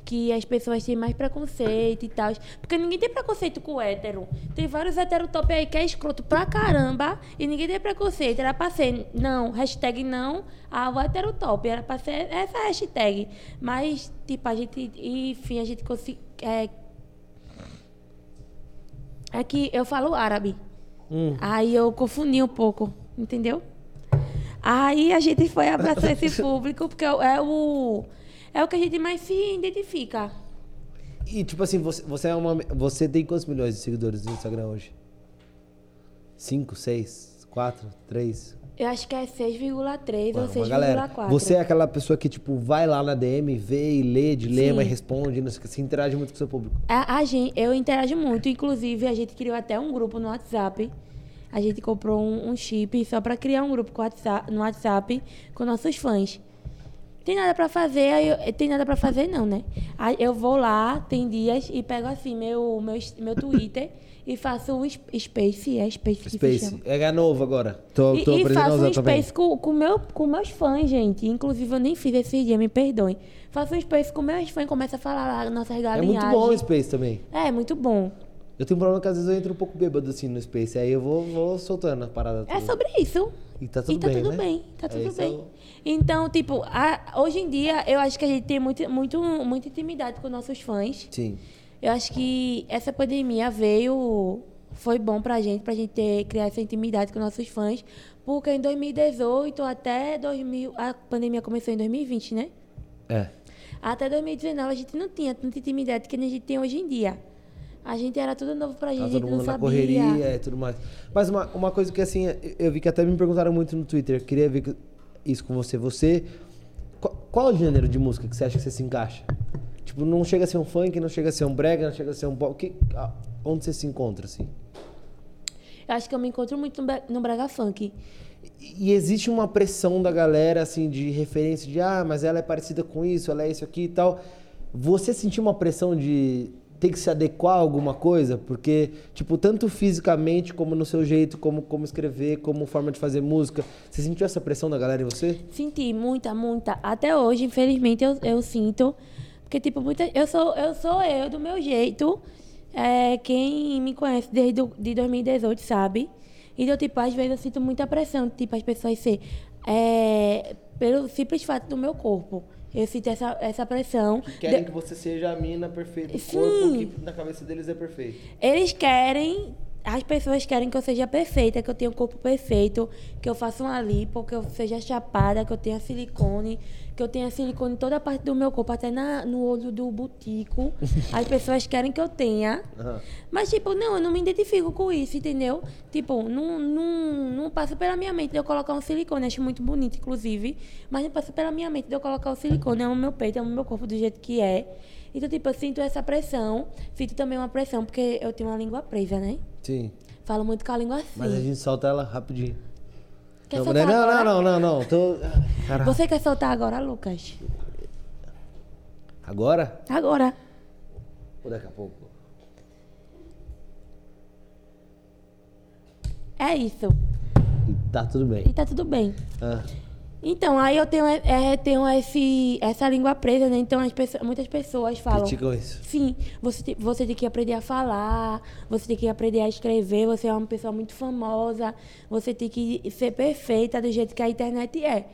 que as pessoas têm mais preconceito e tal. Porque ninguém tem preconceito com o hétero. Tem vários hétero top aí que é escroto pra caramba e ninguém tem preconceito. Era pra ser não, hashtag não ao hétero top. Era pra ser essa hashtag. Mas, tipo, a gente, enfim, a gente conseguiu. É, é que eu falo árabe. Aí eu confundi um pouco, entendeu? Aí a gente foi abraçar esse público, porque é o, é o que a gente mais se identifica. E tipo assim, você, você é uma. Você tem quantos milhões de seguidores no Instagram hoje? Cinco, seis, quatro, três. Eu acho que é 6,3 ou Mano, uma galera. 6,4. Você é aquela pessoa que, tipo, vai lá na DM, vê e lê, dilema Sim. e responde, não sei, o que, se interage muito com o seu público. É, A, a gente, eu interajo muito, inclusive a gente criou até um grupo no WhatsApp. A gente comprou um, um chip só pra criar um grupo com WhatsApp- no WhatsApp com nossos fãs. Tem nada pra fazer, aí eu- tem nada pra fazer não, né? Aí eu vou lá, tem dias e pego assim meu meu, s- meu Twitter e faço um sp- space, é space que se chama. Space. É é novo agora. Tô, E- tô e, aprendendo a faço usar um também. space com, com, meu, com meus fãs, gente. Inclusive, eu nem fiz esse dia, me perdoem. Faço um space com meus fãs, começa a falar lá nossas É galinhagens. muito bom o Space também. É, muito bom. Eu tenho um problema que às vezes eu entro um pouco bêbado assim no Space, aí eu vou, vou soltando a parada. É toda. sobre isso. E tá tudo bem, né? Tá É, tudo isso é bem. o- Então, tipo, a- hoje em dia, eu acho que a gente tem muito, muito, muita intimidade com nossos fãs. Sim. Eu acho que essa pandemia veio. Foi bom pra gente, pra gente ter, criar essa intimidade com nossos fãs. Porque em 2018 até 2000. A pandemia começou em 2020, né? É. Até 2019 a gente não tinha tanta intimidade que nem a gente tem hoje em dia. A gente era tudo novo pra gente, Tá a gente todo não mundo na sabia. correria e tudo mais. Mas uma, uma coisa que assim, eu- eu vi que até me perguntaram muito no Twitter, eu queria ver que- isso com você. Você. Qual, qual o gênero de música que você acha que você se encaixa? Tipo, não chega a ser um funk, não chega a ser um brega, não chega a ser um pop. que- a- Onde você se encontra, assim? Eu acho que eu me encontro muito no Bra- no Braga Funk. E existe uma pressão da galera, assim, de referência, de ah, mas ela é parecida com isso, ela é isso aqui e tal. Você sentiu uma pressão de ter que se adequar a alguma coisa? Porque, tipo, tanto fisicamente, como no seu jeito, como, como escrever, como forma de fazer música. Você sentiu essa pressão da galera em você? Senti muita, muita. Até hoje, infelizmente, eu, eu sinto. Porque, tipo, muita, eu, sou, eu sou eu do meu jeito. É, quem me conhece desde o- de 2018 sabe. Então, tipo, às vezes eu sinto muita pressão, tipo, as pessoas ser. é, pelo simples fato do meu corpo. Eu sinto essa, essa pressão. De- você seja a mina perfeita, o Sim. corpo que na cabeça deles é perfeito. eles querem. As pessoas querem que eu seja perfeita, que eu tenha um corpo perfeito, que eu faça uma lipo, que eu seja chapada, que eu tenha silicone, que eu tenha silicone em toda a parte do meu corpo, até na, no olho do butico. As pessoas querem que eu tenha. Mas, tipo, não, eu não me identifico com isso, entendeu? Tipo, não, não, não passa pela minha mente de eu colocar um silicone. Acho muito bonito, é inclusive. Mas não passa pela minha mente de eu colocar o silicone. Eu amo meu peito, eu amo meu corpo do jeito que é. Então, tipo, eu sinto essa pressão. Sinto também uma pressão, porque eu tenho uma língua presa, né? Sim. Falo muito com a língua assim. Mas a gente solta ela rapidinho. Quer não, soltar mulher, não, agora? não, não, não, não. Tô... Ah, Caralho. Você quer soltar agora, Lucas? Agora? Agora. Ou daqui a pouco? É isso. E tá tudo bem. E tá tudo bem. Ah, Então, aí eu tenho, é, é, tenho esse, essa língua presa, né? Então, as pessoas- muitas pessoas falam. criticam isso. Sim, você, te- você tem que aprender a falar, você tem que aprender a escrever, você é uma pessoa muito famosa, você tem que ser perfeita do jeito que a internet é.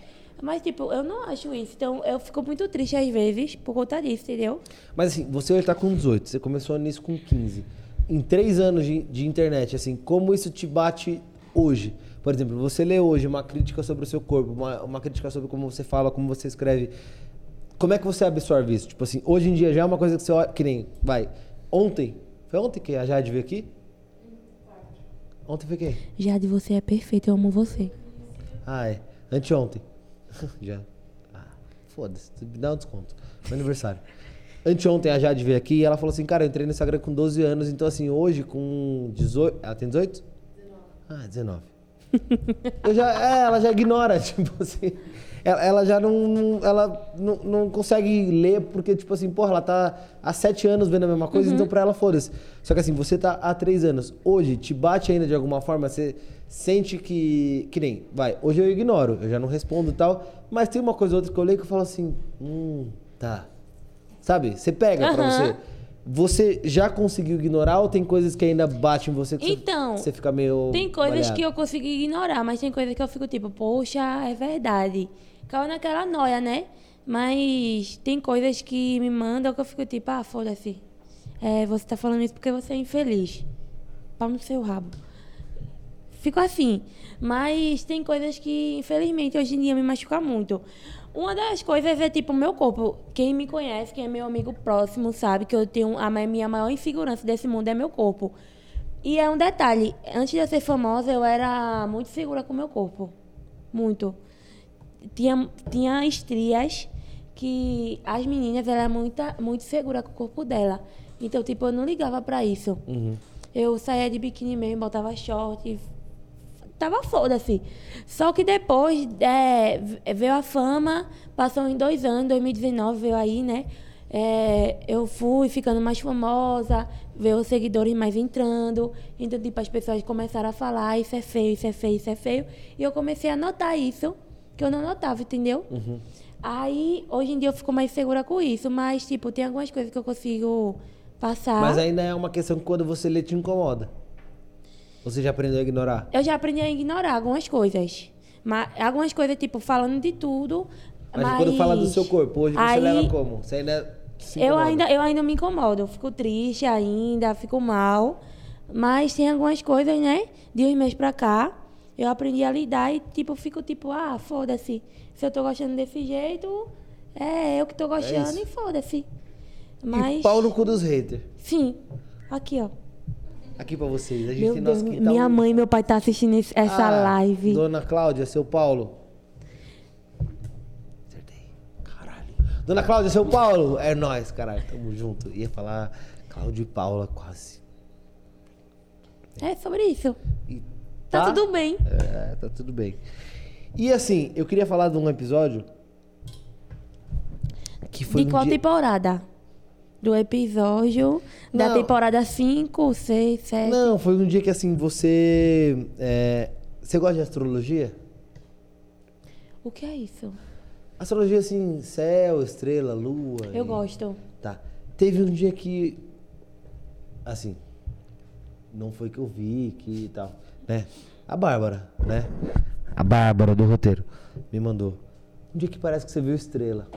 Mas, tipo, eu não acho isso. Então, eu fico muito triste às vezes por conta disso, entendeu? Mas assim, você hoje tá com 18, você começou nisso com 15. Em três anos de, de internet, assim, como isso te bate hoje? Por exemplo, você lê hoje uma crítica sobre o seu corpo, uma, uma crítica sobre como você fala, como você escreve. Como é que você absorve isso? Tipo assim, hoje em dia já é uma coisa que você olha, que nem, vai, ontem, foi ontem que a Jade veio aqui? Ontem foi quem? Jade, você é perfeita, eu amo você. Ah, é. Anteontem. Já. Ah, foda-se. tu Me dá um desconto. Meu aniversário. Anteontem a Jade veio aqui e ela falou assim, cara, eu entrei no Instagram com 12 anos, então assim, hoje com 18... Ela tem 18? 19. Ah, 19. eu já, é, ela já ignora, tipo assim... Ela, ela já não, não- ela não, não consegue ler, porque, tipo assim, porra, ela tá há sete anos vendo a mesma coisa, Uhum. então pra ela foda-se. Só que assim, você tá há três anos. Hoje, te bate ainda de alguma forma? Você sente que. Que nem, vai, hoje eu ignoro, eu já não respondo e tal. Mas tem uma coisa ou outra que eu leio que eu falo assim, hum, tá. Sabe? Você pega pra Aham. você. Você já conseguiu ignorar ou tem coisas que ainda batem em você que você- Então, você fica meio. Tem coisas baleado? que eu consigo ignorar, mas tem coisas que eu fico tipo, poxa, é verdade. Caiu naquela noia, né? Mas tem coisas que me mandam que eu fico tipo, ah, foda-se. É, você tá falando isso porque você é infeliz. Pau no seu rabo. Fico assim. Mas tem coisas que, infelizmente, hoje em dia me machuca muito. Uma das coisas é, tipo, meu corpo. Quem me conhece, quem é meu amigo próximo, sabe que eu tenho. A ma- minha maior insegurança desse mundo é meu corpo. E é um detalhe: antes de eu ser famosa, eu era muito segura com meu corpo. Muito. Tinha, tinha estrias que as meninas eram muito, muito seguras com o corpo dela. Então, tipo, eu não ligava pra isso. Eu saía de biquíni mesmo, botava short, tava foda-se. Só que depois é, v- veio a fama, passou uns dois anos, 2019 veio aí, né? É, eu fui ficando mais famosa, veio os seguidores mais entrando. Então, tipo, as pessoas começaram a falar, isso é feio, isso é feio, isso é feio. E eu comecei a notar isso, que eu não notava, entendeu? Uhum. Aí, hoje em dia eu fico mais segura com isso, mas, tipo, tem algumas coisas que eu consigo passar. Mas ainda é uma questão que quando você lê te incomoda. Você já aprendeu a ignorar? Eu já aprendi a ignorar algumas coisas. Mas algumas coisas, tipo, falando de tudo. Mas, Mas, quando fala do seu corpo, hoje você aí, leva como? Você ainda. se Eu incomoda? ainda, eu ainda me incomodo, eu fico triste ainda, fico mal. Mas tem algumas coisas, né? De uns meses pra cá, eu aprendi a lidar e, tipo, fico tipo, ah, foda-se. Se eu tô gostando desse jeito, é eu que tô gostando isso. e foda-se. Mas. E pau no cu dos haters. Sim. Aqui, ó. Aqui pra vocês. A gente Meu tem Deus, nosso quintal. minha mãe e meu pai tá assistindo esse- essa um Ah, live. Dona Cláudia, seu Paulo. Acertei. Caralho. Dona Cláudia, seu Paulo. É nóis, caralho. Tamo junto. Ia falar Cláudio e Paula quase. É sobre isso. E Tá, tudo bem. É, tá tudo bem. E assim, eu queria falar de um episódio. Que foi de um qual dia... temporada? Do episódio da Não. temporada 5, 6, 7. Não, foi um dia que assim, você. é, Você gosta de astrologia? O que é isso? Astrologia, assim, céu, estrela, lua. Eu e- gosto. Tá. Teve um dia que. Assim. Não foi que eu vi que e tal. Né? A Bárbara, né? A Bárbara do roteiro. Me mandou. Um dia que parece que você viu estrela.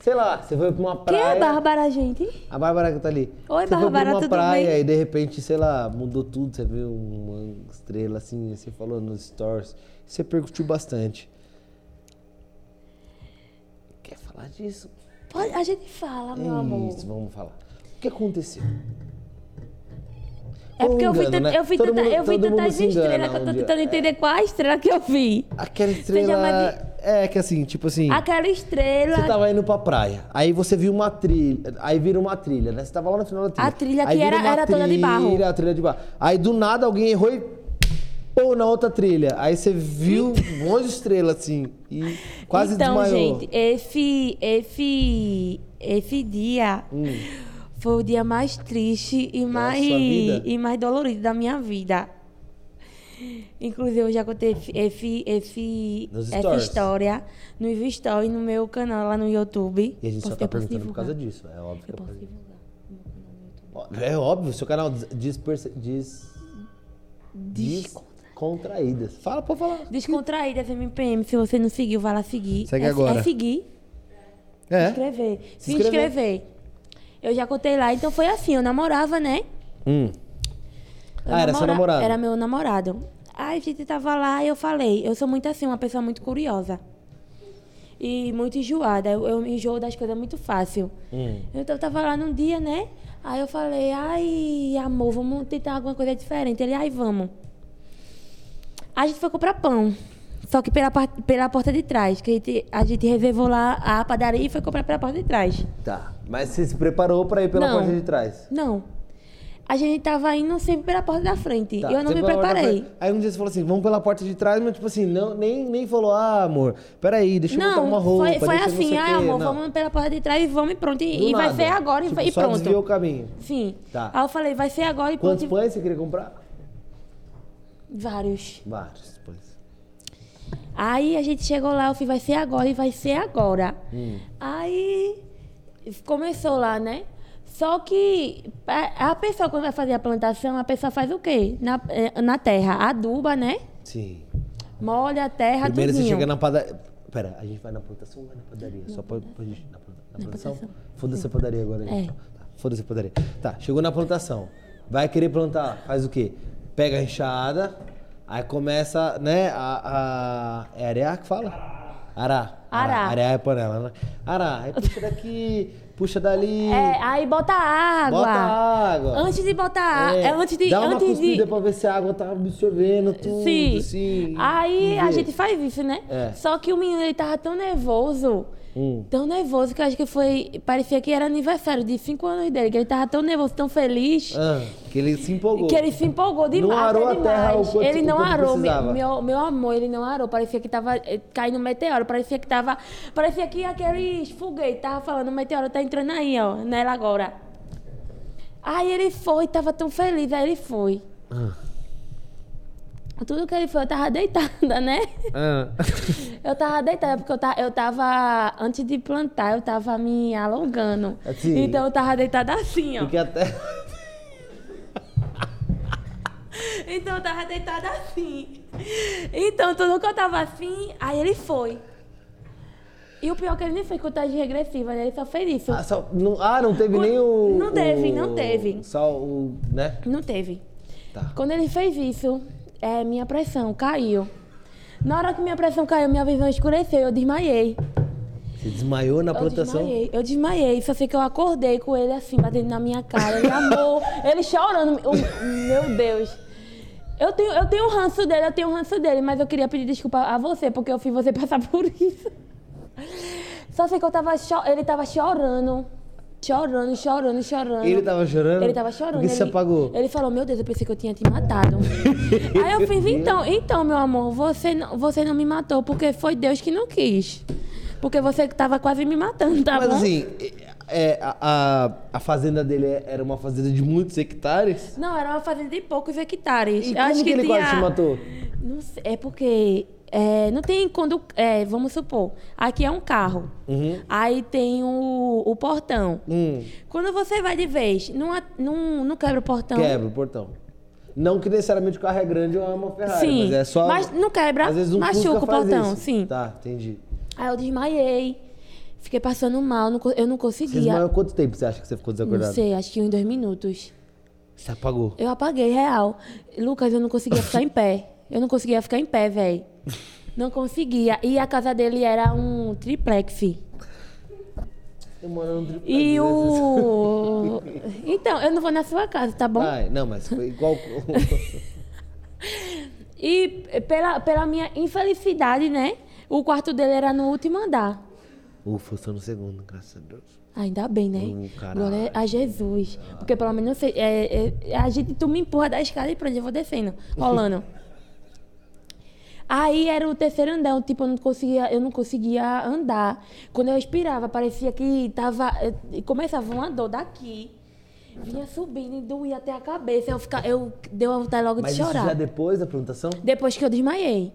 Sei lá, você foi pra uma Quem praia. é Bárbara, gente? A Bárbara que tá ali. Oi, você foi Bárbara, pra uma tudo praia bem? e de repente, sei lá, mudou tudo. Você viu uma estrela assim, você falou nos stories. Você percutiu bastante. Quer falar disso? Pode- a gente fala, meu amor. É Isso, vamos falar. O que aconteceu? É porque eu vi, Engano, tanta- né? eu vi, Todo tanta- mundo- eu vi todo mundo tantas se engana estrelas que eu um tô dia. tentando entender qual é a estrela que eu vi. Aquela Seja mais estrela. de- É que assim, tipo assim. Aquela estrela. Você tá tava indo pra praia. Aí você viu uma trilha. Aí vira uma trilha, né? Você tava lá no final da trilha. A trilha Aí que vira era- uma era toda de barro. trilha, A trilha de barro. Aí do nada alguém errou e. Pô, na outra trilha. Aí você viu um monte de estrela, assim. E quase então, desmaiou. gente, esse, esse, esse dia foi o dia mais triste e mais, Hum. sua vida? e mais dolorido da minha vida. Inclusive, eu já contei esse, esse, esse, Nos essa stories. história nos stories, no meu canal lá no YouTube. E a gente só Posso- tá eu posso perguntando por causa divulgar? disso. É óbvio que Eu é por posso causa divulgar. disso. É óbvio, seu canal diz. perce- diz... diz... Contraídas. Fala, pode falar. Descontraída, MPM. Se você não seguiu, vai lá seguir. Segue é, agora. É seguir. Se É. inscrever. Se inscrever. inscrever. Eu já contei lá, então foi assim, eu namorava, né? Hum, Eu Ah, era seu namorado. Era meu namorado. Aí a gente tava lá e eu falei, eu sou muito assim, uma pessoa muito curiosa. E muito enjoada. Eu, eu me enjoo das coisas muito fácil. Hum. Então eu tava lá num dia, né? Aí eu falei, ai, amor, vamos tentar alguma coisa diferente. Ele, ai, vamos. A gente foi comprar pão. Só que pela, par- pela porta de trás, que a gente, a gente reservou lá a padaria e foi comprar pela porta de trás. Tá. Mas você se preparou pra ir pela Não. porta de trás? Não. A gente tava indo sempre pela porta da frente. Tá, eu não você me pela porta da preparei. frente. Aí um dia você falou assim, vamos pela porta de trás, mas tipo assim, não, nem, nem falou, ah, amor, peraí, deixa eu botar uma roupa. foi, foi deixa eu não assim, sei o ai quê." amor, Não. vamos pela porta de trás e vamos e pronto. Do E, e vai nada. ser agora e Tipo, vai- e só pronto. desviou o caminho. Sim. Tá. Aí eu falei, vai ser agora e Quantos pronto. pães você queria comprar? Vários. Vários pães. Aí a gente chegou lá, eu falei, vai ser agora e vai ser agora. Hum. Aí começou lá, né? Só que é, a a pessoa, quando vai fazer a plantação, a pessoa faz o quê? Na, eh, na terra. Aduba, né? Sim. Molha a terra, Primeiro você tudinho. chega na padaria. Pera, a gente vai na plantação ou vai na padaria? Só pra, pra gente. Na, planta- na plantação? Foda-se a padaria agora, gente. É. Tá, Foda-se a padaria. Tá, chegou na plantação. Vai querer plantar, faz o quê? Pega a enxada, aí começa, né? A. a- é arear que fala? Ará. Ará. Arear é panela, né? Ará. Aí puxa daqui, puxa dali. É, aí bota água. Bota água. Antes de botar água. É, antes de. Dá uma antes cuspida de... pra ver se a água tá absorvendo tudo. Sim. assim, Aí a ver. gente faz isso, né? É. Só que o menino ele tava tão nervoso. Hum. Tão nervoso que eu acho que foi. Parecia que era aniversário de 5 anos dele. Que ele tava tão nervoso, tão feliz. Ah, que ele se empolgou. Que ele se empolgou demais. arou até a terra demais. o quanto- ele não o quanto arou, precisava. meu, meu, meu amor, ele não arou. Parecia que tava eh, caindo um meteoro, parecia que tava. Parecia que aqueles foguetes tava falando, o meteoro tá entrando aí, ó, nela agora. Aí ele foi, tava tão feliz, aí ele foi. Ah. Tudo que ele foi, eu tava deitada, né? Ah. Eu tava deitada, porque eu tava, eu tava. Antes de plantar, eu tava me alongando. Assim. Então eu tava deitada assim, ó. Porque até. Então eu tava deitada assim. Então, tudo que eu tava assim, aí ele foi. E o pior é que ele nem fez contagem regressiva, né? Ele só fez isso. Ah, só- não, ah, não teve O- nem o. não teve, o- não teve. Só o. né? Não teve. Tá. Quando ele fez isso, é, minha pressão caiu. Na hora que minha pressão caiu, minha visão escureceu, eu desmaiei. Você desmaiou na Eu plantação. desmaiei, eu desmaiei. Só sei que eu acordei com ele assim, batendo na minha cara. Ele amor, ele chorando. Eu- meu Deus. Eu tenho, eu tenho um ranço dele, eu tenho um ranço dele, mas eu queria pedir desculpa a você, porque eu fiz você passar por isso. Só sei que eu tava cho- ele tava chorando. Chorando, chorando, chorando. Ele tava chorando? Ele tava chorando. Por que ele se apagou? Ele falou, meu Deus, eu pensei que eu tinha te matado. Aí eu fiz, então, então, meu amor, você não, você não me matou, porque foi Deus que não quis. Porque você tava quase me matando, tá Mas bom? assim, é, é, a, a- a fazenda dele é- era uma fazenda de muitos hectares. Não, era uma fazenda de poucos hectares. E eu como acho que ele tinha... quase te matou? Não sei, é porque é, não tem quando. é, vamos supor, aqui é um carro. Uhum. Aí tem o, o portão. Hum, Quando você vai de vez, não, a- não, não quebra o portão. quebra o portão. Não que necessariamente o carro é grande ou é uma Ferrari, Sim, mas é só. mas não quebra, Às vezes um machuca Fusca o faz portão, isso. sim. Tá, entendi. Aí eu desmaiei. Fiquei passando mal, não co- eu não Você conseguia. desmaiou quanto tempo você acha que você ficou Não desacordado? sei, acho que uns dois minutos. Você apagou. Eu apaguei, real. Lucas, eu não conseguia ficar em pé. Eu não conseguia ficar em pé, velho. Não conseguia. E a casa dele era um triplex. Eu moro num tripé, E às vezes. o. Então, eu não vou na sua casa, tá bom? Ai, não, mas foi igual. E pela, pela minha infelicidade, né? O quarto dele era no último andar. Ufa, eu tô no segundo, graças a Deus. Ainda bem, né? Hum, caralho. Glória a Jesus. Porque pelo menos eu sei. É, é, a gente, tu me empurra da escada e pronto, eu vou descendo, rolando. Aí era o terceiro andar, tipo, eu não conseguia, eu não conseguia andar. Quando eu respirava, parecia que tava. eh, Começava uma dor daqui. Vinha subindo e doía até a cabeça. Eu, fica, eu deu a vontade logo Mas de isso chorar. já depois da plantação? Depois que eu desmaiei.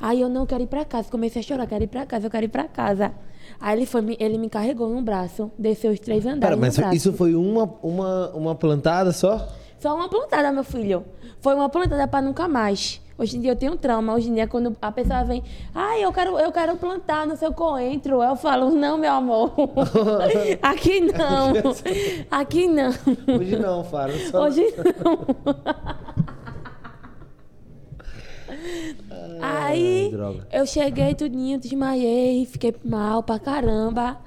Aí eu não quero ir pra casa. Comecei a chorar, quero ir pra casa, eu quero ir pra casa. Aí ele, foi, me- ele me carregou no braço, desceu os três andares. Pera, no mas braço. isso foi uma, uma, uma plantada só? Só uma plantada, meu filho. Foi uma plantada pra nunca mais. Hoje em dia eu tenho trauma. Hoje em dia, quando a pessoa vem, ai, eu quero, eu quero plantar no seu coentro. Eu falo, não, meu amor. Aqui não. Aqui não. Hoje não, Fara. Só... Hoje não. Aí droga. eu cheguei tudinho, desmaiei, fiquei mal pra caramba.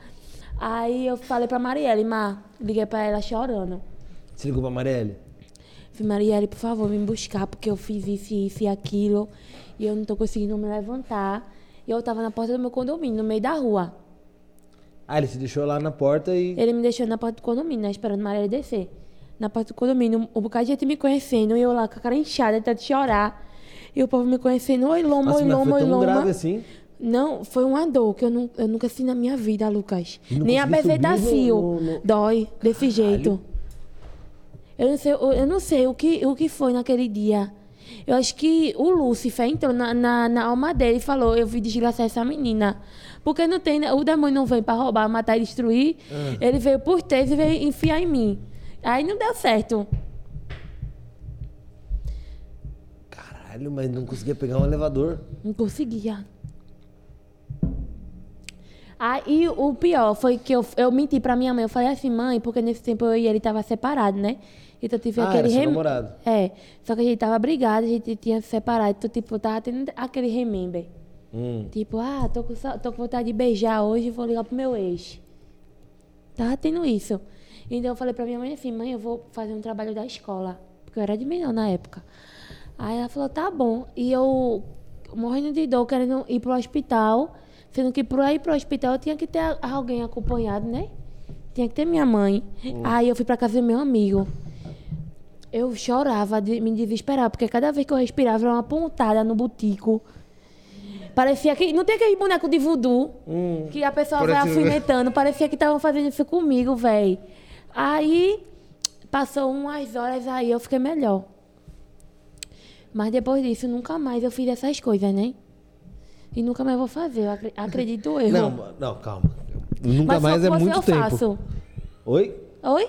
Aí eu falei pra Marielle, Mar, liguei pra ela chorando. Você ligou pra Marielle? Falei, Marielle, por favor, vem me buscar, porque eu fiz isso, isso e aquilo. E eu não tô conseguindo me levantar. E eu tava na porta do meu condomínio, no meio da rua. Ah, ele se deixou lá na porta e. Ele me deixou na porta do condomínio, né, esperando Marielle descer. Na porta do condomínio, um bocado de gente me conhecendo, e eu lá com a cara inchada, tentando chorar. E o povo me conhecendo, oi loma, Nossa, oi mas loma, foi oi tão loma. grave assim. Não, foi uma dor que eu, nu- eu nunca fiz na minha vida, Lucas. E não Nem a conseguiu subir no- Bezetacil no- no- dói desse jeito. Eu não sei, eu eu não sei o, que, o que foi naquele dia. Eu acho que o Lúcifer entrou na, na, na alma dele e falou: Eu vi desgraçar essa menina. Porque não tem, o demônio não veio pra roubar, matar e destruir. Ah. Ele veio por três e veio enfiar em mim. Aí não deu certo. Caralho, mas não conseguia pegar um elevador. Não conseguia. Aí o pior foi que eu, eu menti pra minha mãe. Eu falei assim, mãe, porque nesse tempo eu e ele tava separado, né? Então eu tive Ah, aquele era seu rem- namorado. É. Só que a gente tava brigado, a gente tinha se separado. Então, tipo, eu tava tendo aquele remember. Hum. Tipo, ah, tô com, sa- tô com vontade de beijar hoje, vou ligar pro meu ex. Tava tendo isso. Então eu falei pra minha mãe assim, mãe, eu vou fazer um trabalho da escola. Porque eu era de menor na época. Aí ela falou, tá bom. E eu morrendo de dor, querendo ir pro hospital. Sendo que pra ir pro hospital eu tinha que ter a- alguém acompanhado, né? Tinha que ter minha mãe. Aí eu fui pra casa do meu amigo. Eu chorava de me desesperar, porque cada vez que eu respirava era uma pontada no butico. Parecia que. Não tem aquele boneco de voodoo Hum. que a pessoa vai alfinetando. Parecia que estavam fazendo isso comigo, véi. Aí passou umas horas aí, eu fiquei melhor. Mas depois disso, nunca mais eu fiz essas coisas, né? E nunca mais vou fazer, eu acre- acredito eu. Não, não, calma. Nunca Mas mais só é com você muito eu tempo. faço. Oi? Oi?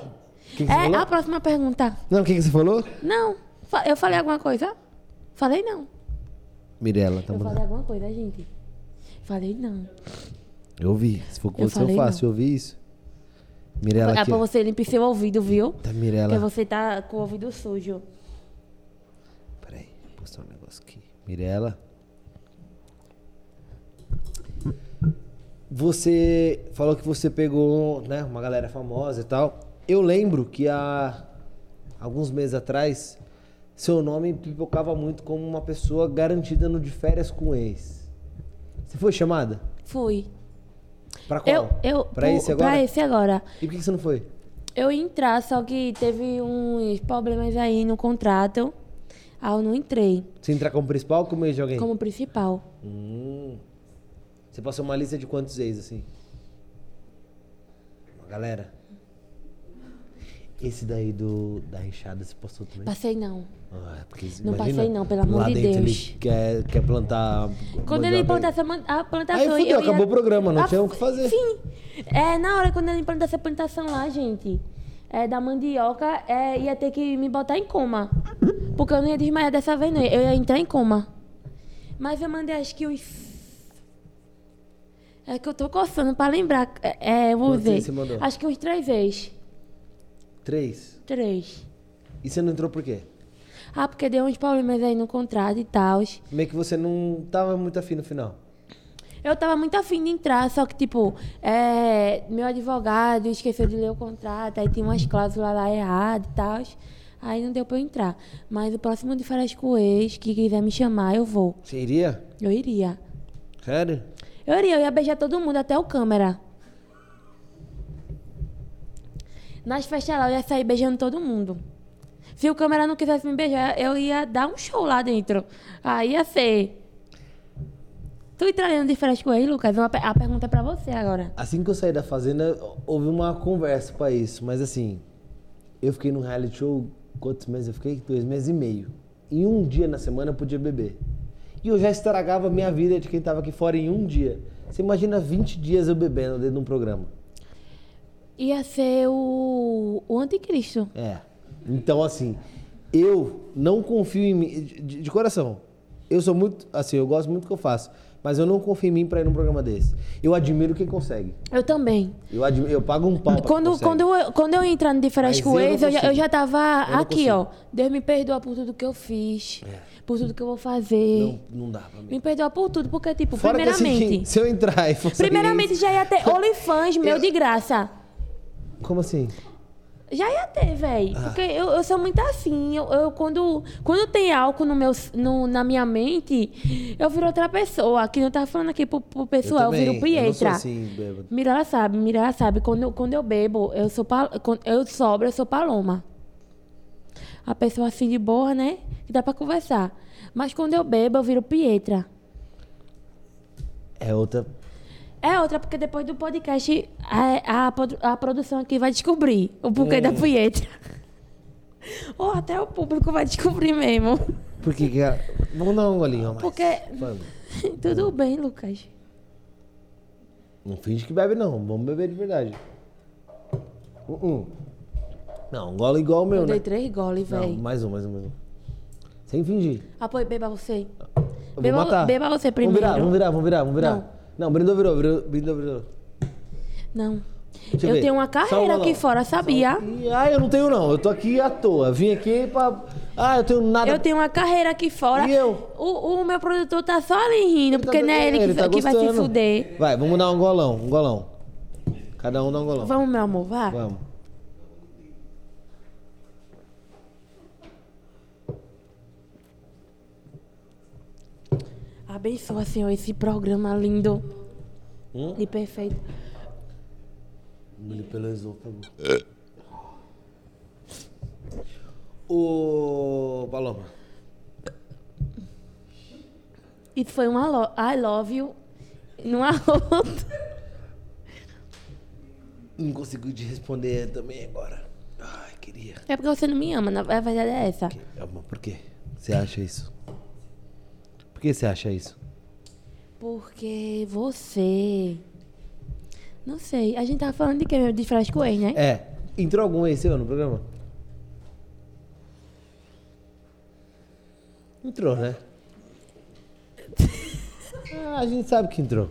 Que que você é falou? a próxima pergunta. Não, o que, que você falou? Não. Fa- Eu falei alguma coisa? Falei não. Mirella, tá Eu mandando. falei alguma coisa, gente. Falei não. Eu vi. Se for com Eu você, eu falei, faço. Eu vi isso. Mirella é aqui. pra ó. você limpar seu ouvido, viu? Tá, Porque Mirella. você tá com o ouvido sujo. Peraí, vou postar um negócio aqui. Mirella. Você falou que você pegou, né, uma galera famosa e tal. Eu lembro que há alguns meses atrás, seu nome pipocava muito como uma pessoa garantida no de férias com ex. Você foi chamada? Fui. Pra qual? Eu, eu, pra pu- esse agora? Pra esse agora. E por que que você não foi? Eu ia entrar, só que teve uns problemas aí no contrato. Aí eu não entrei Você entrar como principal ou como ex de alguém? como principal. Hum. Você passou uma lista de quantos ex, assim? Uma galera. Esse daí do, da enxada você passou também? Passei não. Ah, porque Não imagina, passei não, pelo amor lá de dentro Deus. Ele quer, quer plantar. Quando mandioca ele aí. implantasse a man- a plantação... Aí fudeu, eu ia- acabou o programa, não Ah, tinha o que fazer. Sim. É, na hora, quando ele implantasse a plantação lá, gente, é, da mandioca, é, ia ter que me botar em coma. Porque eu não ia desmaiar dessa vez, não. Eu ia entrar em coma. Mas eu mandei, acho que os... É que eu tô coçando pra lembrar. É, é, eu vou Quantos ver. você mandou? Acho que uns três vezes. Três. Três. E você não entrou por quê? Ah, porque deu uns problemas aí no contrato e tal. Meio que você não tava muito afim no final. Eu tava muito afim de entrar, só que, tipo, é, meu advogado esqueceu de ler o contrato, aí tinha umas cláusulas lá erradas e tal. Aí não deu pra eu entrar. Mas o próximo de férias com o ex, que quiser me chamar, eu vou. Você iria? Eu iria. Sério? Eu iria, eu ia beijar todo mundo, até o câmera. Nas festas lá, eu ia sair beijando todo mundo. Se o câmera não quisesse me beijar, eu ia dar um show lá dentro. Aí ia ser. Tu entraria no de férias com ele, Lucas? Uma pe- A pergunta é pra você agora. Assim que eu saí da fazenda, houve uma conversa pra isso, mas assim, eu fiquei num reality show, quantos meses eu fiquei? Dois meses e meio. Em um dia na semana eu podia beber. E eu já estragava a minha vida de quem tava aqui fora em um dia. Você imagina 20 dias eu bebendo dentro de um programa. Ia ser o, o anticristo. É. Então, assim, eu não confio em mim. De, de coração. Eu sou muito. Assim, eu gosto muito do que eu faço. Mas eu não confio em mim pra ir num programa desse. Eu admiro quem consegue. Eu também. Eu, admi- eu pago um pau pra Quando, quem consegue. quando, eu, quando eu entrar no de férias Mas com eu não ex, eu já, eu consigo. já tava Eu não É. aqui, ó. Deus me perdoa por tudo que eu fiz, por tudo que eu vou fazer. Não, não dá pra mim. Me perdoa por tudo, porque, tipo, Fora que assim, primeiramente. se eu entrar e for sair- Primeiramente, já ia ter OnlyFans meu de graça. Como assim? Já ia ter, véi. Ah. Porque eu, eu sou muito assim. Eu, eu quando, quando tem álcool no meu, no, na minha mente, eu viro outra pessoa. Que eu tava falando aqui pro, pro pessoal, eu, também, viro eu não Pietra. sou assim, bêbado. Mirella sabe, Mirella sabe. Quando, eu- quando eu bebo, eu sou pal- quando eu sobro, eu sou paloma. A pessoa assim de boa, né? Que dá pra conversar. Mas quando eu bebo, eu viro Pietra. É outra. É outra, porque depois do podcast a, a produ- a produção aqui vai descobrir o porquê Hum. da punheta. Ou até o público vai descobrir mesmo. Por que que ela... Vamos dar um golinho a mais. Porque. Vamos. Tudo bem, Lucas. Não finge que bebe, não. Vamos beber de verdade. Uh-uh. Não, um gole igual o meu, Eu né? dei três goles, Não, velho. mais um, mais um, mais um. Sem fingir. Apoio, beba você. Eu Beba- vou matar. beba você Vamos virar, primeiro. vamos virar, vamos virar, vamos virar. Não. Não, brindou, virou, virou, brindou, virou. Não. Deixa eu ver. tenho uma Só um carreira aqui golão. fora, sabia? Ih, ah, eu não tenho, não. Eu tô aqui à toa. Vim aqui pra. Ah, eu tenho nada. Eu tenho uma carreira aqui fora. E eu? O, o meu produtor tá só ali rindo, Ele tá porque não é dando- ele que, tá que vai se gostando. fuder. Vai, vamos dar um golão, um golão. Cada um dá um golão. Vamos, meu amor, vá. Vamos. Abençoa, Senhor, esse programa lindo Hum? e perfeito. Engoli pelo esôfago. Ô, Paloma. Isso foi um I lo- I love you num arroto. Não consigo te responder também agora. Ai, queria. É porque você não me ama, na- a verdade é essa. Amor, por quê? Você acha isso? Por que você acha isso? Porque você. Não sei. A gente tava falando de quê mesmo? De Flash Coen, né? É, entrou algum aí seu no programa? Entrou, né? Ah, a gente sabe que entrou.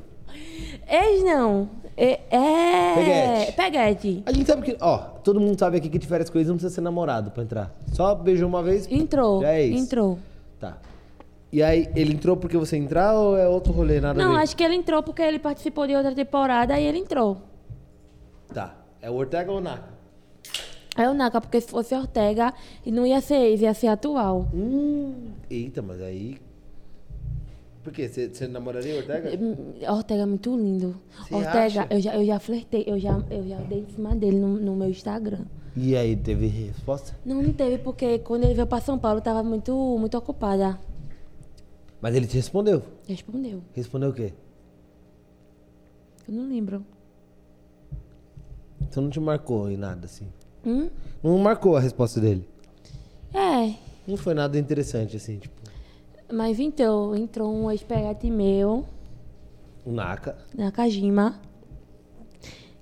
Ex não. É. é... Peguete. Peguete. A gente sabe que, ó, todo mundo sabe aqui que de férias coisas não precisa ser namorado pra entrar. Só beijou uma vez. Entrou. Já é isso. Entrou. Tá. E aí, ele entrou porque você entrar ou é outro rolê, nada a Não, ver? acho que ele entrou porque ele participou de outra temporada e ele entrou. Tá. É o Ortega ou o Naka? Aí o Naka, porque se fosse Ortega, não ia ser ex, ia ser atual. Hum. Eita, mas aí... Por quê? Você você namoraria o Ortega? Ortega é muito lindo. Você Ortega, acha? eu já, eu já flertei, eu já, eu já dei em cima dele no, no meu Instagram. E aí, teve resposta? Não, não teve, porque quando ele veio pra São Paulo, eu tava muito, muito ocupada. Mas ele te respondeu. Respondeu. Respondeu o quê? Eu não lembro. Então não te marcou em nada, assim. Hum? Não marcou a resposta dele. É, Não foi nada interessante, assim, tipo... mas então, entrou um ex-pegate meu O Naka. na Kajima.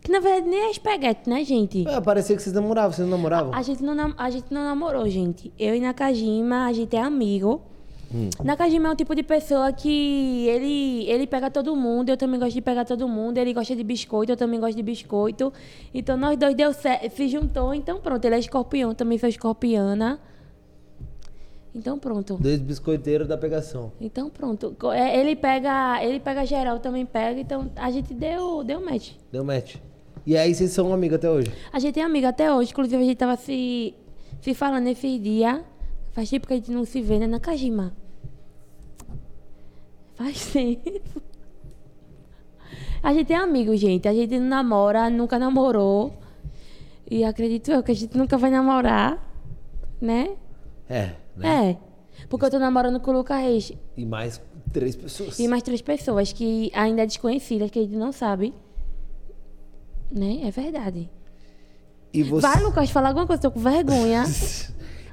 Que na verdade nem é espaguete, né, gente? Ah, parecia que vocês namoravam. Vocês não namoravam? A gente, não, nam- a gente não namorou, gente. Eu e Nakajima, a gente é amigo. Nakajima é um tipo de pessoa que ele, ele pega todo mundo, eu também gosto de pegar todo mundo. Ele gosta de biscoito, eu também gosto de biscoito. Então nós dois deu certo, se juntou, então pronto. Ele é escorpião, eu também sou escorpiana. Então pronto. Dois biscoiteiros da pegação. Então pronto. Co- é, Ele pega, ele pega geral, eu também pega. Então a gente deu, deu match. Deu match. E aí vocês são amigos até hoje? A gente é amiga até hoje, inclusive a gente tava se, se falando esses dias. Faz tempo que a gente não se vê, né, Nakajima? Faz tempo. A gente é amigo, gente. A gente não namora, nunca namorou. E acredito eu que a gente nunca vai namorar, né? É, né? É. Porque eu tô namorando com o Luca Reis E mais três pessoas. É. e mais três pessoas que ainda é desconhecidas, que a gente não sabe. Né? É verdade. E você... Vai, Lucas, falar alguma coisa, tô com vergonha.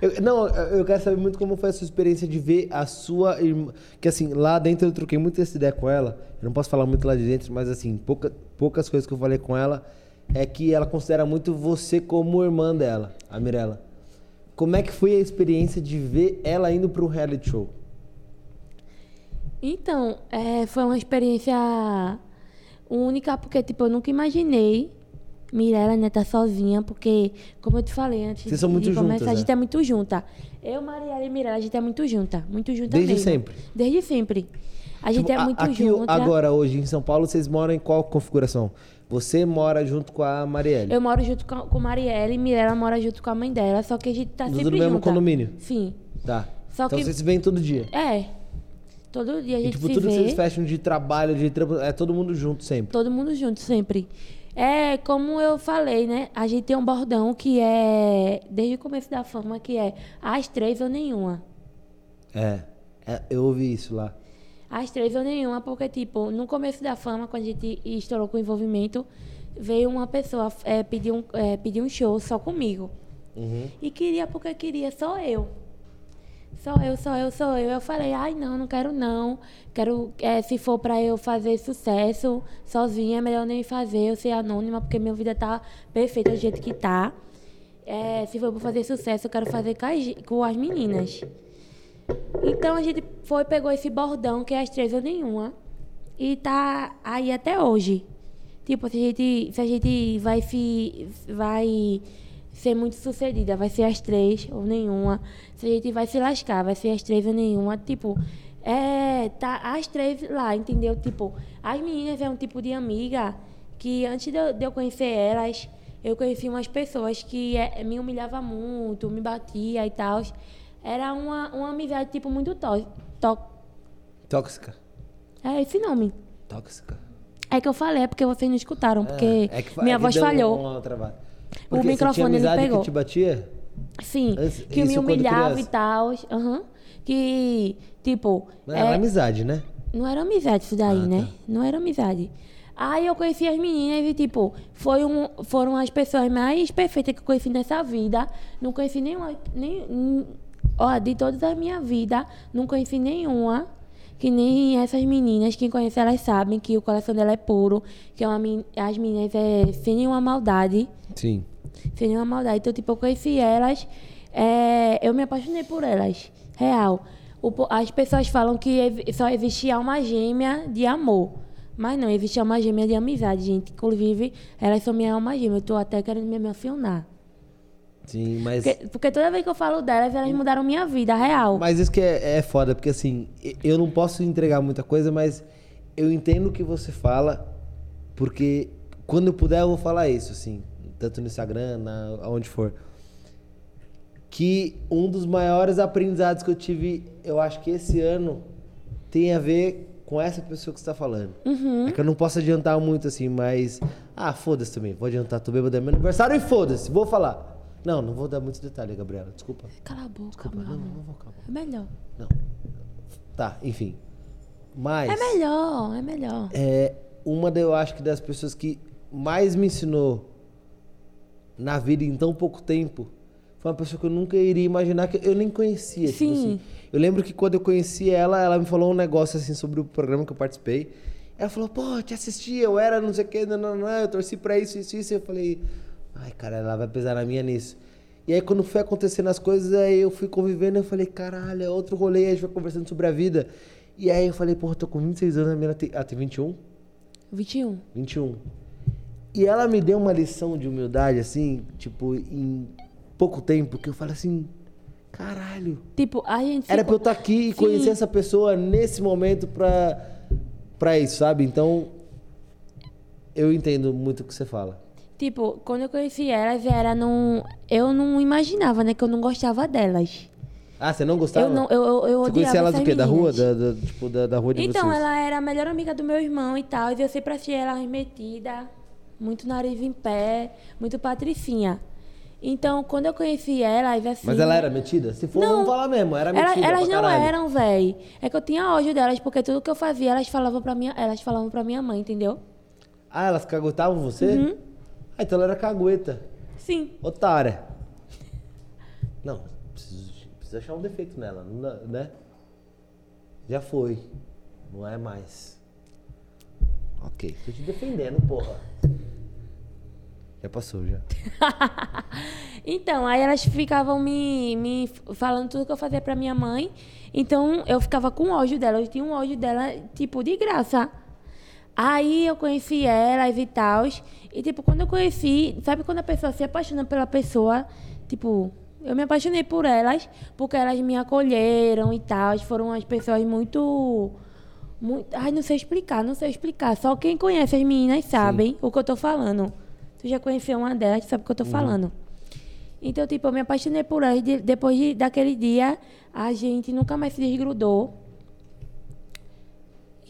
Eu- não, eu quero saber muito como foi a sua experiência de ver a sua irmã. Que assim, lá dentro eu troquei muito essa ideia com ela. Eu não posso falar muito lá de dentro, mas assim, pouca, poucas coisas que eu falei com ela é que ela considera muito você como irmã dela, a Mirella. Como é que foi a experiência de ver ela indo para um reality show? Então, é, foi uma experiência única, porque, tipo, eu nunca imaginei Mirella, né, tá sozinha, porque, como eu te falei antes Vocês são muito de começar, juntas, a né? gente é muito junta. Eu, Mariela e Mirella, a gente é muito junta, muito junta Desde mesmo. sempre? Desde sempre. A gente Tipo, é a- muito aqui, junta. Agora, hoje, em São Paulo, vocês moram em qual configuração? Você mora junto com a Marielle. Eu moro junto com, com Mariela e Mirella mora junto com a mãe dela, só que a gente tá Tudo sempre no mesmo junta. condomínio? Sim. Tá. Só então que- vocês se veem todo dia. É. Todo dia a E, gente tipo, se tudo vê. que vocês fecham de trabalho, de trampo, é todo mundo junto sempre. Todo mundo junto sempre. É, como eu falei, né? A gente tem um bordão que é desde o começo da fama que é as três ou nenhuma. É. É, eu ouvi isso lá. As três ou nenhuma, porque tipo, no começo da fama, quando a gente estourou com o envolvimento, veio uma pessoa é, pedir, um, é, pedir um show só comigo. E queria porque queria só eu. Só eu, só eu, só eu. Eu falei, ai não, não quero não. Quero, é, se for pra eu fazer sucesso sozinha, é melhor nem fazer, eu ser anônima, porque minha vida tá perfeita do jeito que tá. É, se for pra fazer sucesso, eu quero fazer com as, com as meninas. Então a gente foi, pegou esse bordão, que é as três ou nenhuma, e tá aí até hoje. Tipo, se a gente, se a gente vai, se, vai ser muito sucedida, vai ser as três ou nenhuma. Se a gente vai se lascar, vai ser as três ou nenhuma. Tipo, é, tá as três lá, entendeu? Tipo, as meninas é um tipo de amiga que antes de eu, de eu conhecer elas, eu conheci umas pessoas que é, me humilhava muito, me batia e tal. Era uma, uma amizade, tipo, muito tó, tó, Tóxica. É esse nome. Tóxica. É que eu falei, é porque vocês não escutaram, porque É, é que fa- minha é que voz deu falhou. uma travada. O Porque você microfone tinha não amizade pegou. que te batia? Sim, Antes- que me isso quando humilhava criança? e tal. aham. Que, tipo. Não, Era é, amizade, né? Não era amizade isso daí, Ah, né? tá. Não era amizade. Aí eu conheci as meninas e, tipo, foi um, foram as pessoas mais perfeitas que eu conheci nessa vida. Não conheci nenhuma. Nem, nem- ó, de toda a minha vida, não conheci nenhuma. Que nem essas meninas, quem conhece elas sabem que o coração dela é puro, que é uma, men- as meninas é sem nenhuma maldade. Sim. Sem nenhuma maldade. Então, tipo, eu conheci elas, é, eu me apaixonei por elas. Real. O po- as pessoas falam que ev- só existe alma gêmea de amor. Mas não, existe alma gêmea de amizade, gente. Inclusive, elas são minha alma gêmea. Eu tô até querendo me emocionar. Sim, mas. Porque, porque toda vez que eu falo delas, elas mudaram minha vida, real. Mas isso que é, é foda, porque assim, e- eu não posso entregar muita coisa, mas eu entendo o que você fala, porque quando eu puder eu vou falar isso, assim, tanto no Instagram, na, aonde for. Que um dos maiores aprendizados que eu tive, eu acho que esse ano, tem a ver com essa pessoa que você tá falando. É que eu não posso adiantar muito, assim, mas. Ah, foda-se também, vou adiantar, tô bêbado, é meu aniversário e foda-se, vou falar. Não, não vou dar muito detalhe, Gabriela, desculpa. Cala a boca, meu Não, não amor. vou, calma. É melhor. Não. Tá, enfim. Mas É melhor, é melhor. é uma da, eu acho que das pessoas que mais me ensinou na vida em tão pouco tempo foi uma pessoa que eu nunca iria imaginar que eu nem conhecia. tipo Sim. assim. Eu lembro que quando eu conheci ela, ela me falou um negócio assim sobre o programa que eu participei. Ela falou, pô, eu te assisti, eu era não sei o que, não, não, não, eu torci pra isso, isso, isso. Eu falei, ai, cara, ela vai pesar na minha nisso. E aí, quando foi acontecendo as coisas, aí eu fui convivendo, eu falei, caralho, é outro rolê, aí a gente foi conversando sobre a vida. E aí eu falei, porra, tô com 26 anos, a menina tem, ela tem 21? 21. 21. E ela me deu uma lição de humildade, assim, tipo, em pouco tempo, que eu falo assim, caralho, Tipo, a gente. se era co- pra eu estar aqui e Sim. conhecer essa pessoa nesse momento pra, pra isso, sabe? Então, eu entendo muito o que você fala. Tipo, quando eu conheci elas, era num. Eu não imaginava, né, que eu não gostava delas. Ah, você não gostava? Eu não, eu, eu, eu Você odiava conhecia ela do essas quê? Da rua? meninas. Da, da- tipo, da, da rua de Então, vocês? ela era a melhor amiga do meu irmão e tal, e eu sempre achei ela metida, muito nariz em pé, muito patricinha. Então, quando eu conheci ela, aí assim... Mas ela era metida? Se for, vamos falar mesmo. Era metida Ela- pra elas não caralho. eram, véi. É que eu tinha ódio delas, porque tudo que eu fazia, elas falavam pra minha, elas falavam pra minha mãe, entendeu? Ah, elas cagotavam você? Uhum. Ah, então ela era cagueta. Sim. Otária. Não, preciso, preciso achar um defeito nela, não dá, né? Já foi. Não é mais. Ok. Tô te defendendo, porra. Já passou, já. Então, aí elas ficavam me, me falando tudo que eu fazia pra minha mãe. Então, eu ficava com ódio dela. Eu tinha um ódio dela, tipo, de graça. Aí eu conheci elas e tal. E, tipo, quando eu conheci, sabe quando a pessoa se apaixona pela pessoa? Tipo, eu me apaixonei por elas, porque elas me acolheram e tal. Foram as pessoas muito. muito ai, não sei explicar, não sei explicar. Só quem conhece as meninas sabem o que eu tô falando. Tu já conheceu uma delas, sabe o que eu tô falando. Então, tipo, eu me apaixonei por elas. De- depois de- daquele dia, a gente nunca mais se desgrudou.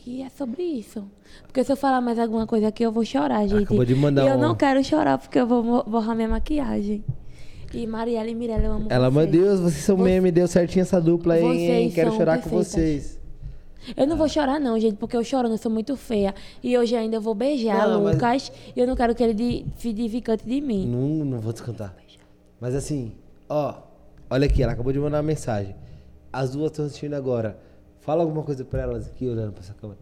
E é sobre isso. Porque se eu falar mais alguma coisa aqui, eu vou chorar, gente. Acabou de mandar E eu um- não quero chorar, porque eu vou mo- borrar minha maquiagem. E Mariela e Mirella, eu amo Ela, meu vocês. Deus, vocês são Você- meme, deu certinho essa dupla, hein? Vocês Quero são chorar com perfeitas. vocês. Eu não vou chorar, não, gente, porque eu chorando, eu sou muito feia. E hoje ainda eu vou beijar Não, o mas- Lucas. E eu não quero que ele de- se desvicante de mim. Não, não vou descontar. Mas assim, ó, olha aqui, ela acabou de mandar uma mensagem. As duas estão assistindo agora. Fala alguma coisa pra elas aqui, olhando pra essa câmera.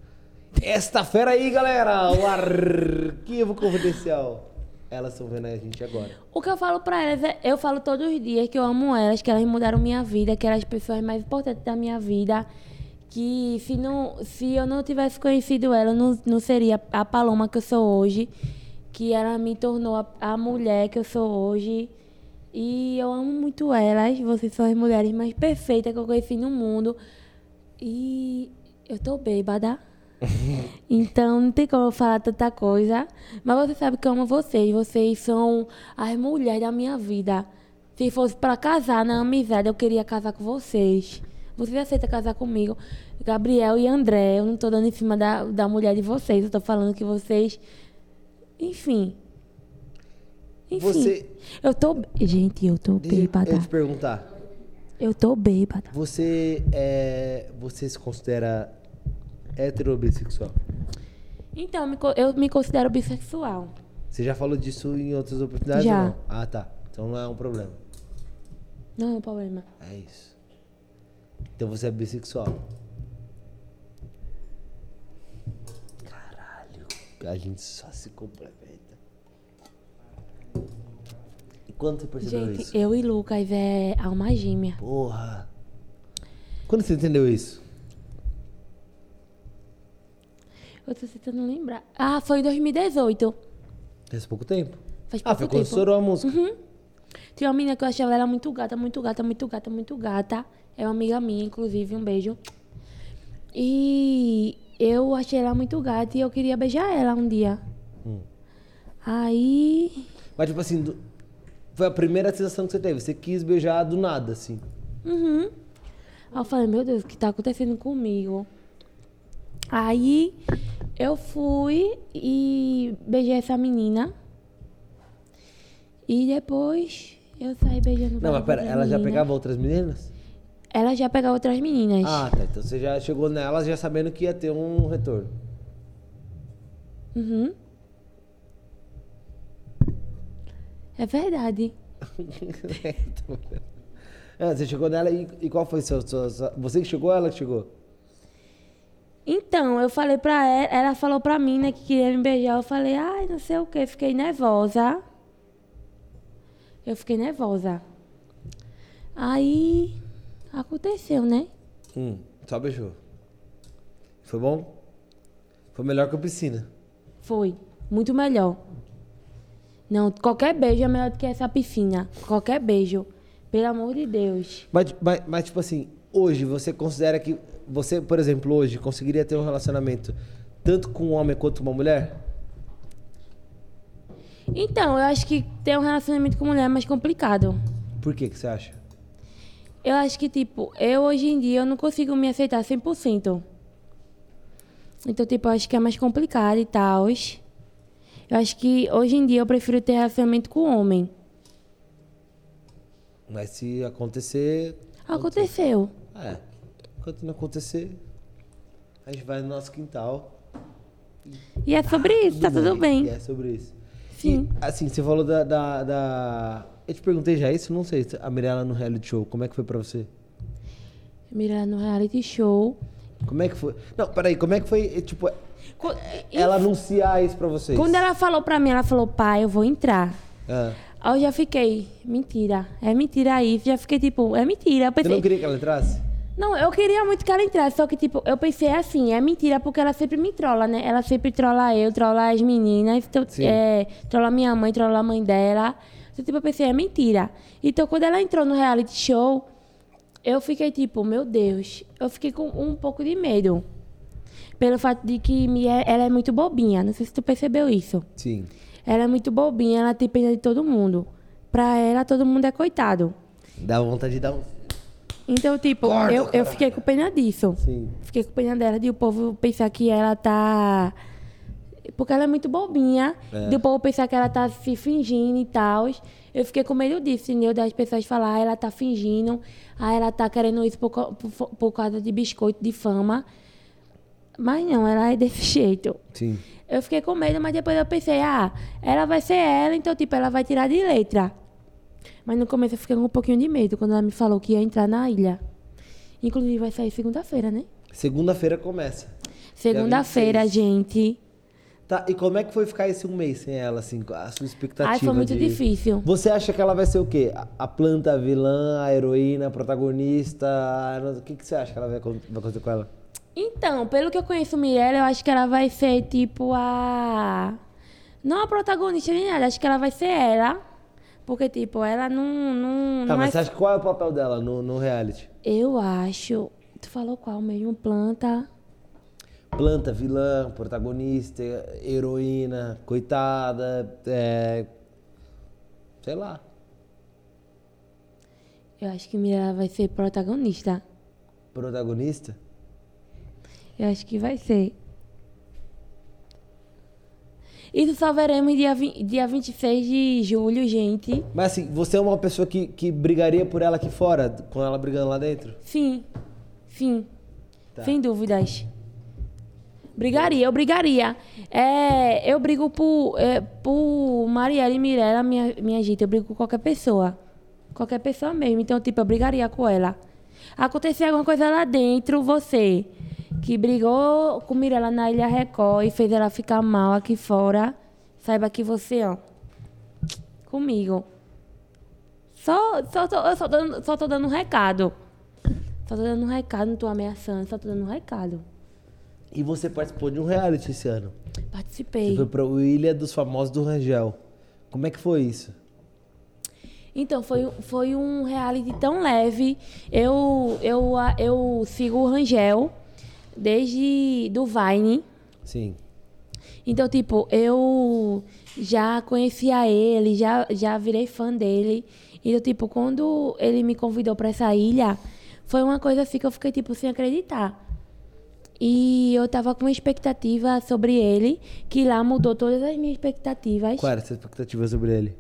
Esta fera aí, galera! O arquivo confidencial. Elas estão vendo a gente agora. O que eu falo pra elas é, eu falo todos os dias que eu amo elas, que elas mudaram minha vida, que elas são as pessoas mais importantes da minha vida. Que se, não, se eu não tivesse conhecido ela, eu não, não seria a Paloma que eu sou hoje. Que ela me tornou a, a mulher que eu sou hoje. E eu amo muito elas. Vocês são as mulheres mais perfeitas que eu conheci no mundo. E eu tô bêbada. Então não tem como eu falar tanta coisa. Mas você sabe que eu amo vocês. Vocês são as mulheres da minha vida. Se fosse pra casar na amizade, eu queria casar com vocês. Vocês aceitam casar comigo? Gabriel e André, eu não tô dando em cima da, da mulher de vocês. Eu tô falando que vocês. Enfim. Enfim. Você- Eu tô. Gente, eu tô Deixa eu bêbada. te perguntar. Eu tô bêbada. Você é. Você se considera hétero ou bissexual? Então, eu me co- eu me considero bissexual. Você já falou disso em outras oportunidades Já. ou não? Ah, tá. Então não é um problema. Não é um problema. É isso. Então você é bissexual. Caralho. A gente só se complementa. E quando você percebeu Gente, isso? eu e Lucas é alma gêmea. Porra. Quando você entendeu isso? Eu tô tentando lembrar. Ah, foi em 2018. Faz pouco tempo. Faz Ah, pouco foi quando tempo. Uhum. estourou a música. Tinha uma menina que eu achava ela muito gata, muito gata, muito gata, muito gata. É uma amiga minha, inclusive, um beijo. E eu achei ela muito gata e eu queria beijar ela um dia. Hum. Aí. Mas tipo assim, do- foi a primeira sensação que você teve. Você quis beijar do nada, assim. Aí eu falei, meu Deus, o que tá acontecendo comigo? Aí eu fui e beijei essa menina. E depois eu saí beijando Não, várias mas pera, outras ela já meninas. pegava outras meninas? Ela já pegava outras meninas. Ah, tá. Então você já chegou nela já sabendo que ia ter um retorno. Uhum. É verdade. Tô vendo. Ah, você chegou nela e, e qual foi seu, sua, sua- Você que chegou ou ela que chegou? Então, eu falei pra ela, ela falou pra mim, né, que queria me beijar. Eu falei, ai, não sei o que, fiquei nervosa. Eu fiquei nervosa. Aí aconteceu, né? Hum, só beijou. Foi bom? Foi melhor que a piscina. Foi. Muito melhor. Não, qualquer beijo é melhor do que essa piscina. Qualquer beijo. Pelo amor de Deus. Mas, mas, mas, tipo assim, hoje você considera que. Você, por exemplo, hoje conseguiria ter um relacionamento tanto com um homem quanto com uma mulher? Então, eu acho que ter um relacionamento com mulher é mais complicado. Por que, que você acha? Eu acho que, tipo, eu hoje em dia eu não consigo me aceitar 100%. Então, tipo, eu acho que é mais complicado e tal. Eu acho que hoje em dia eu prefiro ter relacionamento com homem. Mas se acontecer. Aconteceu. É. Enquanto não acontecer, a gente vai no nosso quintal. E é sobre isso, tá tudo Ah, E bem. é sobre isso. Sim. E, assim, você falou da, da, da- Eu te perguntei já isso, não sei. A Mirella no reality show, como é que foi pra você? Mirar no reality show. Como é que foi? Não, peraí, como é que foi, eh, tipo, Co- ela anunciar isso pra vocês? Quando ela falou pra mim, ela falou, pai, eu vou entrar. Ah, Aí eu já fiquei, mentira, é mentira aí. Já fiquei tipo, é mentira. Eu você pensei, não queria que ela entrasse? Não, eu queria muito que ela entrasse, só que, tipo, eu pensei assim, é mentira, porque ela sempre me trola, né? Ela sempre trola eu, trola as meninas, então, é, trola minha mãe, trola a mãe dela. Então, tipo, eu pensei, é mentira. Então, quando ela entrou no reality show, eu fiquei tipo, meu Deus, eu fiquei com um pouco de medo. Pelo fato de que me- ela é muito bobinha, não sei se tu percebeu isso. Sim. Ela é muito bobinha, ela tem pena de todo mundo. Pra ela, todo mundo é coitado. Dá vontade de dar um. Então, tipo, eu, eu fiquei com pena disso. Sim. Fiquei com pena dela de o povo pensar que ela tá. Porque ela é muito bobinha. De o povo pensar que ela tá se fingindo e tal. Eu fiquei com medo disso, entendeu? Das pessoas falar, ah, ela tá fingindo, ah, ela tá querendo isso por, co- por, por causa de biscoito de fama. Mas não, ela é desse jeito. Sim. Eu fiquei com medo, mas depois eu pensei, ah, ela vai ser ela, então, tipo, ela vai tirar de letra. Mas no começo eu fiquei com um pouquinho de medo quando ela me falou que ia entrar na ilha. Inclusive, vai sair segunda-feira, né? Segunda-feira começa. Segunda-feira, gente. Tá, e como é que foi ficar esse um mês sem ela, assim, a sua expectativa? Ai, foi muito de- difícil. Você acha que ela vai ser o quê? A- A planta, a vilã, a heroína, a protagonista? a- O que, que você acha que ela vai, acon- vai acontecer com ela? Então, pelo que eu conheço Mirella, eu acho que ela vai ser tipo a. Não a protagonista nem nada, acho que ela vai ser ela. Porque, tipo, ela não. não, não Tá, é- mas você acha que qual é o papel dela no, no reality? Eu acho. Tu falou qual mesmo? Planta. Planta, vilã, protagonista, heroína, coitada, é... Sei lá. Eu acho que Mirella vai ser protagonista. Protagonista? Eu acho que vai ser. Isso só veremos dia, vi- dia 26 de julho, gente. Mas assim, você é uma pessoa que, que brigaria por ela aqui fora, com ela brigando lá dentro? Sim. Sim. Sem dúvidas. Brigaria, eu brigaria. É, eu brigo por, é, por Marielle e Mirella, minha, minha gente. Eu brigo com qualquer pessoa. Qualquer pessoa mesmo. Então, tipo, eu brigaria com ela. Acontecer alguma coisa lá dentro, você que brigou com Mirella na Ilha Record e fez ela ficar mal aqui fora, saiba que você, ó, comigo. Só, só, tô- eu só, tô dando- só tô dando um recado. Só tô dando um recado, não tô ameaçando, só tô dando um recado. E você participou de um reality esse ano. Você Participei. foi pro Ilha dos Famosos do Rangel. Como é que foi isso? Então, foi, foi um reality tão leve. Eu, eu, a- eu sigo o Rangel desde do Vine. Sim. Então, tipo, eu já conhecia ele, já, já virei fã dele. Então, tipo, quando ele me convidou pra essa ilha, foi uma coisa assim que eu fiquei, tipo, sem acreditar. E eu tava com uma expectativa sobre ele, que lá mudou todas as minhas expectativas. Qual era a sua expectativa sobre ele?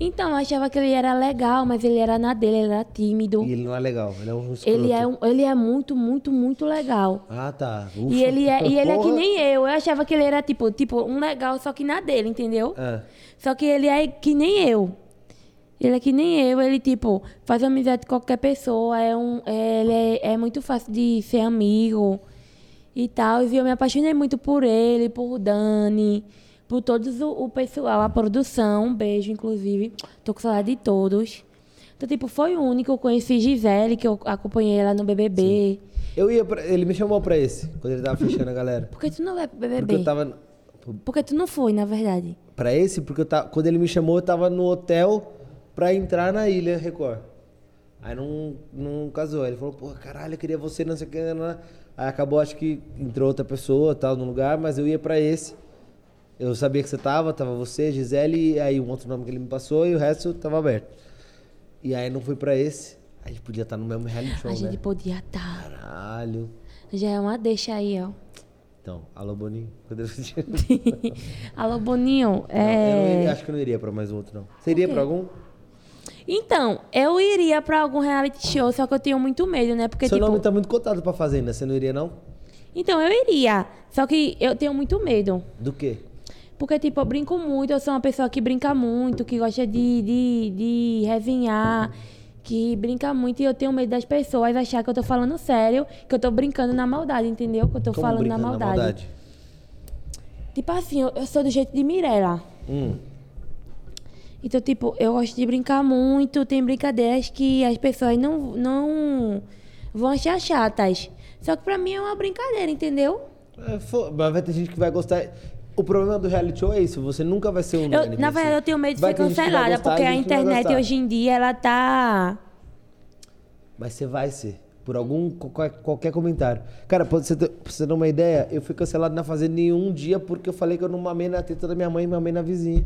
Então, eu achava que ele era legal, mas ele era na dele, ele era tímido. E ele não é legal, ele é um escroto. Ele é, um- ele é muito, muito, muito legal. Ah, tá. Ufa. E ele é, e ele é que Porra. nem eu. Eu achava que ele era tipo, tipo um legal, só que na dele, entendeu? Ah. Só que ele é que nem eu. Ele é que nem eu, ele, tipo, faz amizade com qualquer pessoa, é um, é- ele é, é muito fácil de ser amigo e tal. E eu me apaixonei muito por ele, por Dani, por todos o, o pessoal, a produção, um beijo, inclusive. Tô com saudade de todos. Então, tipo, foi o único. Eu conheci Gisele, que eu acompanhei ela no BBB. Eu ia pra... Ele me chamou pra esse, quando ele tava fechando a galera. Por que tu não é vai pro BBB? Porque eu tava... Porque tu não foi, na verdade. Pra esse, porque eu tava... quando ele me chamou, eu tava no hotel pra entrar na Ilha Record. Aí não, não casou. Aí ele falou, porra, caralho, eu queria você, não sei o que. não, não. Aí acabou, acho que entrou outra pessoa, tal, no lugar, mas eu ia pra esse. Eu sabia que você tava, tava você, Gisele, e aí um outro nome que ele me passou, e o resto tava aberto. E aí não fui pra esse. A gente podia estar no mesmo reality show, a gente né? podia estar. Caralho. Já é uma deixa aí, ó. Então, alô, Boninho. Cadê você? Alô, Boninho. Eu não é... iria- acho que eu não iria pra mais um outro, não. Você iria pra algum? Então, eu iria pra algum reality show, só que eu tenho muito medo, né? Porque, Seu tipo. nome tá muito cotado pra Fazenda. Você não iria, não? Então, eu iria. Só que eu tenho muito medo. Do quê? Porque, tipo, eu brinco muito, eu sou uma pessoa que brinca muito, que gosta de, de, de resenhar, que brinca muito e eu tenho medo das pessoas achar que eu tô falando sério, que eu tô brincando na maldade, entendeu? Que eu tô Como falando na brincando maldade. Tipo assim, eu, eu sou do jeito de Mirella. Hum. Então, tipo, eu gosto de brincar muito, tem brincadeiras que as pessoas não, não vão achar chatas. Só que pra mim é uma brincadeira, entendeu? É, fo- mas vai ter gente que vai gostar. O problema do reality show é isso. Você nunca vai ser Eu- unânime. na assim. verdade, eu tenho medo de Vai ser ter gente que vai cancelada, gostar, porque a gente que vai internet gostar. hoje em dia, ela tá. Mas você vai ser. Por algum. qual- qualquer comentário. Cara, pra você, ter, pra você ter uma ideia, eu fui cancelado na fazenda em um dia porque eu falei que eu não mamei na teta da minha mãe e mamei na vizinha.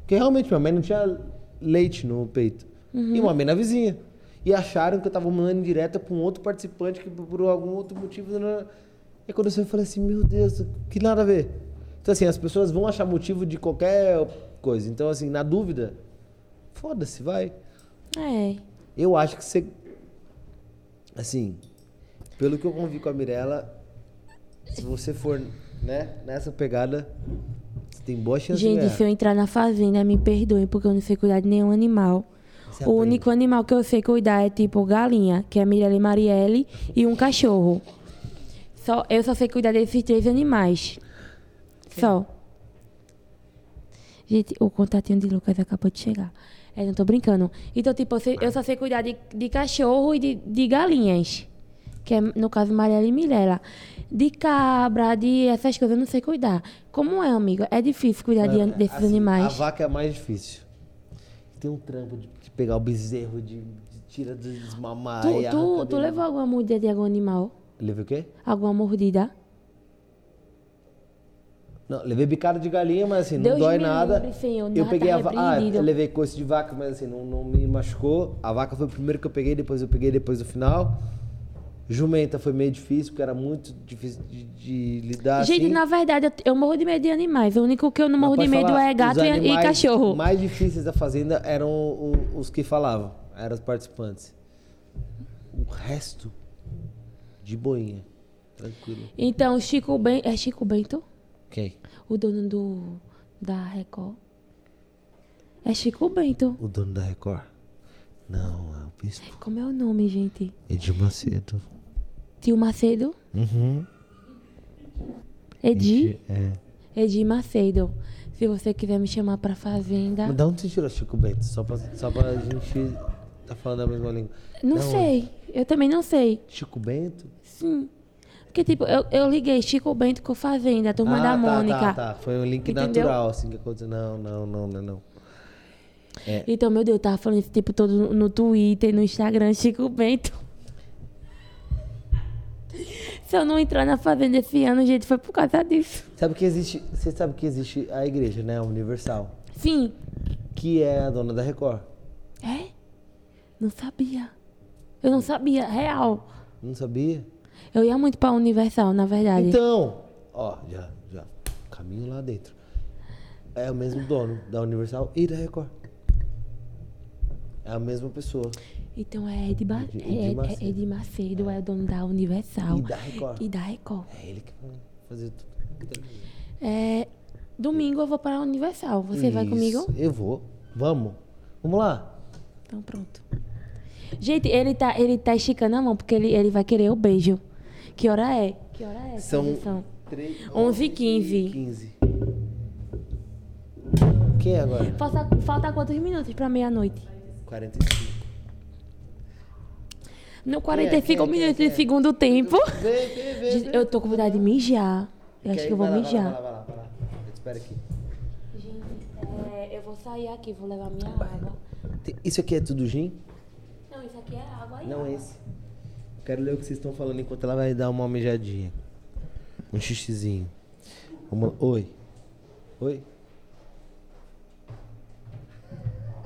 Porque realmente minha mãe não tinha leite no peito. E mamei na vizinha. E acharam que eu tava mandando direta pra um outro participante que por algum outro motivo. não- E quando você falei assim, meu Deus, que nada a ver. Então, assim, as pessoas vão achar motivo de qualquer coisa. Então, assim, na dúvida, foda-se, vai. É. Eu acho que você. Assim, pelo que eu convi com a Mirella, se você for né, nessa pegada, você tem boa chance de Gente, ganhar. se eu entrar na fazenda, me perdoem, porque eu não sei cuidar de nenhum animal. Você O aprende. único animal que eu sei cuidar é tipo galinha, que é a Mirella e Marielle, e um cachorro. Só, eu só sei cuidar desses três animais. Só. Gente, o contatinho de Lucas acabou de chegar. É, não tô brincando. Então, tipo, eu, sei- eu só sei cuidar de, de cachorro e de, de galinhas. Que é, no caso, Mariela e Mirella. De cabra, de essas coisas, eu não sei cuidar. Como é, amigo? É difícil cuidar de an- desses Assim, A animais. vaca é a mais difícil. Tem um trampo de, de pegar o bezerro, de, de tira do desmamar. Tu, e arranca tu, tu dele. levou alguma mordida de algum animal? Levei o quê? Alguma mordida? Não, levei bicada de galinha, mas assim, não Deus dói me nada. livre, Senhor, eu nada peguei a vaca. Ah, repreendido. eu levei coice de vaca, mas assim, não, não me machucou. A vaca foi o primeiro que eu peguei, depois eu peguei depois do final. Jumenta foi meio difícil, porque era muito difícil de, de lidar. Gente, assim. na verdade, eu, eu morro de medo de animais. O único que eu não Mas morro de pode medo falar, é os gato e, e animais cachorro. mais difíceis da fazenda eram o- os que falavam, eram os participantes. O resto, de boinha. Tranquilo. Então, Chico Bento. É Chico Bento? Quem? O dono do. Da Record. É Chico Bento. O dono da Record? Não, é o bispo. Como é o nome, gente? Edir Macedo. Tio Macedo? Uhum. Edi? É. Edi Macedo. Se você quiser me chamar pra fazenda. Mas da onde você tirou Chico Bento? Só pra, só pra gente tá falando a mesma língua. Não Da onde? sei. Eu também não sei. Chico Bento? Sim. Porque, tipo, eu, eu liguei Chico Bento com Fazenda, Turma ah, da tá, Mônica. Tá, tá. Foi um link Entendeu? natural, assim, que aconteceu. Não, não, não, não, não. Então, meu Deus, eu tava falando esse tempo todo no- no Twitter, no Instagram, Chico Bento. Se eu não entrar na fazenda esse ano, gente, foi por causa disso. Sabe que existe. Você sabe que existe a igreja, né? A Universal. Sim. Que é a dona da Record. É? Não sabia. Eu não sabia, real. Não sabia? Eu ia muito pra Universal, na verdade. Então, ó, já, já. Caminho lá dentro. É o mesmo dono da Universal e da Record. É a mesma pessoa. Então é Ed, ba... Ed- Ed, Ed é Macedo. Ed Macedo, é o dono da Universal. E da Record. E da Record. É ele que vai fazer tudo. É, Domingo eu vou pra Universal. Você vai Isso, comigo? Eu vou. Vamos. Vamos lá. Então pronto. Gente, ele tá, ele tá esticando a mão, porque ele, ele vai querer o beijo. Que hora é? Que hora é? São São... 3, 11 e 15. 15. Quem é agora? Falta, falta quantos minutos pra meia-noite? 45. No 45 É, minutos do segundo tempo. Vem, vem, vem. Gente, Eu tô com vontade de mijar. Eu acho que eu vou Vai lá, vai lá, mijar. vai lá, vai lá, vai lá. Eu te espero aqui. Gente, é, eu vou sair aqui, vou levar minha água. Te- Isso aqui é tudo gin? Não, isso aqui é água e Não água. é esse. Quero ler o que vocês estão falando enquanto ela vai dar uma mijadinha. Um xixizinho. Vamos lá. Oi. Oi.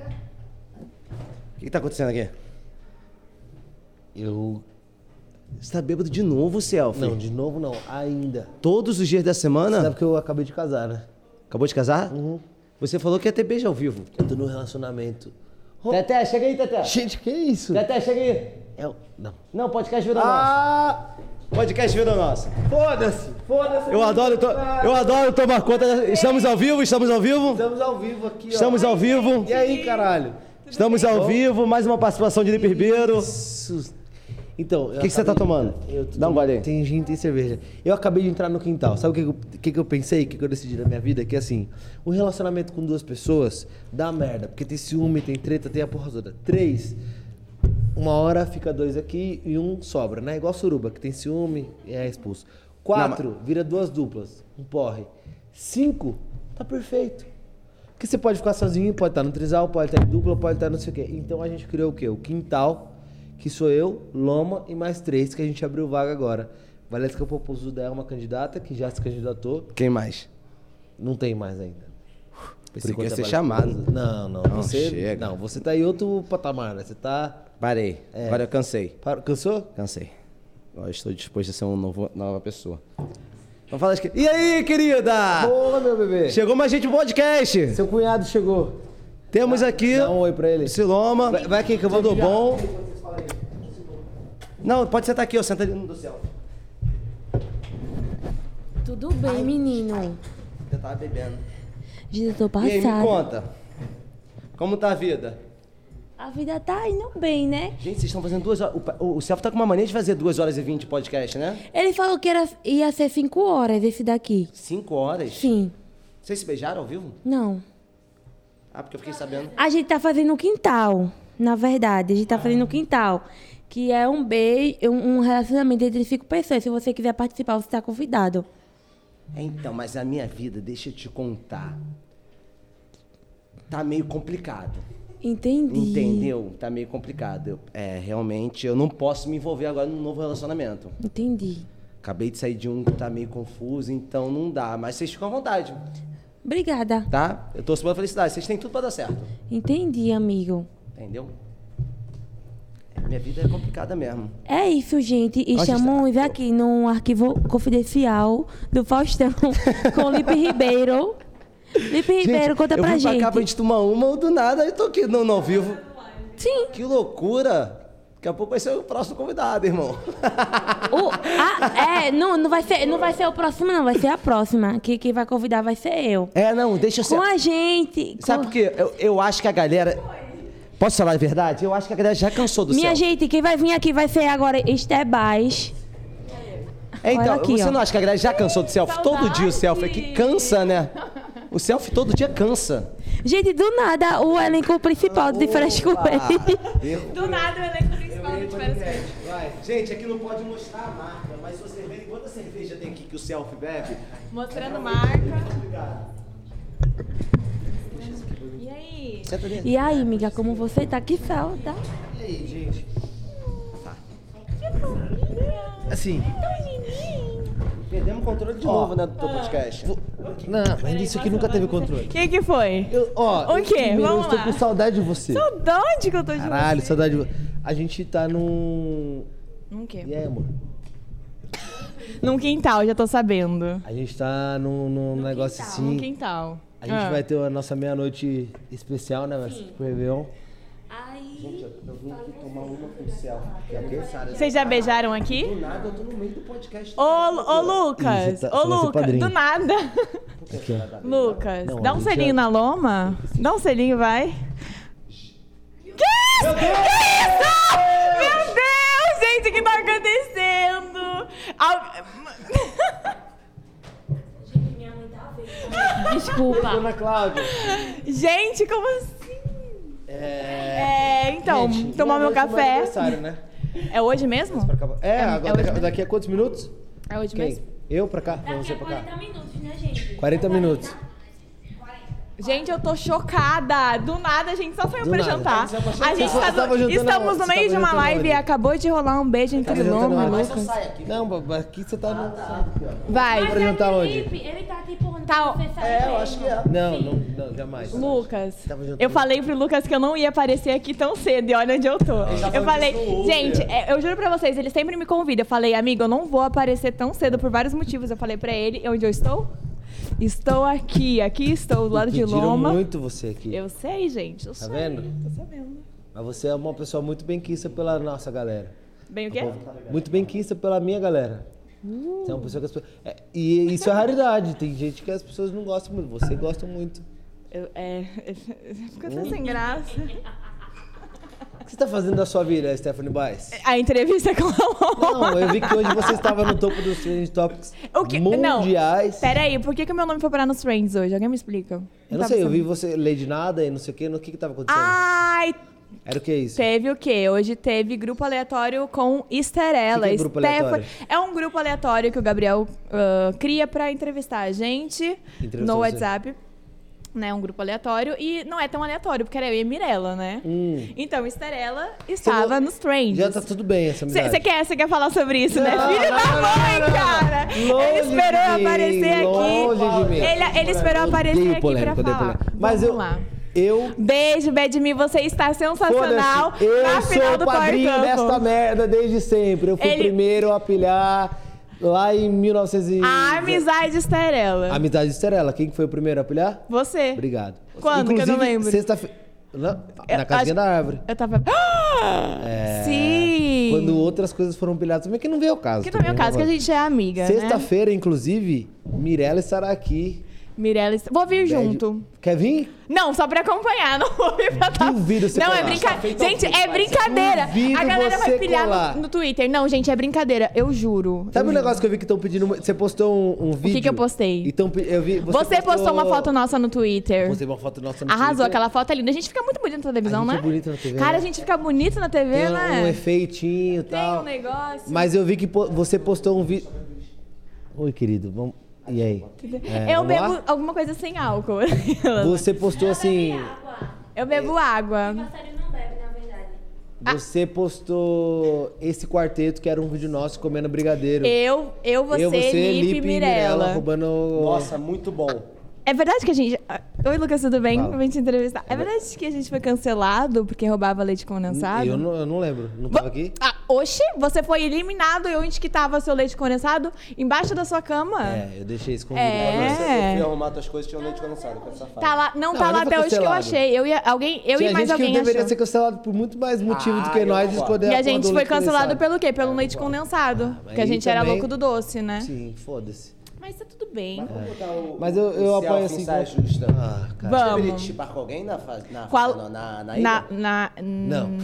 O que, que tá acontecendo aqui? Eu. Você tá bêbado de novo, Selfie? Não, de novo não, ainda. Todos os dias da Você semana? sabe que eu acabei de casar, né? Uhum. Acabou de casar? Você falou que ia ter beijo ao vivo. Eu tô no relacionamento. Teté, chega aí, Teté. Gente, que isso? Teté, chega aí. É o- Não. Não, podcast Vida Ah! Nossa. Podcast Vida Nossa. Foda-se! Foda-se! Eu adoro, to- eu adoro tomar conta. da- Estamos ao vivo, estamos ao vivo. Estamos ao vivo aqui, ó. Estamos ao vivo. E aí, caralho? Estamos ao vivo. Mais uma participação de Lipe Ribeiro. Isso. Então, o que você tá tomando? Eu tô Dá um gole aí. Tem gin, tem cerveja. Eu acabei de entrar no quintal. Sabe o que, que eu- que, que eu pensei? O que, que eu decidi na minha vida? Que assim, o relacionamento com duas pessoas dá merda. Porque tem ciúme, tem treta, tem a porra toda. Três. Uma hora fica dois aqui e um sobra, né? Igual suruba, que tem ciúme e é expulso. Quatro, vira duas duplas. Um porre. Cinco, tá perfeito. Porque você pode ficar sozinho, pode estar no trisal, pode estar em dupla, pode estar não sei o quê. Então a gente criou o quê? O quintal, que sou eu, Loma e mais três, que a gente abriu vaga agora. Valesca Popozuda é uma candidata que já se candidatou, Quem mais? não tem mais ainda. Pensei que ia é ser Valesca chamado. Popozuda. Não, não, Não, você, chega. não, você tá em outro patamar, né? Você tá... Parei. Agora eu cansei. Parou- Cansou? Cansei. Eu estou disposto a ser uma nova pessoa. Então fala que... E aí, querida? Boa, meu bebê! Chegou mais gente no podcast. Seu cunhado chegou. Temos aqui Dá um oi pra ele. Siloma. Vai- vai aqui que eu vou Tudo mijar. bom? Não, pode sentar aqui, eu sento ali no do céu. Tudo bem, menino. Eu tava bebendo. Gente, eu tô E aí, me passada. conta. Como tá a vida? A vida tá indo bem, né? Gente, vocês estão fazendo duas horas. O, pa- o, o Celso tá com uma mania de fazer duas horas e vinte de podcast, né? Ele falou que era, ia ser cinco horas esse daqui. Cinco horas. Sim. Vocês se beijaram ao vivo? Não. Ah, porque eu fiquei sabendo. A gente tá fazendo no quintal, na verdade. A Ah. gente tá fazendo no quintal. Que é um beijo, um um relacionamento entre cinco pessoas. Se você quiser participar, você tá convidado. É, então, mas a minha vida, deixa eu te contar. Tá meio complicado. Entendi. Entendeu? Tá meio complicado. Eu- é, realmente, eu não posso me envolver agora num novo relacionamento. Entendi. Acabei de sair de um que tá meio confuso, então não dá. Mas vocês ficam à vontade, Obrigada. tá? Eu torço pela felicidade. Vocês têm tudo pra dar certo. Entendi, amigo. Entendeu? É, Minha vida é complicada mesmo. É isso, gente. E Onde chamam e vem aqui no arquivo confidencial do Faustão com Lipe Ribeiro. Lipe Ribeiro, conta eu pra vim gente. pra cá pra gente tomar uma, do nada eu tô aqui no, no ao vivo. Sim. Que loucura! Daqui a pouco vai ser o próximo convidado, irmão. O- ah, é, não, não vai ser, não vai ser o próximo, não. Vai ser a próxima. Que quem vai convidar vai ser eu. É, não, deixa eu ser. Com a gente. com- Sabe por quê? Eu, eu acho que a galera. Posso falar a verdade? Eu acho que a galera já cansou do Minha céu. gente, quem vai vir aqui vai ser agora Estebais. É, então, Olha aqui, você ó. não acha que a galera já cansou do selfie? Todo dia o selfie aqui cansa, né? O selfie todo dia cansa. Gente, do nada, o elenco principal de Fresh com ele. Do nada o elenco principal do Diferença. Gente, aqui não pode mostrar a marca, mas se você vê quanta cerveja tem aqui que o selfie bebe. Mostrando marca. E aí? Senta ali. E aí, amiga, como você tá? Que falta. Assim, Perdemos o controle de novo, né, do teu podcast. não, mas isso aqui nunca teve controle. Quem que foi? Eu, ó, O eu quê? primeiro, eu Vamos estou lá. com saudade de você. Saudade que eu tô de Caralho, você. saudade de você. A gente tá num... Num quê? E aí, amor? Num quintal, já tô sabendo. A gente tá num, num negócio Num assim. quintal. Ah. A gente vai ter a nossa meia-noite especial, né? Sim. Pro Réveillon. Aí, Eu vim aqui tomar uma com selfie, que é necessária. Vocês já beijaram aqui? Do nada eu tô no meio do podcast. Ô, ô Lucas! Ih, você tá- ô você vai ser Lucas! padrinho. Do nada! Aqui, ó. Lucas, Não, dá a um gente é- selinho já- na loma. Dá um selinho, vai. Que isso? Que isso? Meu Deus, gente, o que tá acontecendo? Al- tá desculpa. Ana Cláudia. Gente, como assim? É. É, então, Gente, tomar meu meia-noite é meu café. aniversário, né? É hoje mesmo? Acaba- É, agora hoje né? daqui, mesmo? daqui a quantos minutos? É hoje Quem? Eu pra cá? Não, você pra cá. minutos, né, gente? 40 minutos. Gente, eu tô chocada. Do nada a gente só saiu Do pra nada. jantar. Você tava A gente jantando- tá você tava no... jantando Estamos no aonde? Você meio de tava uma jantando live e aonde? acabou de rolar um beijo entre Tava jantando Loma e aonde? Lucas. Ah, Não, mas aqui você tá no. aqui, ó. Vai. Pra jantar onde? Ele tá tipo, Tá, ó. É, eu acho que é. Não, não, não, jamais. Lucas, Tava jantando. eu falei pro Lucas que eu não ia aparecer aqui tão cedo e olha onde eu tô. eu falei, gente, é, eu juro pra vocês, ele sempre me convida. Eu falei, amigo, eu não vou aparecer tão cedo por vários motivos. Eu falei pra ele, onde eu estou? Estou aqui, aqui estou, do lado de Pediram Loma. muito você aqui. Eu sei, gente, eu Tá sei. vendo? Tô sabendo. Mas você é uma pessoa muito benquista pela nossa galera. Bem o quê? Hum. Muito benquista pela minha galera. Você é uma pessoa que as pessoas... é, e isso é raridade. Tem gente que as pessoas não gostam muito. Você gosta muito. Eu, é, fica Hum. até sem graça. O que você tá fazendo da sua vida, Stephanie Baez? A entrevista com a Loma. Não, eu vi que hoje você estava no topo dos trending topics O que? mundiais. Não, peraí, por que que o meu nome foi parar nos Friends hoje? Alguém me explica? Eu não tava sei, eu vi sabendo. você ler de nada e não sei o que, no que que tava acontecendo. Ah, Ai, Era o que é isso? teve o quê? Hoje teve grupo aleatório com O que Esterela. que é grupo Stephanie- aleatório? É um grupo aleatório que o Gabriel ah, cria pra entrevistar a gente Entrevistou no você. WhatsApp. Né, um grupo aleatório. E não é tão aleatório, porque era eu e a Mirella, né? Então, Esterela estava nos Friends. Hum. Já tá tudo bem essa amizade. Você quer, cê quer falar sobre isso, né? Não, Filho da não, mãe, não, não. cara! Longe ele esperou de mim, aparecer longe de aqui. mim. Ele, ele esperou aparecer aqui polêmica, pra odeio falar. polêmica. Mas Vamos eu, lá. eu, Beijo, Badmin, você está sensacional. foda-se, eu na sou final o do padrinho Power Couple. desta merda desde sempre. Eu fui o Ele- primeiro a pilhar lá em 1900 e... A amizade esterela. Amizade Estrela. Quem que foi o primeiro a pilhar? Você. Obrigado. Quando que eu não lembro? sexta-feira... Na, Eu na casinha acho- da árvore. Eu tava. Ah! Sim! É, Quando outras coisas foram pilhadas também, que não veio o caso. Que também é o caso, que a gente é amiga. né? Sexta-feira, inclusive, Mirella estará aqui. Mirella. est- Vou vir junto. Quer vir? Não, só pra acompanhar, não vou vir pra tá... Duvido você Não, é colar. brincadeira. Gente, é brincadeira. Duvido a galera você vai colar. pilhar no, no Twitter. Não, gente, é brincadeira. Eu juro. Sabe eu um juro. negócio que eu vi que estão pedindo? mu- Você postou um, um vídeo. que eu postei? Então, pe- eu vi, Você, postou uma foto nossa no Twitter. Postei uma foto nossa no Arrasou, Twitter. aquela foto é linda. A gente fica muito bonito na televisão, A gente né? é bonito na TV, Cara, né? a gente fica bonito na TV, Tem um, um né? efeitinho e Tem tal. um negócio. Mas eu vi que po- você postou um vídeo. Oi, querido. Vamos... E aí? É, eu vamos lá? bebo alguma coisa sem álcool. Você postou assim. Eu bebo água. Passarinho não bebe, na verdade. Você postou esse quarteto que era um vídeo nosso comendo brigadeiro. Eu, eu, você, Lipe e Mirella. roubando. Nossa, muito bom. É verdade que a gente. ah, Oi, Lucas, tudo bem? Fala. Vim te entrevistar. É verdade que a gente foi cancelado porque roubava leite condensado? eu não, eu não lembro. Não Vo- tava aqui? Ah, oxe, você foi eliminado e onde que tava seu leite condensado? Embaixo da sua cama. É, eu deixei escondido. É. Nossa, eu fui arrumar tuas coisas e tinha um leite condensado com essa Tá lá, não, Não, tá eu lá não fui até hoje que eu cancelado. achei. Eu e a- alguém, eu Tinha e mais gente alguém que deveria achou. ser cancelado por muito mais motivo do Ah, que eu nós de concordo. esconder E a porra do gente foi leite cancelado condensado. pelo quê? Pelo leite condensado. mas Porque a aí gente era também- louco do doce, né? Sim, foda-se. Mas tá tudo bem. Mas eu, eu apoio assim. Saia como- justa. Ah, cara. Você deveria Vamos. chipar com alguém na fase. Na, Qual- na, na, na Na, ida? na, Não.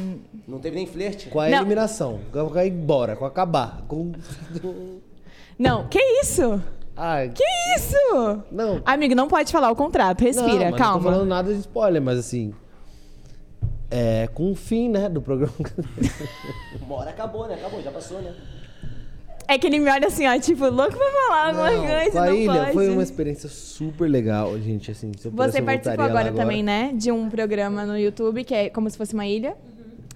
Não teve nem flerte? Com a Não. eliminação. Com a ir embora, com a acabar. Com. Não, que isso? Ai. Que isso? Não. Amigo, não pode falar o contrato. não, Respira, mas Não tô calma. falando nada de spoiler, mas assim. É, com o fim, né, do programa. Uma hora acabou, né? Acabou, já passou, né? É que ele me olha assim, ó, tipo, louco pra falar alguma coisa, com a não ilha pode. foi uma experiência super legal, gente. Assim, se eu pudesse, Você eu participou voltaria lá agora, também, né? De um programa no YouTube que é como se fosse uma ilha.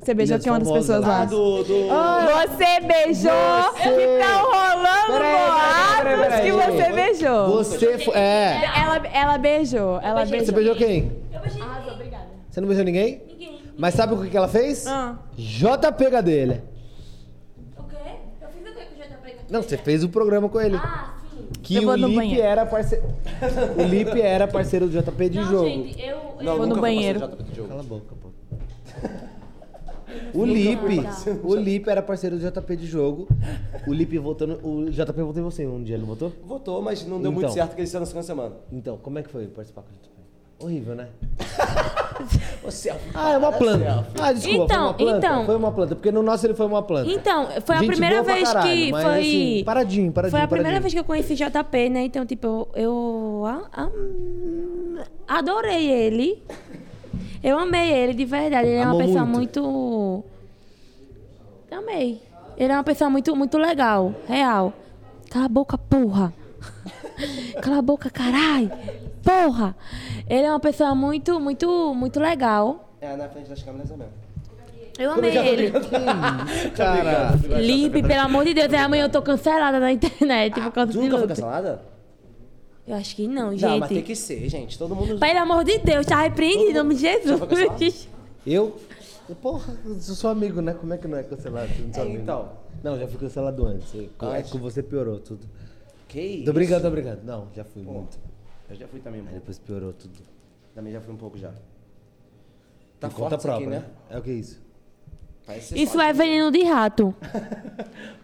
Você beijou Ilhas que uma das Famosas, pessoas lá lá. Do, do... Você beijou que tão rolando Peraí, peraí, boatos peraí, Ah, que peraí. você beijou. Você foi. É. Ela, ela beijou, ela Você beijou. beijou quem? Eu beijei ninguém. Você não beijou ninguém? Ninguém. Mas sabe o que que ela fez? Ah. JP Gadelha. O quê? Eu fiz o quê com o JP? Não, você fez o programa com ele. Ah, sim. Que Eu vou o no Lipe banheiro. era parceiro. o Lipe era parceiro do JP de não, jogo. gente, eu... eu- Não, Vou no nunca banheiro. passar JP de jogo. Cala a boca, pô. O Lipe, o Lipe era parceiro do JP de jogo. O Lipe voltando. O JP votou em você um dia, não votou? Votou, mas não deu muito Então. certo que eles estão na segunda semana. Então, como é que foi participar com o JP? Horrível, né? Ô, selfie. Ah, é uma planta. selfie. Ah, desculpa, foi uma Então, planta. então. Foi uma planta, porque no nosso ele foi uma planta. Então, foi Gente a primeira boa pra vez caralho, que mas, foi. assim, paradinho, paradinho, Foi a primeira paradinho. vez que eu conheci JP, né? Então, tipo, eu, eu a- a- adorei ele. Eu amei ele, de verdade. Ele é uma Amou pessoa muito. muito. Amei. Ele é uma pessoa muito, muito legal, real. Cala a boca, porra. Cala a boca, caralho. Porra. Ele é uma pessoa muito, muito, muito legal. É, na frente das câmeras é mesmo. Eu amei ele. Cara, Lipe, pelo amor de Deus, é amanhã eu tô cancelada na internet por causa Tu de nunca foi luto. cancelada? Eu acho que não, gente. Não, mas tem que ser, gente. Todo mundo. Pelo amor de Deus, tá repreendido em nome de Já foi Jesus. cancelado? Eu? Porra, eu sou seu amigo, né? Como é que não é cancelado? se eu Não, sou É, amigo? então. não, já fui cancelado antes. Eu- É Antes? com você piorou tudo. Que isso? Tô brincando, tô brincando. Não, já fui Pô, muito. Eu já fui também um Aí pouco. depois piorou tudo. Também já fui um pouco já. Tá forte Por isso conta aqui, própria, né? né? É o que é isso? Parece ser Isso só- é veneno de rato.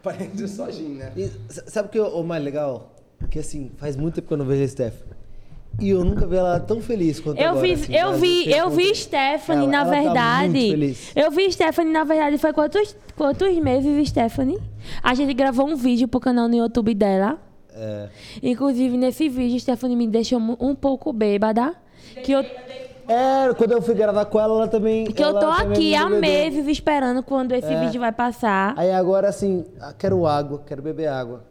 Parece só gin, né? E s- sabe o que é o mais legal? Que assim, faz muito tempo que eu não vejo a Steph. E eu nunca vi ela tão feliz quanto Eu agora. vi, assim, eu sabe? vi, Você eu vi encontra- Stephanie, Ela- na ela tá muito verdade. feliz. eu vi Stephanie, na verdade, foi quantos, quantos meses, Stephanie? A gente gravou um vídeo pro canal no YouTube dela. É. Inclusive, nesse vídeo, Stephanie me deixou mu- um pouco bêbada. Que eu, É, quando eu fui gravar com ela, ela também. que eu ela tô também é aqui me há bebeu. É. meses esperando quando esse vídeo vai passar. Aí agora assim, ah, quero água, quero beber água.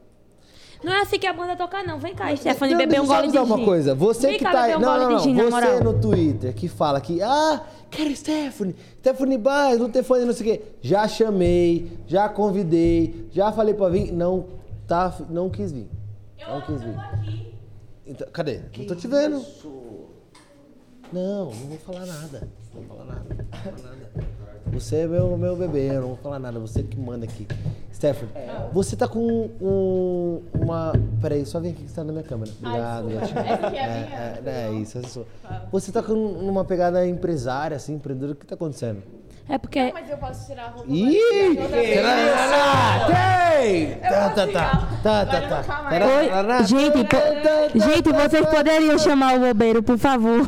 Não é assim que a banda toca, não. Vem cá, Stephanie, Não, beber deixa um é eu só gole de avisar gin. uma coisa. Você Vem que cá tá aí. beber um não, gole não, de não. gin, na você moral. no Twitter que fala que. Ah, quero Stephanie. Stephanie Baez, Lutefani, não sei o quê. Já chamei, já convidei, já falei pra vir. Não, tá, não quis vir. não quis vir. Então, cadê? não tô te vendo. Não, não vou falar nada. Não vou falar nada. Não vou falar nada. Você é meu, meu bebê, eu não vou falar nada. Você que manda aqui. Stephanie, você tá com um, uma. Peraí, só vem aqui que você tá na minha câmera. Obrigado, Yatinha. Essa aqui é a minha, Ah. É, é, é isso, essa é sua. Você tá com uma pegada empresária, assim, empreendedora. O que tá acontecendo? É porque. Mas eu posso tirar a roupa. Ih! Ei! Tá, tá, tá. Tá, tá, Agora eu tá. vou calmar. Tará, Oi, tará. gente, Tará, po- gente, tará, vocês tará. poderiam chamar o bombeiro, por favor.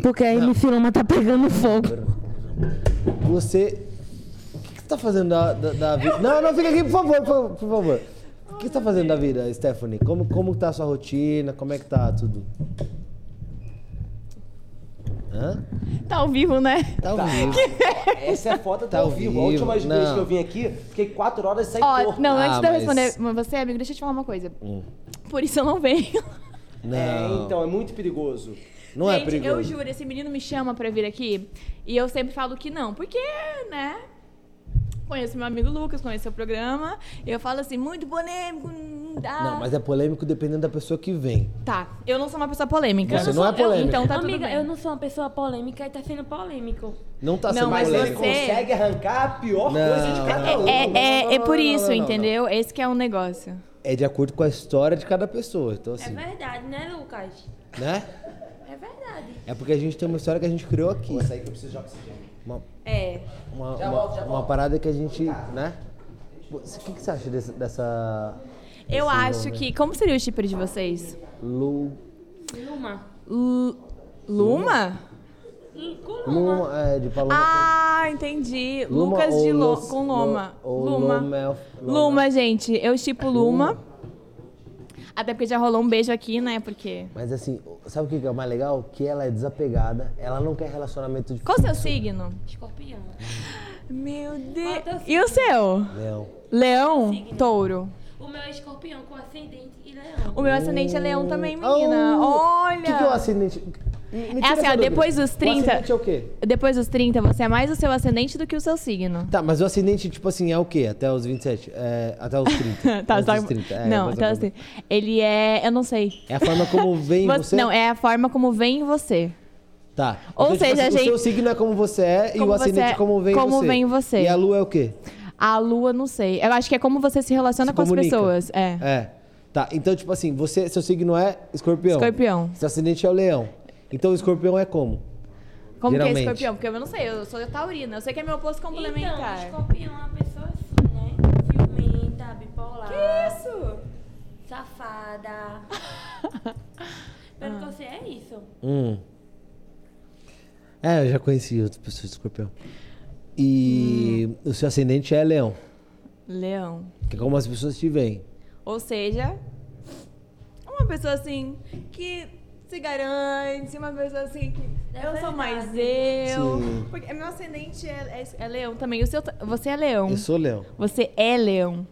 Porque a MC Loma tá pegando fogo. Você. O que que você tá fazendo da, da, da vida? Não, não, fica aqui, por favor, por, por favor. O que você tá fazendo da vida, Stephanie? Como, como tá a sua rotina? Como é que tá tudo? Hã? Tá ao vivo, né? Tá ouvindo. Essa é a foto Tá tá ao ao vivo. A vivo, última vez não. que eu vim aqui, fiquei quatro horas sem Ó, corpo. não, Ah, antes de eu mas- Hum. responder mas você, amigo, deixa eu te falar uma coisa. Por isso eu não venho. Não, É, então, é muito perigoso. não é Gente, perigoso. eu juro, esse menino me chama pra vir aqui e eu sempre falo que não, porque, né? Conheço meu amigo Lucas, conheço o programa. Eu falo assim, muito polêmico, não dá. Não, mas é polêmico dependendo da pessoa que vem. Tá, eu não sou uma pessoa polêmica. Você Eu não é sou- eu- polêmica. então tá tudo Amiga, bem. eu não sou uma pessoa polêmica e tá sendo polêmico. Não tá Não, sendo mas Ele polêmico. você- consegue arrancar a pior Não, coisa de não, cada não. um. É, é- é por não, não, isso, não, não. entendeu? Esse que é um negócio. É de acordo com a história de cada pessoa. Então, É assim, verdade, né, Lucas? né? É verdade. É porque a gente tem uma história que a gente criou aqui. Isso aí que eu preciso de oxigênio. Uma, É. uma, uma- uma parada que a gente, né? O que, que você acha desse- dessa. Eu desse acho nome? que. Como seria o chipper de vocês? Lu. Luma. L- Luma? Luma, é, de Paloma. Ah, entendi. Luma Lucas ou de Lo, Lus- com Loma. Lu- ou é Luma. Lumel- Loma. Luma, gente. Eu É chipo Luma. Até porque já rolou um beijo aqui, né? Porque. Mas assim, sabe o que que é o mais legal? Que ela é desapegada, ela não quer relacionamento de. Qual o seu signo? Escorpião. Meu Qual o teu Deus. E o seu? Leão. Leão? Touro. O meu é escorpião com ascendente e leão. O meu ascendente é leão também, menina. Oh, Olha! Hum. O que, que é o ascendente? Me assim, tira essa ó, dúvida. depois dos 30. O ascendente é o quê? Depois dos 30, você é mais o seu ascendente do que o seu signo. Tá, mas o ascendente, tipo assim, é o quê? Até os 27? É, até os 30. tá, até tá. os 30. É, não, mais então ou menos. assim, ele é. Eu não sei. É a forma como vem Vo- você. Não, é a forma como vem em você. Tá. Ou tipo seja, assim, gente- O seu signo é como você é e Como o você ascendente é, é como vem como você. vem você. E a lua é o quê? A lua, não sei. Eu acho que é como você se relaciona Se com comunica. as pessoas. É. É. Tá, então, tipo assim, você, seu signo é escorpião. Escorpião. Seu ascendente é o leão. Então, o escorpião é como? Como que é geralmente. escorpião? Porque eu não sei, eu sou taurina. Eu sei que é meu oposto complementar. Então, escorpião é uma pessoa assim, né? Ciumenta, bipolar. isso? Safada. Pelo que eu sei, é isso. Hum. É, eu já conheci outras pessoas de escorpião. Hum. E o seu ascendente é leão. Leão. Que é como as pessoas te veem. Ou seja, uma pessoa assim que se garante, uma pessoa assim que. É Eu sou verdade. mais eu. Sim. Porque meu ascendente é, é- é leão também. O seu, ta- você é leão. Eu sou leão. Você é leão.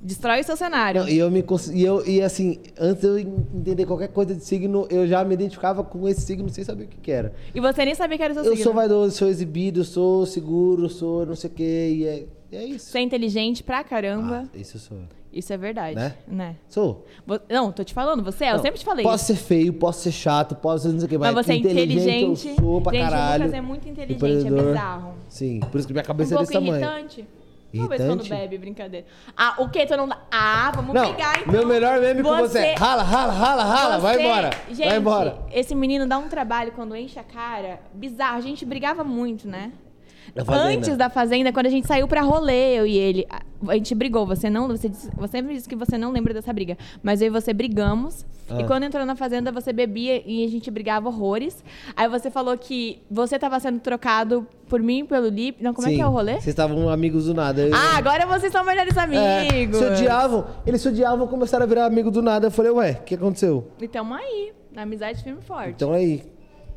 Destrói o seu cenário. Não, e eu me cons- e eu e assim, antes de eu en- entender qualquer coisa de signo, eu já me identificava com esse signo sem saber o que, que era. E você nem sabia que era o seu Eu signo. sou vaidoso, sou exibido, sou seguro, sou não sei o quê, e é, e é isso. Você é inteligente pra caramba. Ah, isso eu sou. eu. Isso é verdade. Né? Né? Sou. Vo- Não, tô te falando, você é, eu sempre te falei. Posso ser feio, posso ser chato, posso ser não sei o que, mas, mas, você é inteligente. Eu sou pra Gente, caralho. o Lucas é muito inteligente, é Empreendedor. bizarro. Sim, por isso que minha Um cabeça é pouco desse tamanho. irritante. Talvez quando Irritante? bebe, brincadeira. Ah, o quê? Tu não dá. Ah, vamos Não, brigar então. meu melhor meme com você é Você- rala, rala, rala, rala, Ah, vai Você- embora. Gente, vai embora. Esse menino dá um trabalho quando enche a cara. Bizarro. A gente brigava muito, né? Na Fazenda. Antes da fazenda, quando a gente saiu pra rolê, eu e ele, a- a gente brigou. Você não, você, disse, você sempre disse que você não lembra dessa briga, mas eu e você brigamos. Ah. E quando entrou na fazenda, você bebia e a gente brigava horrores. Aí você falou que você tava sendo trocado por mim, e pelo Lipe. Não, como é Sim, que é o rolê? Vocês estavam amigos do nada. eu- Ah, agora vocês são melhores É, amigos. se odiavam, eles se odiavam, começaram a virar amigo do nada. Eu falei, ué, o que aconteceu? Então aí, amizade firme e forte. Então aí,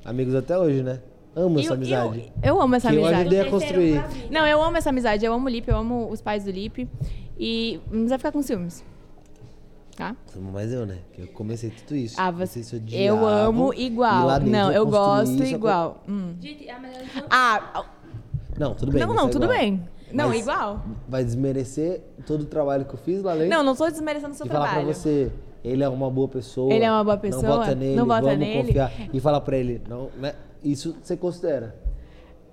amigos até hoje, né? Amo E essa eu- e eu- amizade. Eu, amo essa Que eu amizade. ajudei a construir. Não, eu amo essa amizade. Eu amo o Lipe, eu amo os pais do Lipe. E não vai ficar com ciúmes. Tá? Mas eu, né? Que eu comecei tudo isso. Ah, você- Vocês se eu odiavam, amo e lá igual. dentro Não, eu construí gosto isso, igual. Hum. Gente, é a melhor de Ah, Não, tudo bem. não, isso não, é tudo igual. bem. Não, Mas- igual. Vai desmerecer todo o trabalho que eu fiz lá dentro? Não, não tô desmerecendo o seu E falar trabalho. pra você, ele é uma boa pessoa. Ele é uma boa Não pessoa, vota nele, não vota vamos nele. confiar. E falar pra ele, não, né? Isso você considera.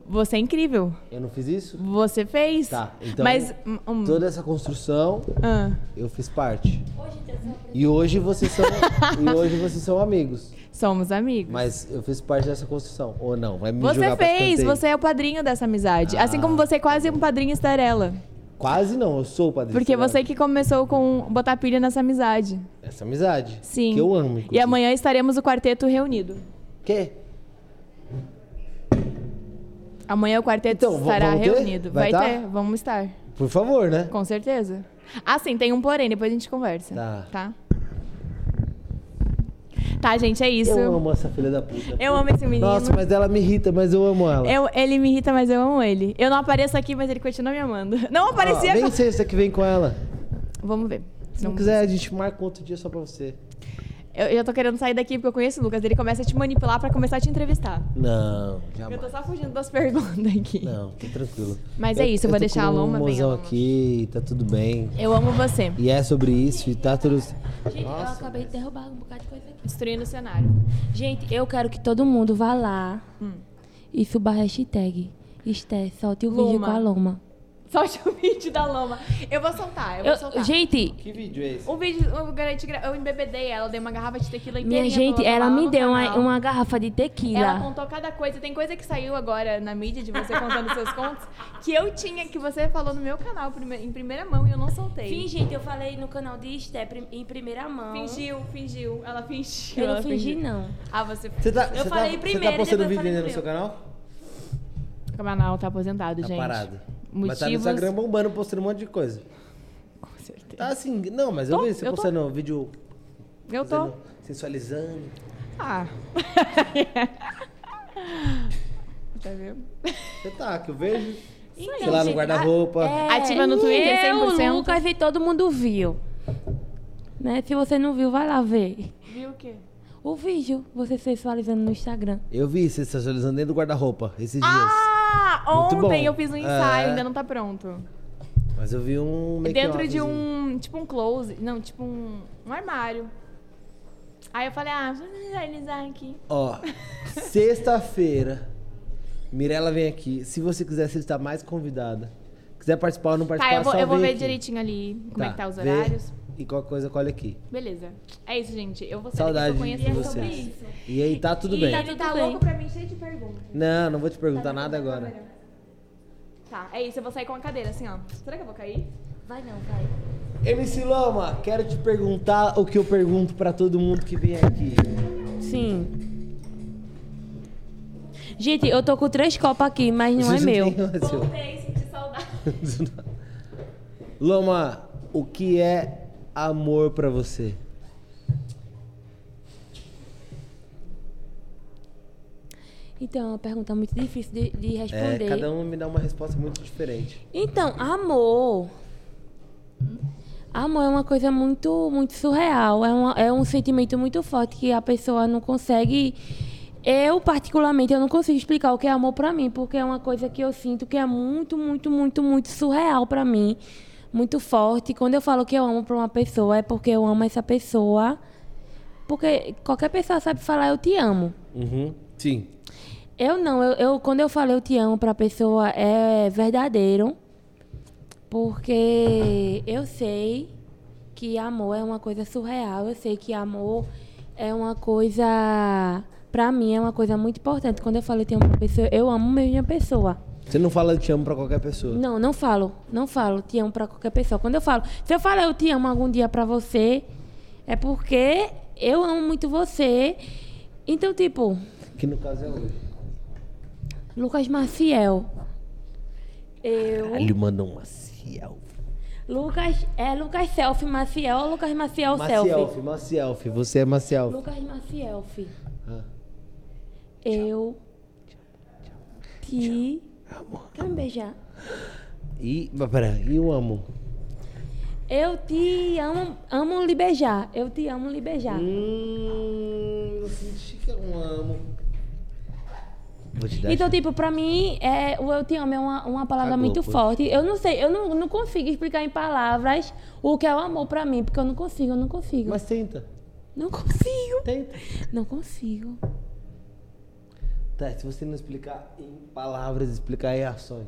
Você é incrível. Eu não fiz isso? Você fez. Tá, então- Mas. hum, hum, Toda essa construção, ah. eu fiz parte. hoje, atenção. E hoje vocês são, e hoje vocês são amigos. somos amigos. Mas eu fiz parte dessa construção. Ou não, vai me Você julgar pra Ah. fez, escanteio. você é o padrinho dessa amizade. Assim como você é quase um padrinho estarela. Quase não, eu sou o padrinho. Porque dela. você que começou com botar pilha nessa amizade. Essa amizade. Sim. Que eu amo. E inclusive. amanhã estaremos o quarteto reunido. Quê? Amanhã o quarteto Então, v- estará vamos ter? reunido. Vai, Vai tá? ter, vamos estar. Por favor, né? Com certeza. Ah, sim, tem um porém, depois a gente conversa. Tá. Tá, Tá, gente, é isso. Eu amo essa filha da puta. Eu amo esse menino. Nossa, mas ela me irrita, mas eu amo ela. Eu- ele me irrita, mas eu amo ele. Eu não apareço aqui, mas ele continua me amando. Não Ó, aparecia. vem com- sexta é que vem com ela. Vamos ver. Ah, Se não Não- quiser, a gente marca um outro dia só pra você. Eu, eu tô querendo sair daqui porque eu conheço o Lucas. Ele começa a te manipular pra começar a te entrevistar. Não, Eu tô jamais. só fugindo das perguntas aqui. Tá Não, tá tranquilo. Mas é isso, eu vou tô deixar com a Loma, um vem a mozão Loma. aqui, tá tudo bem. Eu amo você. E é sobre isso, e tá tudo... Gente, eu acabei de derrubar um bocado de coisa aqui. Destruindo o cenário. Gente, eu quero que todo mundo vá lá e suba a hashtag. Esté, solte o vídeo Loma. com a Loma. Solte o vídeo da Loma. Eu vou soltar, eu vou Eu- soltar. gente, Que vídeo é esse? O vídeo, eu, garanti, gra- eu embebedei ela, eu dei uma garrafa de tequila inteirinha. minha pra gente, ela tomar me no deu uma, canal. uma garrafa de Ela tequila. contou cada coisa. Tem coisa que saiu agora na mídia de você contando seus contos que eu tinha, que você falou no meu canal prime- em primeira mão e eu não soltei. Sim, gente, eu falei no canal de Esté prim- em primeira mão. Fingiu, fingiu. Ela fingiu. Eu não ela fingi, fingiu. não. Ah, você. Você tá, Eu você falei tá, primeiro, Você tá postando depois eu vídeo falei ainda no no seu meu. canal? O canal tá aposentado, Tá gente. parado. Motivos... Mas tá no Instagram bombando, postando um monte de coisa. Com certeza. Tá assim, não, mas eu Tô, vi você eu tô. postando vídeo... Eu tô. fazendo- Sensualizando. Ah. tá vendo? Você tá, que eu vejo. Então, sei lá, no gente, guarda-roupa. Ah, é, Ativa no Twitter, Eu, 100%. Lucas e todo mundo viu. Né? Se você não viu, vai lá ver. Viu o quê? O vídeo, você sensualizando no Instagram. Eu vi você sensualizando dentro do guarda-roupa esses dias. Ah, Muito bom. ontem eu fiz um ensaio, É. ainda não tá pronto. Mas eu vi um make Dentro de um, tipo um close, não, tipo um, um armário. Aí eu falei, ah, vou realizar aqui. Ó, sexta-feira, Mirella vem aqui. Se você quiser, você está mais convidada. Quiser participar ou não participar, Tá, eu vou, só eu vou vem ver aqui. direitinho ali como é que tá os vê. horários. E qualquer coisa, colhe aqui. Beleza. É isso, gente. Eu vou sair daqui, Saudade que eu de conheço sobre vocês. isso. E aí, tá tudo e bem. ele tá Tudo bem. louco pra mim, cheio de perguntas. Não, não vou te perguntar Tá nada vendo? agora. Tá, é isso. Eu vou sair com a cadeira, assim, ó. Será que eu vou cair? Vai não, vai. MC Loma, quero te perguntar o que eu pergunto pra todo mundo que vem aqui. Sim. Gente, eu tô com três copos aqui, mas não é Isso meu. tem- é seu. Voltei, senti saudade. Loma, o que é amor pra você? Então, é uma pergunta muito difícil de, de É, responder. cada um me dá uma resposta muito diferente. Então, amor. Amor é uma coisa muito, muito surreal. É, uma- é um sentimento muito forte que a pessoa não consegue. Eu, particularmente, eu não consigo explicar o que é amor pra mim, porque é uma coisa que eu sinto que é muito, muito, muito, muito surreal pra mim. muito forte. Quando eu falo que eu amo pra uma pessoa, é porque eu amo essa pessoa. Porque qualquer pessoa sabe falar eu te amo. Uhum. Sim. Eu não, eu, eu- quando eu falo eu te amo pra pessoa é verdadeiro. Porque eu sei que amor é uma coisa surreal, eu sei que amor é uma coisa pra mim é uma coisa muito importante. Quando eu falo eu te amo pra pessoa, eu amo mesmo minha pessoa. Você não fala te amo pra qualquer pessoa. Não, não falo. Não falo te amo pra qualquer pessoa. Quando eu falo, se eu falar eu te amo algum dia pra você, é porque eu amo muito você. Então, tipo, Que no caso é hoje. Lucas Maciel. Eu. Ele mandou um Maciel. Lucas. É Lucas Selfie Maciel ou Lucas Maciel Selfie? Macielf, Macielf. Você é Macielf. Ah. Lucas Macielfi. Eu. Te. Quer me beijar? E, mas pera, e o amo? Eu te amo, amo lhe beijar. Eu te amo lhe beijar. Hum, eu senti é que eu um não amo. Vou te dar. Então, tipo, pra mim, é, o eu te amo é uma, uma palavra Cagou, muito pô. forte. Eu não sei, eu não, não consigo explicar em palavras o que é o amor pra mim, porque eu não consigo, eu não consigo. Mas tenta, Não consigo. tenta. Não consigo. Tá, se você não explicar em palavras, explicar em ações.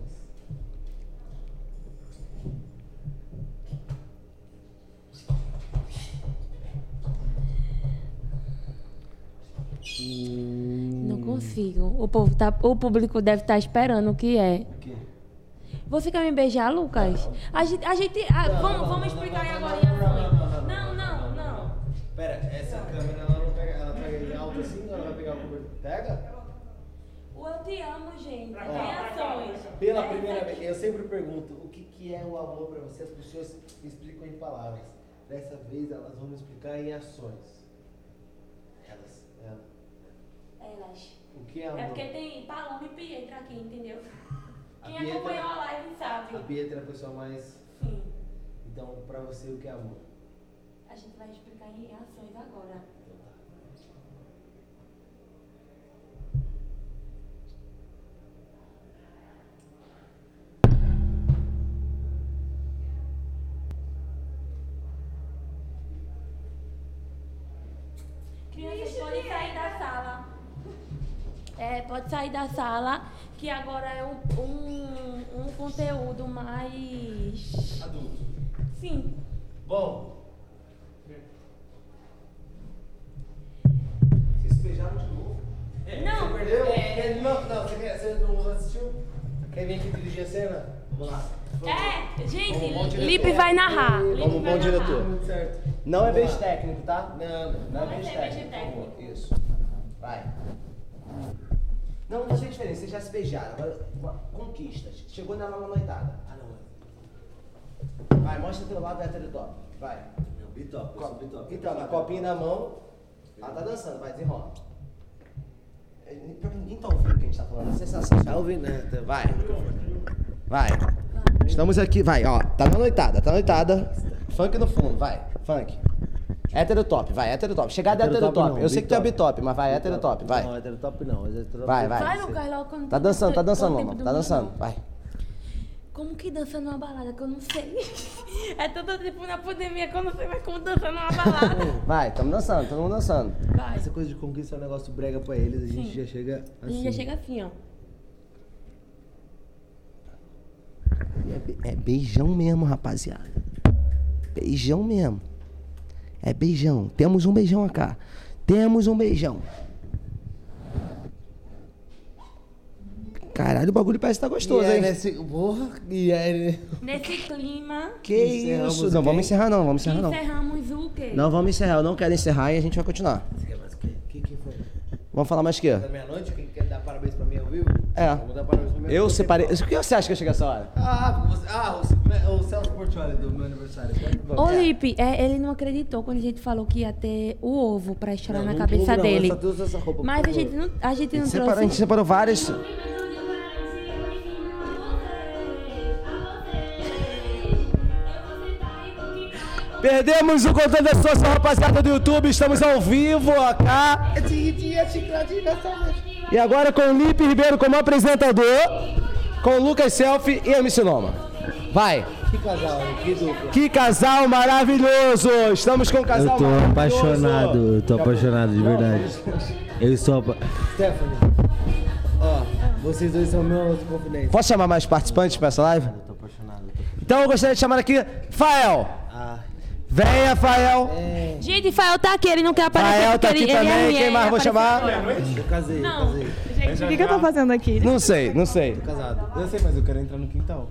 Não consigo. O, povo tá, o público deve estar esperando o que é. Você quer me beijar, Lucas? A gente. A gente ah, vamos, vamos explicar aí agora em ações. Não, não, não. Pera, essa câmera ela não pega, ela pega em alta assim, ela vai pegar o cobertor. Pega? O eu te amo, gente. Tem ações. Pela primeira vez, eu sempre pergunto o que, que é o amor pra você, as pessoas me explicam em palavras. Dessa vez elas vão me explicar em ações. Elas. elas. Elas. O que é amor? É porque tem Paloma e Pietra aqui, entendeu? A Quem Pietra- acompanhou a live sabe. A Pietra é a pessoa mais. Sim. Então, pra você, o que é amor? A gente vai explicar em ações agora. Crianças, podem sair da sala. É, pode sair da sala, que agora é um, um, um conteúdo mais. Adulto. Sim. Bom. Vocês beijaram de novo? Não, Perdeu? Quer- Não, não, você, quer, você não assistiu? Quer vir aqui dirigir a cena? Vamos lá. É, Como bom gente, diretor. Lipe vai narrar. Lipe Como vai bom diretor. narrar. Muito certo. Não é Vamos beijo lá. técnico, tá? Não, não, não Não é vai beijo ser beijo técnico. por favor. técnico. Isso. Vai. Não, não tem diferença, vocês já se beijaram. Agora, uma- conquista. Chegou nela na noitada. Ah, não. é. Vai, mostra teu lado hétero top. Vai. Não, bitop. Copo. Então, na copinha na mão, ela tá dançando, vai, desenrola. É, Pior que ninguém tá ouvindo o que a gente tá falando, é sensação. Tá ouvindo, né? Vai. Vai. Estamos aqui, vai, ó. Tá na noitada, tá na noitada. Funk no fundo, vai. Funk. Hétero top, vai, hétero top. Chegada hétero, Heterotop top. não, Eu sei que tu é bitop. bitop, mas vai, hétero top, Não, vai. heterotop não. mas heterotop- Vai, vai. Vai, Lucas, logo quando Tá dançando, tá quando dançando, tem mamão. Tá domingo. dançando, vai. Como que dança numa balada que eu não sei? É todo tipo na pandemia que eu não sei mais como dançar numa balada. Vai, tamo dançando, todo mundo dançando. Vai. Essa coisa de conquista é um negócio brega pra eles, a gente Sim. já chega A gente assim. já chega assim, ó. É, be- é beijão mesmo, rapaziada. Beijão mesmo. É beijão. Temos um beijão acá. Temos um beijão. Caralho, o bagulho parece que tá E gostoso, é hein? nesse... Porra, e é... Nesse clima, Que Encerramos isso? o Não, quê? vamos encerrar não, vamos encerrar não. encerramos o quê? Não, vamos encerrar. Eu não quero encerrar e a gente vai continuar. Você quer mais o quê? O que, que foi? Vamos falar mais o quê? É Da meia-noite? Quem quer dar parabéns pra mim ao vivo? É. Vamos dar parabéns pra mim ao Eu vivo. separei... O que você acha que eu cheguei essa hora? Ah, porque você... ah o, o Celso Portioli do meu aniversário. Ô, Lipe, é, ele não acreditou quando a gente falou que ia ter o ovo pra estourar Não, na não cabeça tudo não, dele. essa- todas essa roupa, por Mas a favor. gente não, a gente não Separa- a gente trouxe. separou várias... Perdemos o controle da situação, rapaziada do YouTube. Estamos ao vivo acá. E agora com o Lipe Ribeiro como apresentador, com o Lucas Selfie e a Missinoma. Vai. Que casal, que dupla. Que casal maravilhoso! Estamos com um Eu casal tô maravilhoso. apaixonado, eu tô apaixonado de verdade. Eu estou apa... Stephanie, ó, vocês dois são meu confidente. Posso chamar mais participantes pra essa live? Eu tô apaixonado. Então eu gostaria de chamar aqui Fael. Ah, É. Venha, Fael. Gente, Fael tá aqui, ele não quer aparecer. Fael tá porque aqui ele, Ele também. é ruim, Quem ele mais vou apareceu chamar? agora. eu casei, eu casei. Gente, o que, que eu tô fazendo aqui? Não sei, não sei. Casado. Eu sei, mas eu quero entrar no quintal.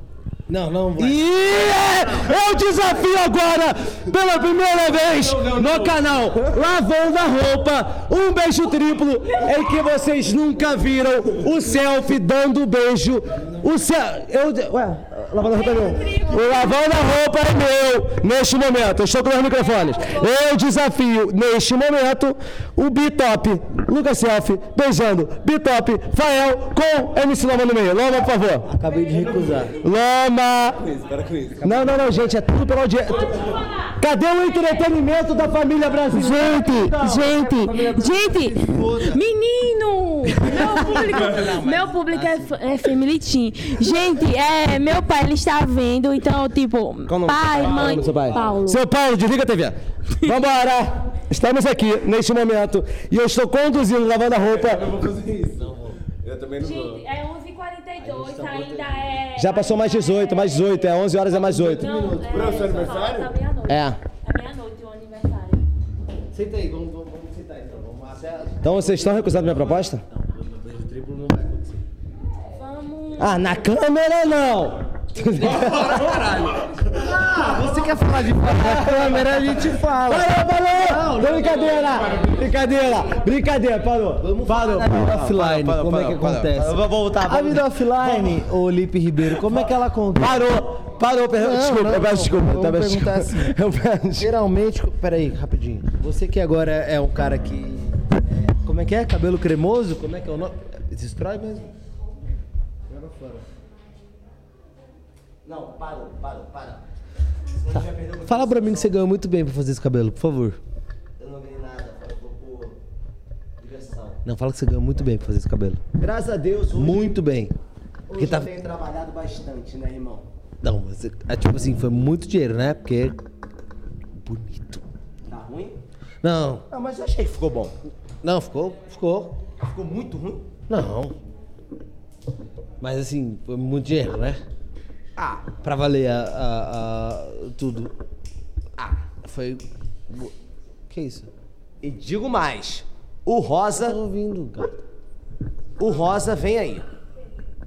Não, não vai. E é, é o desafio agora, pela primeira vez no canal Lavando a Roupa, um beijo triplo é em que vocês nunca viram o selfie dando beijo. O cel... Eu... Ué, lavando a roupa é meu. O lavando a roupa é meu neste momento. Eu estou com os microfones. Eu desafio neste momento o Bitop, Lucas Selfie, beijando Bitop, Fael com MC Loma no meio. Loma, por favor. Acabei de recusar. Loma! Espera com isso. Não, não, não, gente, é tudo pela audiência. Cadê o entretenimento da família brasileira? Então, Gente, gente, menino, meu público, meu público é, f- é feminitim. Gente, é, meu pai, ele está vendo, então, tipo, pai, mãe, Paulo. Seu Paulo, desliga a TV. Vambora! Estamos aqui neste momento e eu estou conduzindo, lavando a roupa. Gente, é 11h42, ainda é... Já passou mais 18, mais 18, é 11 horas é mais 8. é, seu aniversário? É. É meia-noite o aniversário. Senta aí, vamos, vamos, vamos sentar então. Vamos até a... Então vocês estão recusando minha proposta? Não, o beijo triplo não vai acontecer. Vamos... Ah, na câmera não! Ah, Você quer falar de Na câmera a gente fala. Parou, parou! Não, brincadeira! Brincadeira! Brincadeira, parou! Vamos parou, da vida parou, offline, parou, como é parou, que parou, acontece? parou. Vou voltar, A vou vida offline, ô Lipe Ribeiro, como é que ela acontece? Parou! Parou, É, per... desculpa, não, eu peço não. desculpa. Vamos eu peço perguntar assim. assim. desculpa. Eu peço desculpa. Geralmente, peraí, rapidinho. Você que agora é um cara que. é, como é que é? Cabelo cremoso? Como é que é o nome? Destrói mesmo? Joga fora. Não, para, para, para. Tá. Fala pra mim que você ganhou muito bem pra fazer esse cabelo, por favor. Eu não ganhei nada, eu vou por diversão. Não, fala que você ganhou muito bem pra fazer esse cabelo. Graças a Deus, hoje, Muito bem. tá- hoje tá- eu tenho trabalhado bastante, né, irmão? Não, você, é tipo assim, foi muito dinheiro, né? Porque. Bonito. Tá ruim? Não, Ah, Não, mas eu achei que ficou bom. não, ficou. Ficou. Ah, Ficou muito ruim? Não. Mas assim, foi muito dinheiro, né? Ah, Pra valer a, a- a- tudo. Ah, foi. bo- Que isso? E digo mais: o rosa, Tô ouvindo, gato. o rosa vem aí.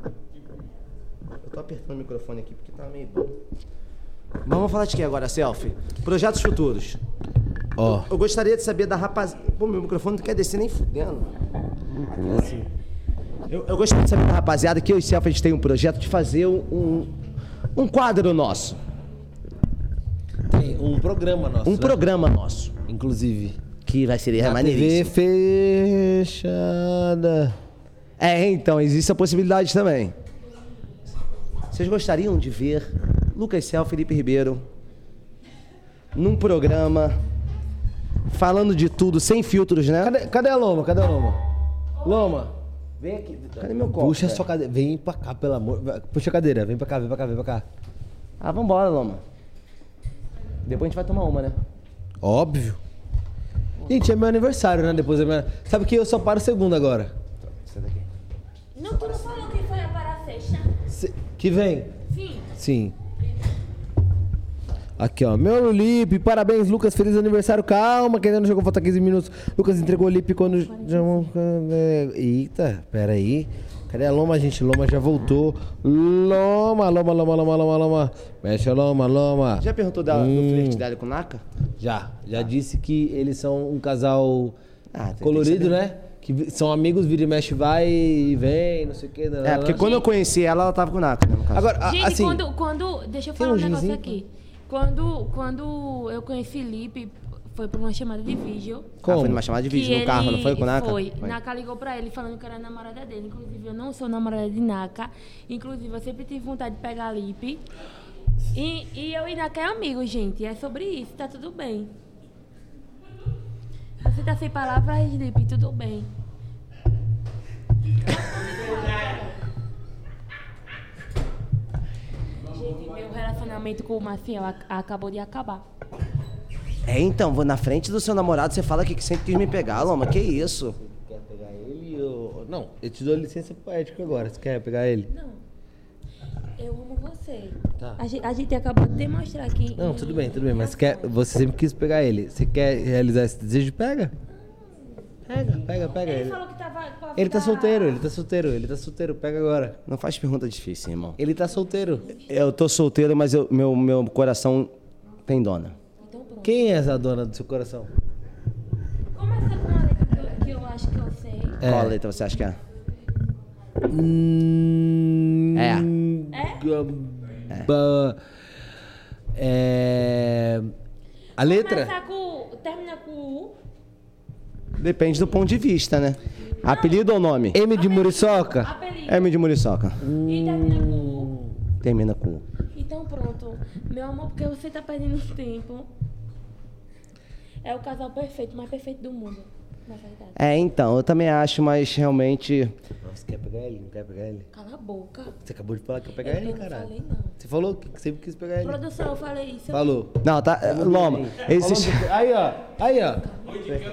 eu tô apertando o microfone aqui porque tá meio bom. Mas vamos falar de quem agora, selfie? Projetos futuros. Ó. Eu gostaria de saber da rapaziada. Pô, meu microfone não quer descer nem fudendo. Aqui assim. Eu, eu gostaria de saber da rapaziada que eu e selfies tem um projeto de fazer um, um quadro nosso. Tem um programa nosso. Um né? programa nosso. Inclusive. Que vai ser A TV fechada. É, então, existe a possibilidade também. Vocês gostariam de ver Lucas Cel, Felipe Ribeiro num programa falando de tudo, sem filtros, né? Cadê, cadê a Loma? Cadê a Loma? Loma, Vem aqui, Vitor. Cadê meu copo? puxa a velho? sua cadeira. Vem pra cá, pelo amor. vai- Puxa a cadeira. Vem pra cá, vem pra cá, vem pra cá. Ah, vambora, Loma. Depois a gente vai tomar uma, né? Óbvio. Gente, é meu aniversário, né? Depois é minha. Sabe que eu só paro segunda agora. Não, tu não falou que foi a paraceixa? Se- Que vem? Sim. Sim. Aqui, ó. Meu Lipe, parabéns, Lucas. Feliz aniversário. Calma, que ainda não chegou, falta 15 minutos. Lucas entregou o Lipe quando. chamou- né? Eita, peraí. Cadê a Loma, gente? Loma já voltou. Loma, Loma, Loma, Loma, Loma, Loma. Mexe a Loma, Loma. Já perguntou da, do flerte dela com o Naka? Já, já disse que eles são um casal Ah, tem- tem que colorido, saber. né? Que vi- são amigos, vira e mexe, vai e vem, não sei o quê. É, porque quando eu conheci ela, ela tava com o Naka, né, no caso. Agora, a- Gente, assim, quando, quando. Deixa eu Tem falar um, um negócio ginzinho? aqui. Quando, quando eu conheci Felipe, foi por uma chamada de vídeo. Ah, como? foi numa chamada de vídeo que no carro, não foi com o Naka? Foi. Naka ligou pra ele falando que eu era a namorada dele. Inclusive, eu não sou namorada de Naka. Inclusive, eu sempre tive vontade de pegar a Lipe. E, e eu e Naka é amigo, gente. É sobre isso, tá tudo bem. Você tá sem palavras, Lipe, tudo bem. Gente, meu relacionamento com o Marcinho ac- acabou de acabar. É, então, vou na frente do seu namorado, você fala que que sempre quis me pegar, Loma. Que isso? Quer pegar ele ou. Não, eu te dou licença poética agora. Você quer pegar ele? Não. Eu amo você. A, gente, a gente acabou de demonstrar é aqui. Tá. Não, em- tudo bem, tudo bem. Mas quer, você sempre quis pegar ele. Você quer realizar esse desejo? Pega. Pega, pega, pega Ele ele. falou que tava com a Ele tá vida- solteiro, ele tá solteiro, ele tá solteiro. Pega agora. Não faz pergunta difícil, irmão. Ele tá solteiro. Eu tô solteiro, mas eu- meu, meu coração tem dona. Então pronto. Quem é essa dona do seu coração? Começa com uma letra que eu, que eu acho que eu sei. Qual a letra você acha que é? É. Gamba- É. A letra? Começa com. Termina com U. Depende do ponto de vista, né? Apelido ou nome? M de Muriçoca? Apelido. M de Muriçoca. E termina com U. Termina com U. Então pronto. Meu amor, porque você tá perdendo tempo. É o casal perfeito, mais perfeito do mundo. Na verdade. É, então, eu também acho, mas realmente. Você quer pegar ele? Não quer pegar ele? Cala a boca. Você acabou de falar que quer Eu, pegar ele, eu não caralho. falei não. Você falou que sempre quis pegar ele. Produção, eu falei isso. Falou. Não, tá. É Loma, existe. Aí, ó. Aí, ó.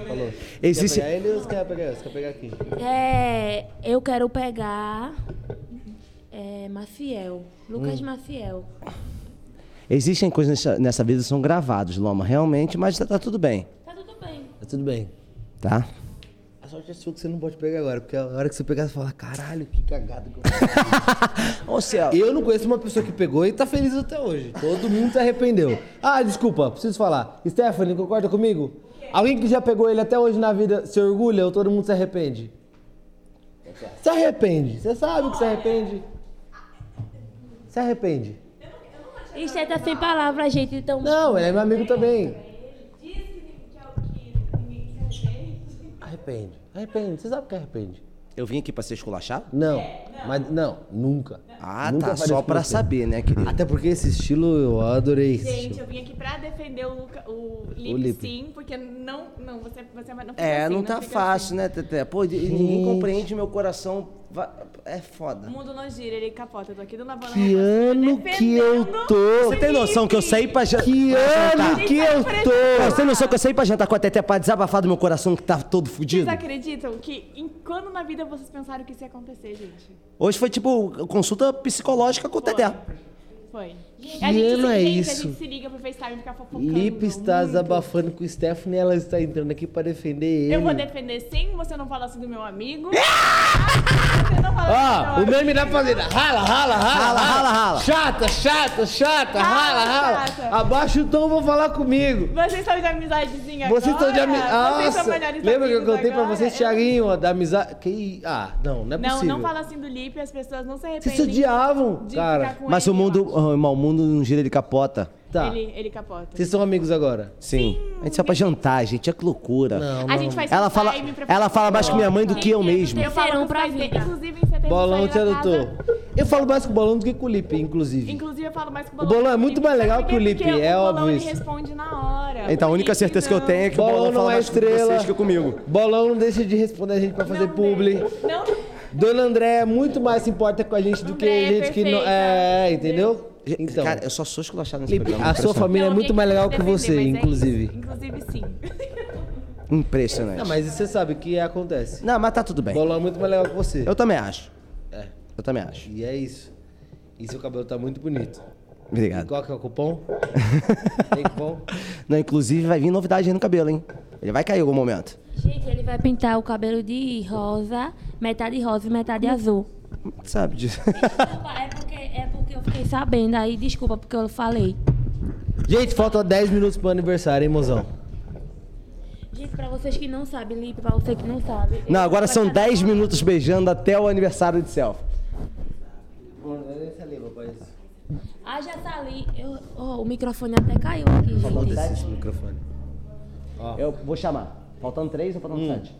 Falou. Existe. Quer pegar ele ou você quer pegar? Você quer pegar aqui? É, eu quero pegar. É, Maciel. Lucas Hum. Maciel. Existem coisas nessa, nessa vida que são gravadas, Loma, realmente, mas tá, tá tudo bem, Tá tudo bem. Tá tudo bem. tá? A sorte é sua que você não pode pegar agora, porque a hora que você pegar, você fala, caralho, que cagada que eu fiz." Ô, céu. Eu não conheço uma pessoa que pegou e tá feliz até hoje. Todo mundo se arrependeu. Ah, desculpa, preciso falar. Stephanie, concorda comigo? Alguém que já pegou ele até hoje na vida se orgulha ou todo mundo se arrepende? Se arrepende. Você sabe que se arrepende? Se arrepende. Isso aí tá sem palavras, gente. Então. Não, ele é meu amigo também. Arrepende. Arrepende. Você sabe que é arrepende. Eu vim aqui pra ser esculachado? Não, É, mas não, nunca. Ah, Nunca tá. faria Só isso com pra você. saber, né, querido? Até porque esse estilo eu adorei. Esse Gente, estilo. eu vim aqui pra defender o, Luca, o, Lipe, Lipe. sim, porque não, não, você, você vai- não fica É, assim, não tá fica fácil, né, Tete? Pô, e ninguém compreende meu coração. va- É assim. foda. O mundo não gira, ele capota. Eu tô aqui do Lavando Que assim, ano que eu tô? Você tem noção que eu saí pra jantar? Que ano que eu tá tô? Você tem noção que eu saí pra jantar com a Tete pra desabafar do meu coração que tá todo fudido? Vocês acreditam que em, quando na vida vocês pensaram que isso ia acontecer, gente? Hoje foi tipo consulta psicológica com o Tete. Foi. Que ano é gente, isso? a gente se liga pro FaceTime e fica fofocando. Lipe está um muito. desabafando com o Stephanie e ela está entrando aqui pra defender ele. Eu vou defender sim, você não fala assim do meu amigo. você não fala assim do Ó, meu Ah! o meme da fazenda. Rala, rala, rala, Rala, rala, rala. Chata, chata, chata, rala, Rala, rala. chata. Abaixa o tom, vou falar comigo. Vocês são de amizadezinha Vocês agora? estão de amizade. Vocês são Nossa, melhores lembra que eu amigos contei pra agora? vocês, Thiaguinho, ó, da amizade. Que... Ah, não, não é Não, possível. não fala assim do Lipe, as pessoas não se arrependem. Vocês se odiavam, de cara. ficar com Mas o ele, mundo, eu oh, irmão, o mundo não gira, ele capota. Tá. acho. Ele, ele capota. Vocês são amigos agora? Sim. A gente saiu pra jantar, gente. É que loucura. A gente faz Ela fala, FaceTime pra- ela fala mais com minha mãe do que eu mesmo. Eu falo Terceirão com pra pra vida. Inclusive, em setembro Bolão saiu te da casa. adotou. Eu falo mais com o Bolão do que com o Lipe, inclusive. Inclusive, eu falo mais com o O Bolão. Bolão é do muito Lipe. mais legal Sabe que o por quê? Lipe, Porque é o óbvio Bolão, ele isso. responde na hora. Então, a O única Lipe certeza que eu não. tenho é que o Bolão Bolão não fala é mais com estrela. vocês que comigo. Bolão não deixa de responder a gente pra fazer Não publi. tem. Não, Dona Andréia muito mais se importa com a gente do que a Andréia é gente que não. É, entendeu? Então, Cara, eu só sou esculachado nesse Lipe, programa. a sua impressionante. família é não, muito alguém mais quis legal que defender, você, mas é isso. inclusive. Inclusive, sim. Impressionante. Não, Não, mas... mas isso você sabe que acontece. tá tudo bem. Bolão é muito mais legal que você. Eu também acho. É. Eu também acho. E é isso. E seu cabelo tá muito bonito. E Obrigado. qual que é o cupom? Tem cupom? Não, inclusive vai vir novidade aí no cabelo, hein? Ele vai cair em algum momento. Gente, ele vai pintar o cabelo de rosa, metade rosa e metade azul. Sabe disso. Desculpa, é porque, é porque eu fiquei sabendo aí, desculpa porque eu falei. Gente, falta 10 minutos pro aniversário, hein, mozão? Gente, pra vocês que não sabem, Lipe, pra você que não sabe. Não, eu- agora vai são estar 10 na- minutos beijando até o aniversário de selfie. Ah, já tá ali. Eu- ó, o microfone até caiu aqui, gente. Esse microfone. Eu vou chamar. Faltando 3 ou faltando 7?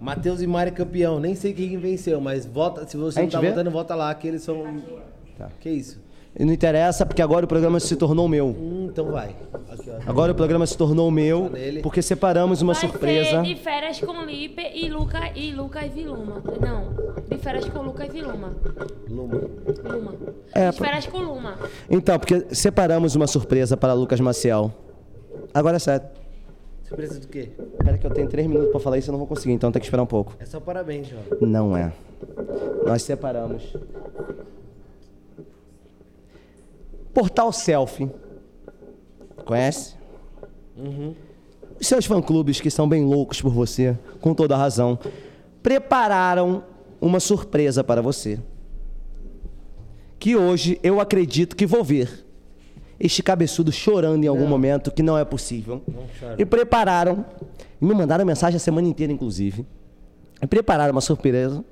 Matheus e Mari campeão. Nem sei quem venceu, mas vota. Se você A não gente tá vê? votando, vota lá, que eles são. Que isso? Não interessa, porque agora o programa se tornou meu. Hum, então vai. Aqui, ó. Agora o programa se tornou meu, nele. porque separamos uma Vai Ser surpresa. de férias com Lipe e, Luca, e Lucas e Luma. Não, de férias com Lucas e Luma. Luma. Luma. É, de férias com Luma. Então, porque separamos uma surpresa para Lucas Maciel. Agora é sério. Surpresa do quê? Espera que eu tenho três minutos para falar isso, eu não vou conseguir, então tem que esperar um pouco. É só parabéns, ó. Não é. Nós separamos. Portal Selfie. Conhece? Uhum. Os seus fã-clubes, que são bem loucos por você, com toda a razão, prepararam uma surpresa para você. Que hoje eu acredito que vou ver este cabeçudo chorando em algum momento, que não é possível. e prepararam, e me mandaram mensagem a semana inteira, inclusive. E prepararam É uma surpresa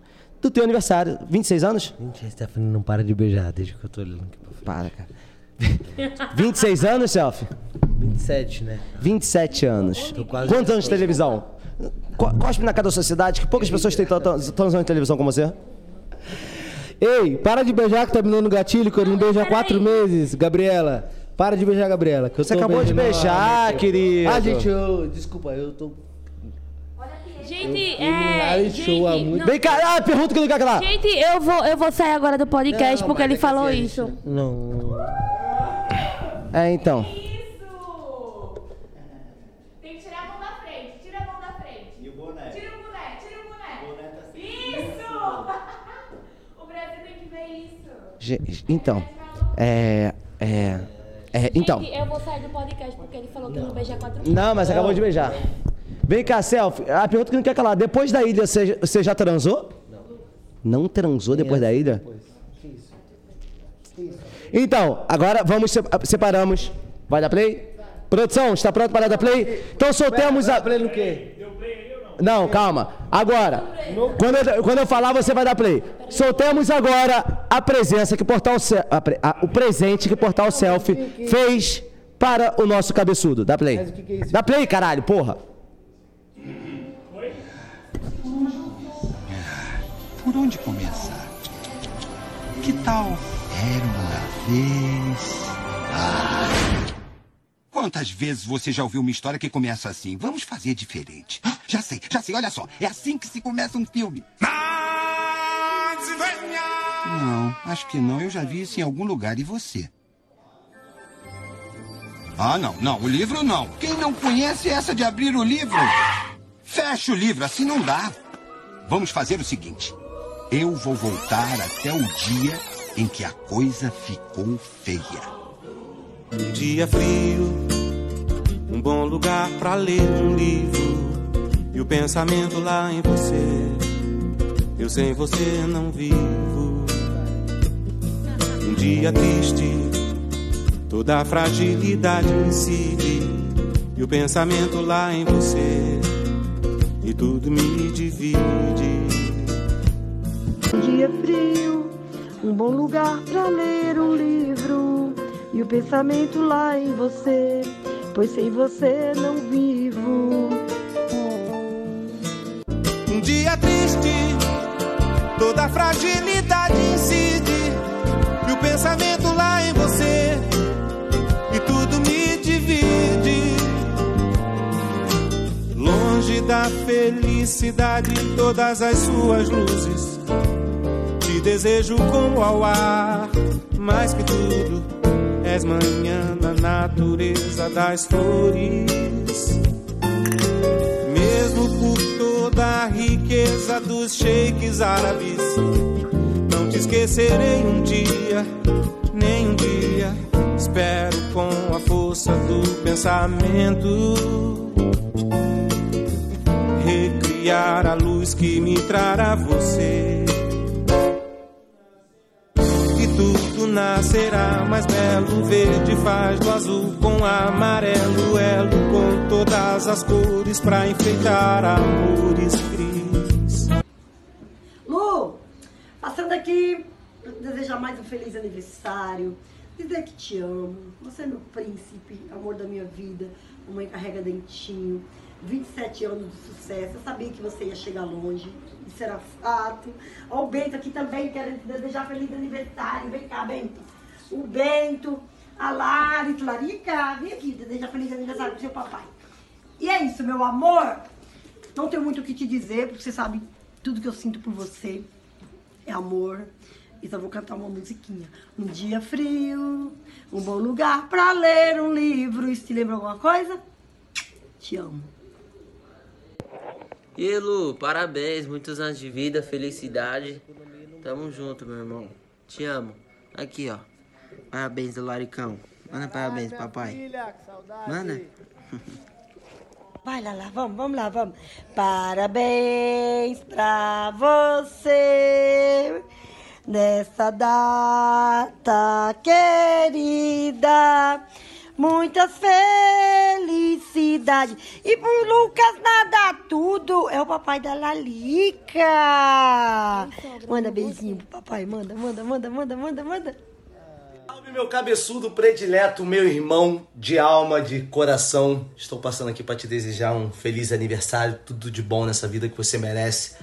do teu aniversário. 26 anos? Gente, a Stephanie não para de beijar desde que eu tô olhando aqui pra Para, frente. cara. 26 anos, Selfie? 27, né? 27 anos. quase Quantos anos de televisão? Co- Cospe na cara da sociedade que poucas pessoas têm tan- tan- tantos anos de televisão como você. Ei, para de beijar que tá me dando gatilho, que eu não beijo há quatro meses, Gabriela. Para de beijar, Gabriela. Que eu Você tô acabou de beijando ela. beijar, querido. Ah, gente, eu. Desculpa, eu tô. Gente, reality é. show há Gente, muito- não. Vem cá, ah, pergunta que lugar que lá. Gente, eu vou, eu vou sair agora do podcast porque é ele falou assim, isso. Não. É, então. Isso! Tem que tirar a mão da frente, tira a mão da frente. E o boné. Tira o boné, tira o boné. tá assim. Isso! o Brasil tem que ver isso. Ge- Então. É. É. É, então. Gente, eu vou sair do podcast porque ele falou que não beija quatro vezes. Não, mas acabou de beijar. Vem cá, selfie. A pergunta que não quer calar. Depois da ilha, você você já transou? Não. Não transou depois da ilha? Então, agora vamos se- separamos. Vai dar play? Produção, está pronto para dar play? Então soltamos a. Play no Tá quê? Não, calma. Agora, quando eu, quando eu falar, você vai dar play. Soltemos agora a presença que o Portal Se- a pre- a- o presente que o Portal Selfie fez para o nosso cabeçudo. Dá play. Dá play, caralho, porra. Por onde começar? Que tal era uma vez? Ah. Quantas vezes você já ouviu uma história que começa assim? Vamos fazer diferente. Ah, Já sei, já sei, olha só. É assim que se começa um filme. Ah! Não, acho que não. Eu já vi isso em algum lugar. E você? Ah, não, não. O livro não. Quem não conhece essa de abrir o livro? Fecha o livro, assim não dá. Vamos fazer o seguinte. Eu vou voltar até o dia em que a coisa ficou feia. Um dia frio, um bom lugar pra ler um livro e o pensamento lá em você. Eu sem você não vivo. Um dia triste, toda a fragilidade incide e o pensamento lá em você e tudo me divide. Um dia frio, um bom lugar pra ler um livro e o pensamento lá em você, pois sem você não vivo. Um dia triste, toda a fragilidade incide. E o pensamento lá em você, e tudo me divide. Longe da felicidade, todas as suas luzes. Te desejo como ao ar, mais que tudo. És manhã na natureza das flores. Mesmo por toda a riqueza dos sheiks árabes, não te esquecerei um dia, nem um dia. Espero com a força do pensamento recriar a luz que me trará você. E tudo nascerá mais belo. Verde faz do azul com amarelo, elo com todas as cores pra enfeitar amores cris. Lu, passando aqui pra te desejar mais um feliz aniversário, dizer que te amo, você é meu príncipe, amor da minha vida, mamãe carrega dentinho, 27 anos de sucesso, eu sabia que você ia chegar longe, isso era fato. Ó o Bento aqui também, quero te desejar feliz aniversário, vem cá, Bento. o Bento, a Lari, Larica, vem aqui, deseja feliz aniversário pro seu papai. E é isso, meu amor. Não tenho muito o que te dizer, porque você sabe tudo que eu sinto por você. É amor. E só vou cantar uma musiquinha. Um dia frio, um bom lugar pra ler um livro. Isso te lembra alguma coisa? Te amo. E Lu, parabéns, muitos anos de vida, felicidade. Tamo junto, meu irmão. Te amo. Aqui, ó. Parabéns, Laricão. Manda parabéns, papai. Manda. Vai lá, lá, vamos, vamos lá, vamos. Parabéns pra você nessa data querida. Muitas felicidades. E pro Lucas nada tudo. É o papai da Lalica. Manda beijinho pro papai. Manda, manda, manda, manda, manda, manda. Salve, meu cabeçudo predileto, meu irmão de alma, de coração. Estou passando aqui para te desejar um feliz aniversário, tudo de bom nessa vida que você merece.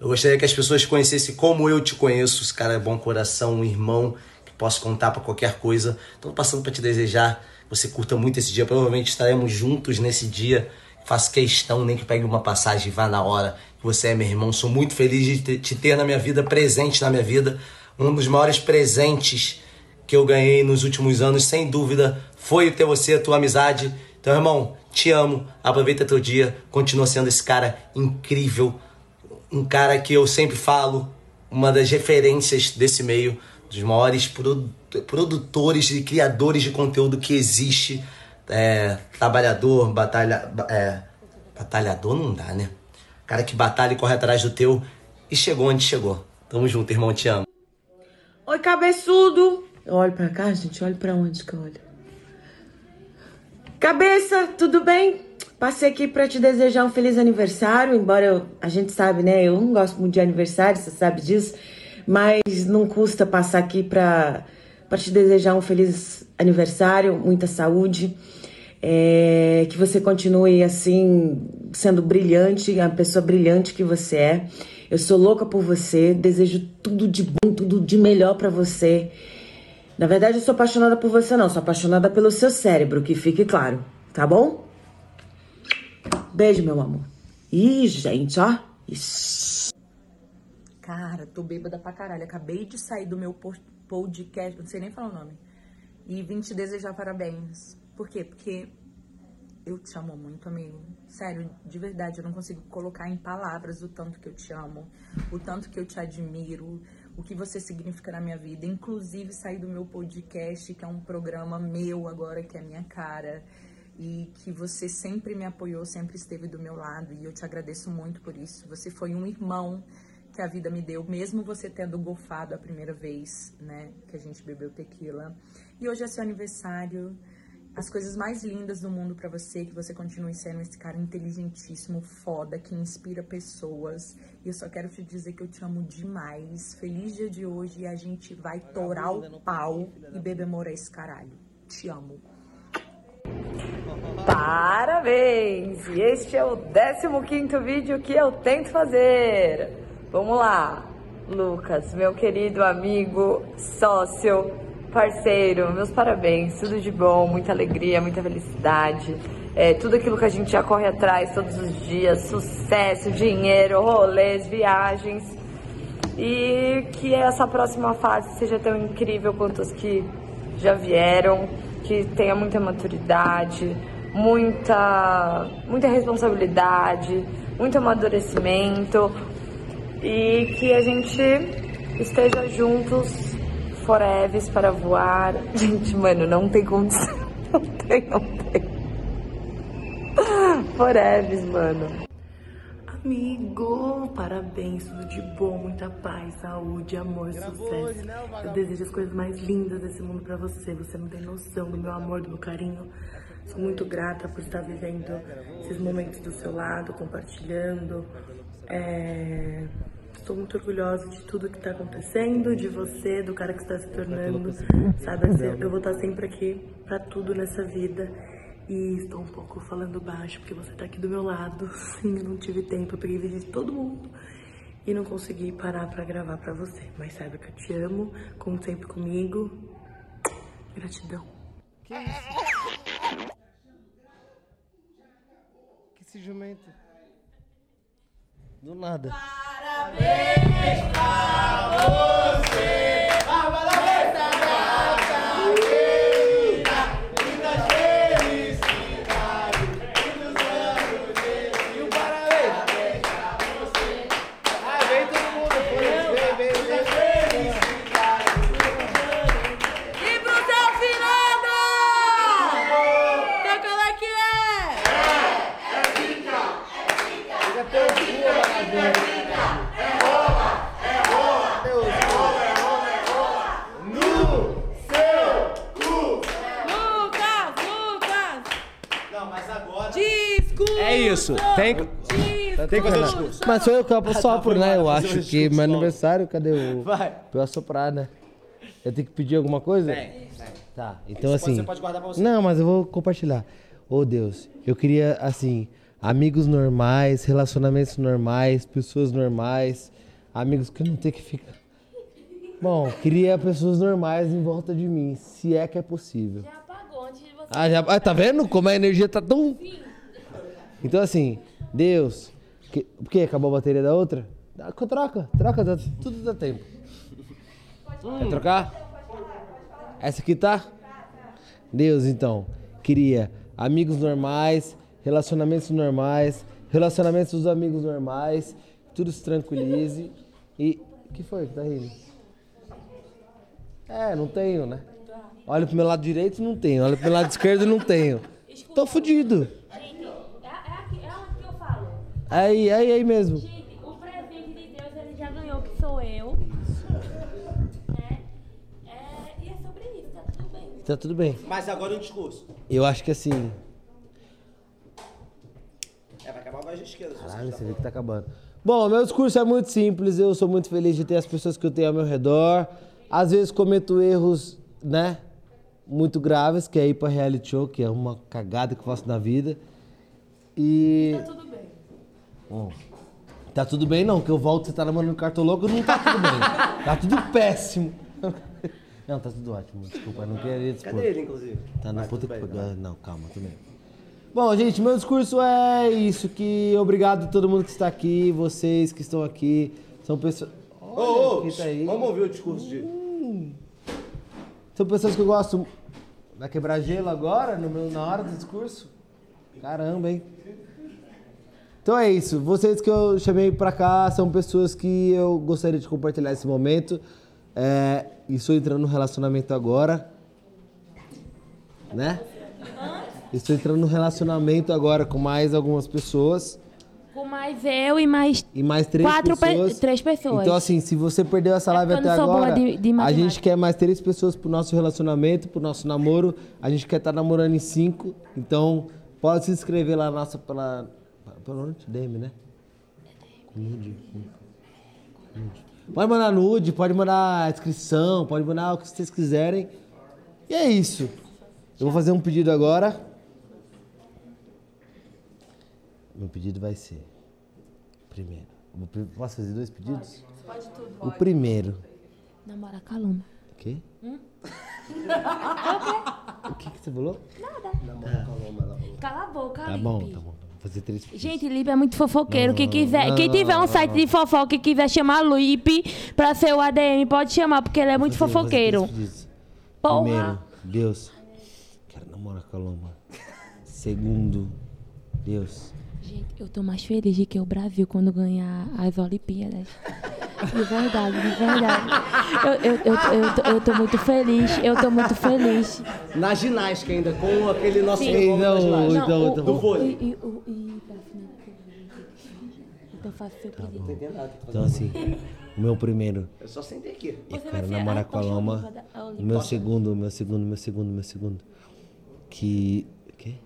Eu gostaria que as pessoas conhecessem como eu te conheço. Esse cara é bom coração, um irmão que posso contar para qualquer coisa. Estou passando para te desejar que você curta muito esse dia. Provavelmente estaremos juntos nesse dia. Faço questão, nem que pegue uma passagem e vá na hora. Você é meu irmão. Sou muito feliz de te- te ter na minha vida, presente na minha vida. Um dos maiores presentes que eu ganhei nos últimos anos, sem dúvida, foi ter você, a tua amizade. Então, irmão, te amo. Aproveita teu dia. Continua sendo esse cara incrível um cara que eu sempre falo, uma das referências desse meio, dos maiores produ- produtores e criadores de conteúdo que existe. É, trabalhador, batalha. ba- é, batalhador não dá, né? Cara que batalha e corre atrás do teu e chegou onde chegou. Tamo junto, irmão, te amo. Oi, cabeçudo! Eu olho pra cá, gente, olho pra onde que eu olho? Cabeça, tudo bem? Passei aqui pra te desejar um feliz aniversário, embora eu- a gente sabe, né? Eu não gosto muito de aniversário, você sabe disso, mas não custa passar aqui pra, pra te desejar um feliz aniversário, muita saúde, é, que você continue assim, sendo brilhante, a pessoa brilhante que você é. Eu sou louca por você, desejo tudo de bom, tudo de melhor pra você. Na verdade, eu sou apaixonada por você, não. Sou apaixonada pelo seu cérebro, que fique claro. Tá bom? Beijo, meu amor. Ih, gente, ó. Ixi. Cara, tô bêbada pra caralho. Acabei de sair do meu por- podcast, não sei nem falar o nome. E vim te desejar parabéns. Por quê? Porque eu te amo muito, amigo. Sério, de verdade, eu não consigo colocar em palavras o tanto que eu te amo, o tanto que eu te admiro, o que você significa na minha vida. Inclusive, sair do meu podcast, que é um programa meu agora, que é a minha cara. E que você sempre me apoiou, sempre esteve do meu lado. E eu te agradeço muito por isso. Você foi um irmão que a vida me deu, mesmo você tendo golfado a primeira vez, né, que a gente bebeu tequila. E hoje é seu aniversário. As coisas mais lindas do mundo pra você, que você continue sendo esse cara inteligentíssimo, foda, que inspira pessoas. E eu só quero te dizer que eu te amo demais. Feliz dia de hoje e a gente vai torar o pau e bebemorar esse caralho. Te amo. Parabéns! E este é o 15º vídeo que eu tento fazer. Vamos lá. Lucas, meu querido amigo, sócio, parceiro, meus parabéns. Tudo de bom, muita alegria, muita felicidade. É, tudo aquilo que a gente já corre atrás todos os dias, sucesso, dinheiro, rolês, viagens. E que essa próxima fase seja tão incrível quanto as que já vieram, que tenha muita maturidade, muita, muita responsabilidade, muito amadurecimento e que a gente esteja juntos forever para voar. Gente, mano, não tem condição. Não tem, não tem. Forever, mano. Amigo, parabéns, tudo de bom, muita paz, saúde, amor, sucesso. eu desejo as coisas mais lindas desse mundo pra você. Você não tem noção do meu amor, do meu carinho. Sou muito grata por estar vivendo esses momentos do seu lado, compartilhando. É, Estou muito orgulhosa de tudo que está acontecendo, de você, do cara que está se tornando. Sabe, assim, eu vou estar sempre aqui pra tudo nessa vida. E estou um pouco falando baixo, porque você tá aqui do meu lado. Sim, eu não tive tempo, eu peguei visita de todo mundo. E não consegui parar pra gravar pra você. Mas saiba que eu te amo, conte sempre comigo. Gratidão. Que isso? Que esse jumento? Do nada. Parabéns pra você, Bárbara Ressaca, querida, muitas felicidades, muitos anos de mil parabéns pra você. Ai, vem todo mundo, vem, vem, vem, muitas felicidades, muitos anos. E pro seu Fernanda! Então qual é que é? É, é zica, é zica, é zica, é zica. Lucas! Lucas! Não, mas agora. Discurso! É isso. Tem que. Tem que fazer o discurso. Mas sou eu que eu Tá assopro, né? Eu acho que meu aniversário, cadê o. Vai. Pra eu assoprar, né? Eu tenho que pedir alguma coisa? Tem, tem. Tá, então Isso pode- assim. você pode guardar pra você. Não, mas eu vou compartilhar. Ô Deus, eu queria, assim, amigos normais, relacionamentos normais, pessoas normais, amigos que eu não tenho que ficar. Bom, queria pessoas normais em volta de mim, se é que é possível. Já apagou antes de você. Ah, já, ah, tá vendo como a energia tá tão. Então, assim, Deus. Que, por que acabou a bateria da outra? Dá- Troca, troca, dá- tudo dá tempo. Quer trocar? Essa aqui tá? Deus, então, queria amigos normais, relacionamentos normais, relacionamentos dos amigos normais, tudo se tranquilize. E. O que foi? Tá rindo? É, não tenho, né? Olha pro meu lado direito, não tenho. Olha pro meu lado esquerdo, não tenho. Tô fudido. Gente, é, é aqui, é onde que eu falo. Aí, aí, aí mesmo. Gente, o presente de Deus ele já ganhou, que sou eu. Né? É, e é sobre isso, tá tudo bem. Tá tudo bem. Mas agora o discurso. Eu acho que assim. É, vai acabar com a esquerda. Caralho, você vê que tá acabando. Bom, meu discurso é muito simples. Eu sou muito feliz de ter as pessoas que eu tenho ao meu redor. Às vezes cometo erros, né? Muito graves, que é ir pra reality show, que é uma cagada que eu faço na vida. E. Tá tudo bem. Tá tudo bem, não, que eu volto, você tá namorando cartoloco, não tá tudo bem. tá tudo péssimo. Não, tá tudo ótimo, desculpa, eu não queria dispor. Cadê ele, inclusive? Tá na puta que pariu. Ah, Não, calma, tudo bem. Bom, gente, meu discurso é isso, que obrigado a todo mundo que está aqui, vocês que estão aqui, são pessoas... Ô, ô, tá vamos ouvir o discurso de. Hum. São pessoas que eu gosto... Vai quebrar gelo agora, no meu, na hora do discurso? Caramba, hein? Então é isso. Vocês que eu chamei pra cá são pessoas que eu gostaria de compartilhar esse momento. É, e estou entrando no relacionamento agora. Né? Estou entrando no relacionamento agora com mais algumas pessoas. Com mais eu e mais E mais três Quatro pe- pessoas. três pessoas. Então, assim, se você perdeu essa live É porque eu até não sou boa agora, de- de a matemática. gente quer mais três pessoas pro nosso relacionamento, pro nosso namoro. A gente quer estar namorando em cinco. Então, pode se inscrever lá na nossa. Pela, pelo nome? DM, né? Nude. Nude. Pode mandar nude, pode mandar inscrição, pode mandar o que vocês quiserem. E é isso. Eu vou fazer um pedido agora. Meu pedido vai ser. Primeiro. eu vou pe- Posso fazer dois pedidos? Pode tudo. O primeiro. Namora Caluma. O quê? Hum? O que, que você falou? Nada. Namora Caloma, ela falou. Cala a boca, Tá Lipe. bom, tá bom. Vou fazer três pedidos. Gente, Lipe é muito fofoqueiro. quem quiser, não, quem não, tiver não, um não, site não. de fofoca e quiser chamar Lipe pra ser o ADM, pode chamar, porque ele é muito Vou fazer- vou fazer três fofoqueiro. pedidos. Porra. Primeiro, Deus. Quero namorar com a Loma. Segundo, Deus. Gente, eu tô mais feliz de que o Brasil quando ganhar as Olimpíadas. De verdade, de verdade. Eu, eu, eu, eu, tô- eu tô muito feliz, eu tô muito feliz. Na ginástica ainda, com aquele nosso Sim. Então, revólver da ginástica. Não, tá o- Do o- vôlei. E, e, o- e pra finalizar. Então faço seu pedido. Não entendo nada. Então, assim, o meu primeiro. Eu só sentei aqui. Eu quero namorar com a Loma. O meu segundo, o meu segundo, o meu segundo, o meu segundo. Que. O quê?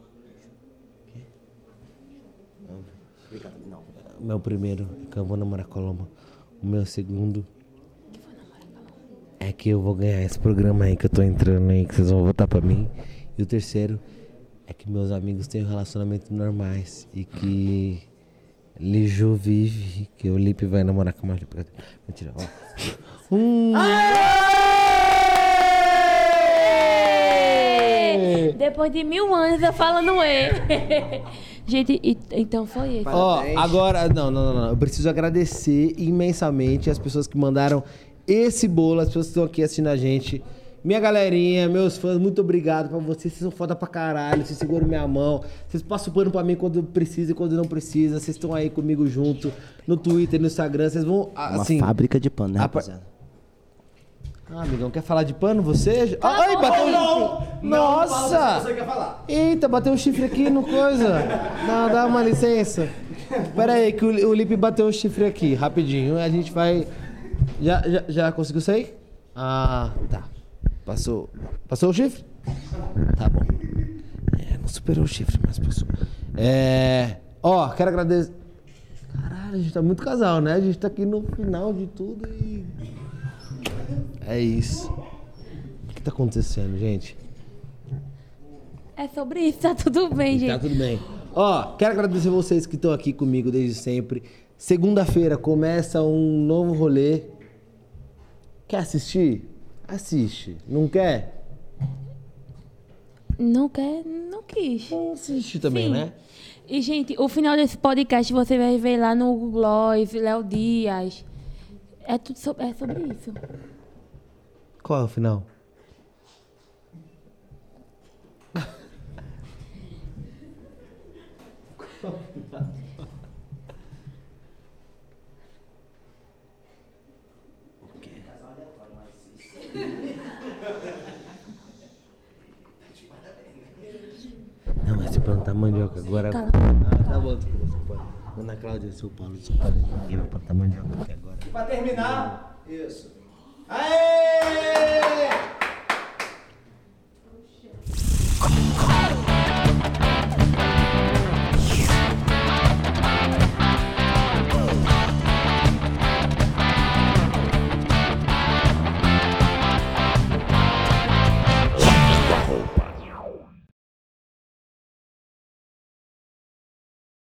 Obrigado, não. O meu primeiro é que eu vou namorar com a Loma. O meu segundo. É que eu vou ganhar esse programa aí que eu tô entrando aí, que vocês vão votar pra mim. E o terceiro é que meus amigos têm relacionamentos normais e que Liju vive, que o Lipe vai namorar com a Marli. Mentira, ó. Hum. Aê! Depois de mil anos eu falando E. Gente, e- então foi esse. Ó, agora, não, não, não, não. Eu preciso agradecer imensamente as pessoas que mandaram esse bolo, as pessoas que estão aqui assistindo a gente. Minha galerinha, meus fãs, muito obrigado pra vocês. Vocês são foda pra caralho. Vocês seguram minha mão. Vocês passam pano pra mim quando precisa e quando não precisa. Vocês estão aí comigo junto no Twitter, no Instagram. Vocês vão, a- Uma assim... fábrica de pano, né, a par- rapaziada? Ah, amigão, quer falar de pano você? Ah, ai, bom, bateu não, não fala Nossa! se você quer falar. Eita, bateu um chifre aqui no coisa. Não, dá uma licença. Pera aí, que o, o Lipe bateu o chifre aqui, rapidinho. A gente vai. Já, já, já conseguiu sair? Ah, tá. Passou. Passou o chifre? Tá bom. É, não superou o chifre, mas passou. É. Ó, quero agradecer. Caralho, a gente tá muito casal, né? A gente tá aqui no final de tudo e. É isso. O que tá acontecendo, gente? Tá É sobre isso, tá tudo bem, gente. Tá tudo bem. Ó, quero agradecer vocês que estão aqui comigo desde sempre. Segunda-feira começa um novo rolê. Quer assistir? Assiste. Não quer? Não quer, não quis. Assiste também, né? E, gente, o final desse podcast você vai ver lá no Google Gloss, Léo Dias. É tudo sobre, é sobre isso. Qual é o final? Não, mas se plantar mandioca agora. Tá. Ah, tá bom, desculpa, desculpa. Ana Cláudia, seu Paulo, desculpa. Ninguém vai plantar mandioca até agora. Pra terminar. Isso. Aê!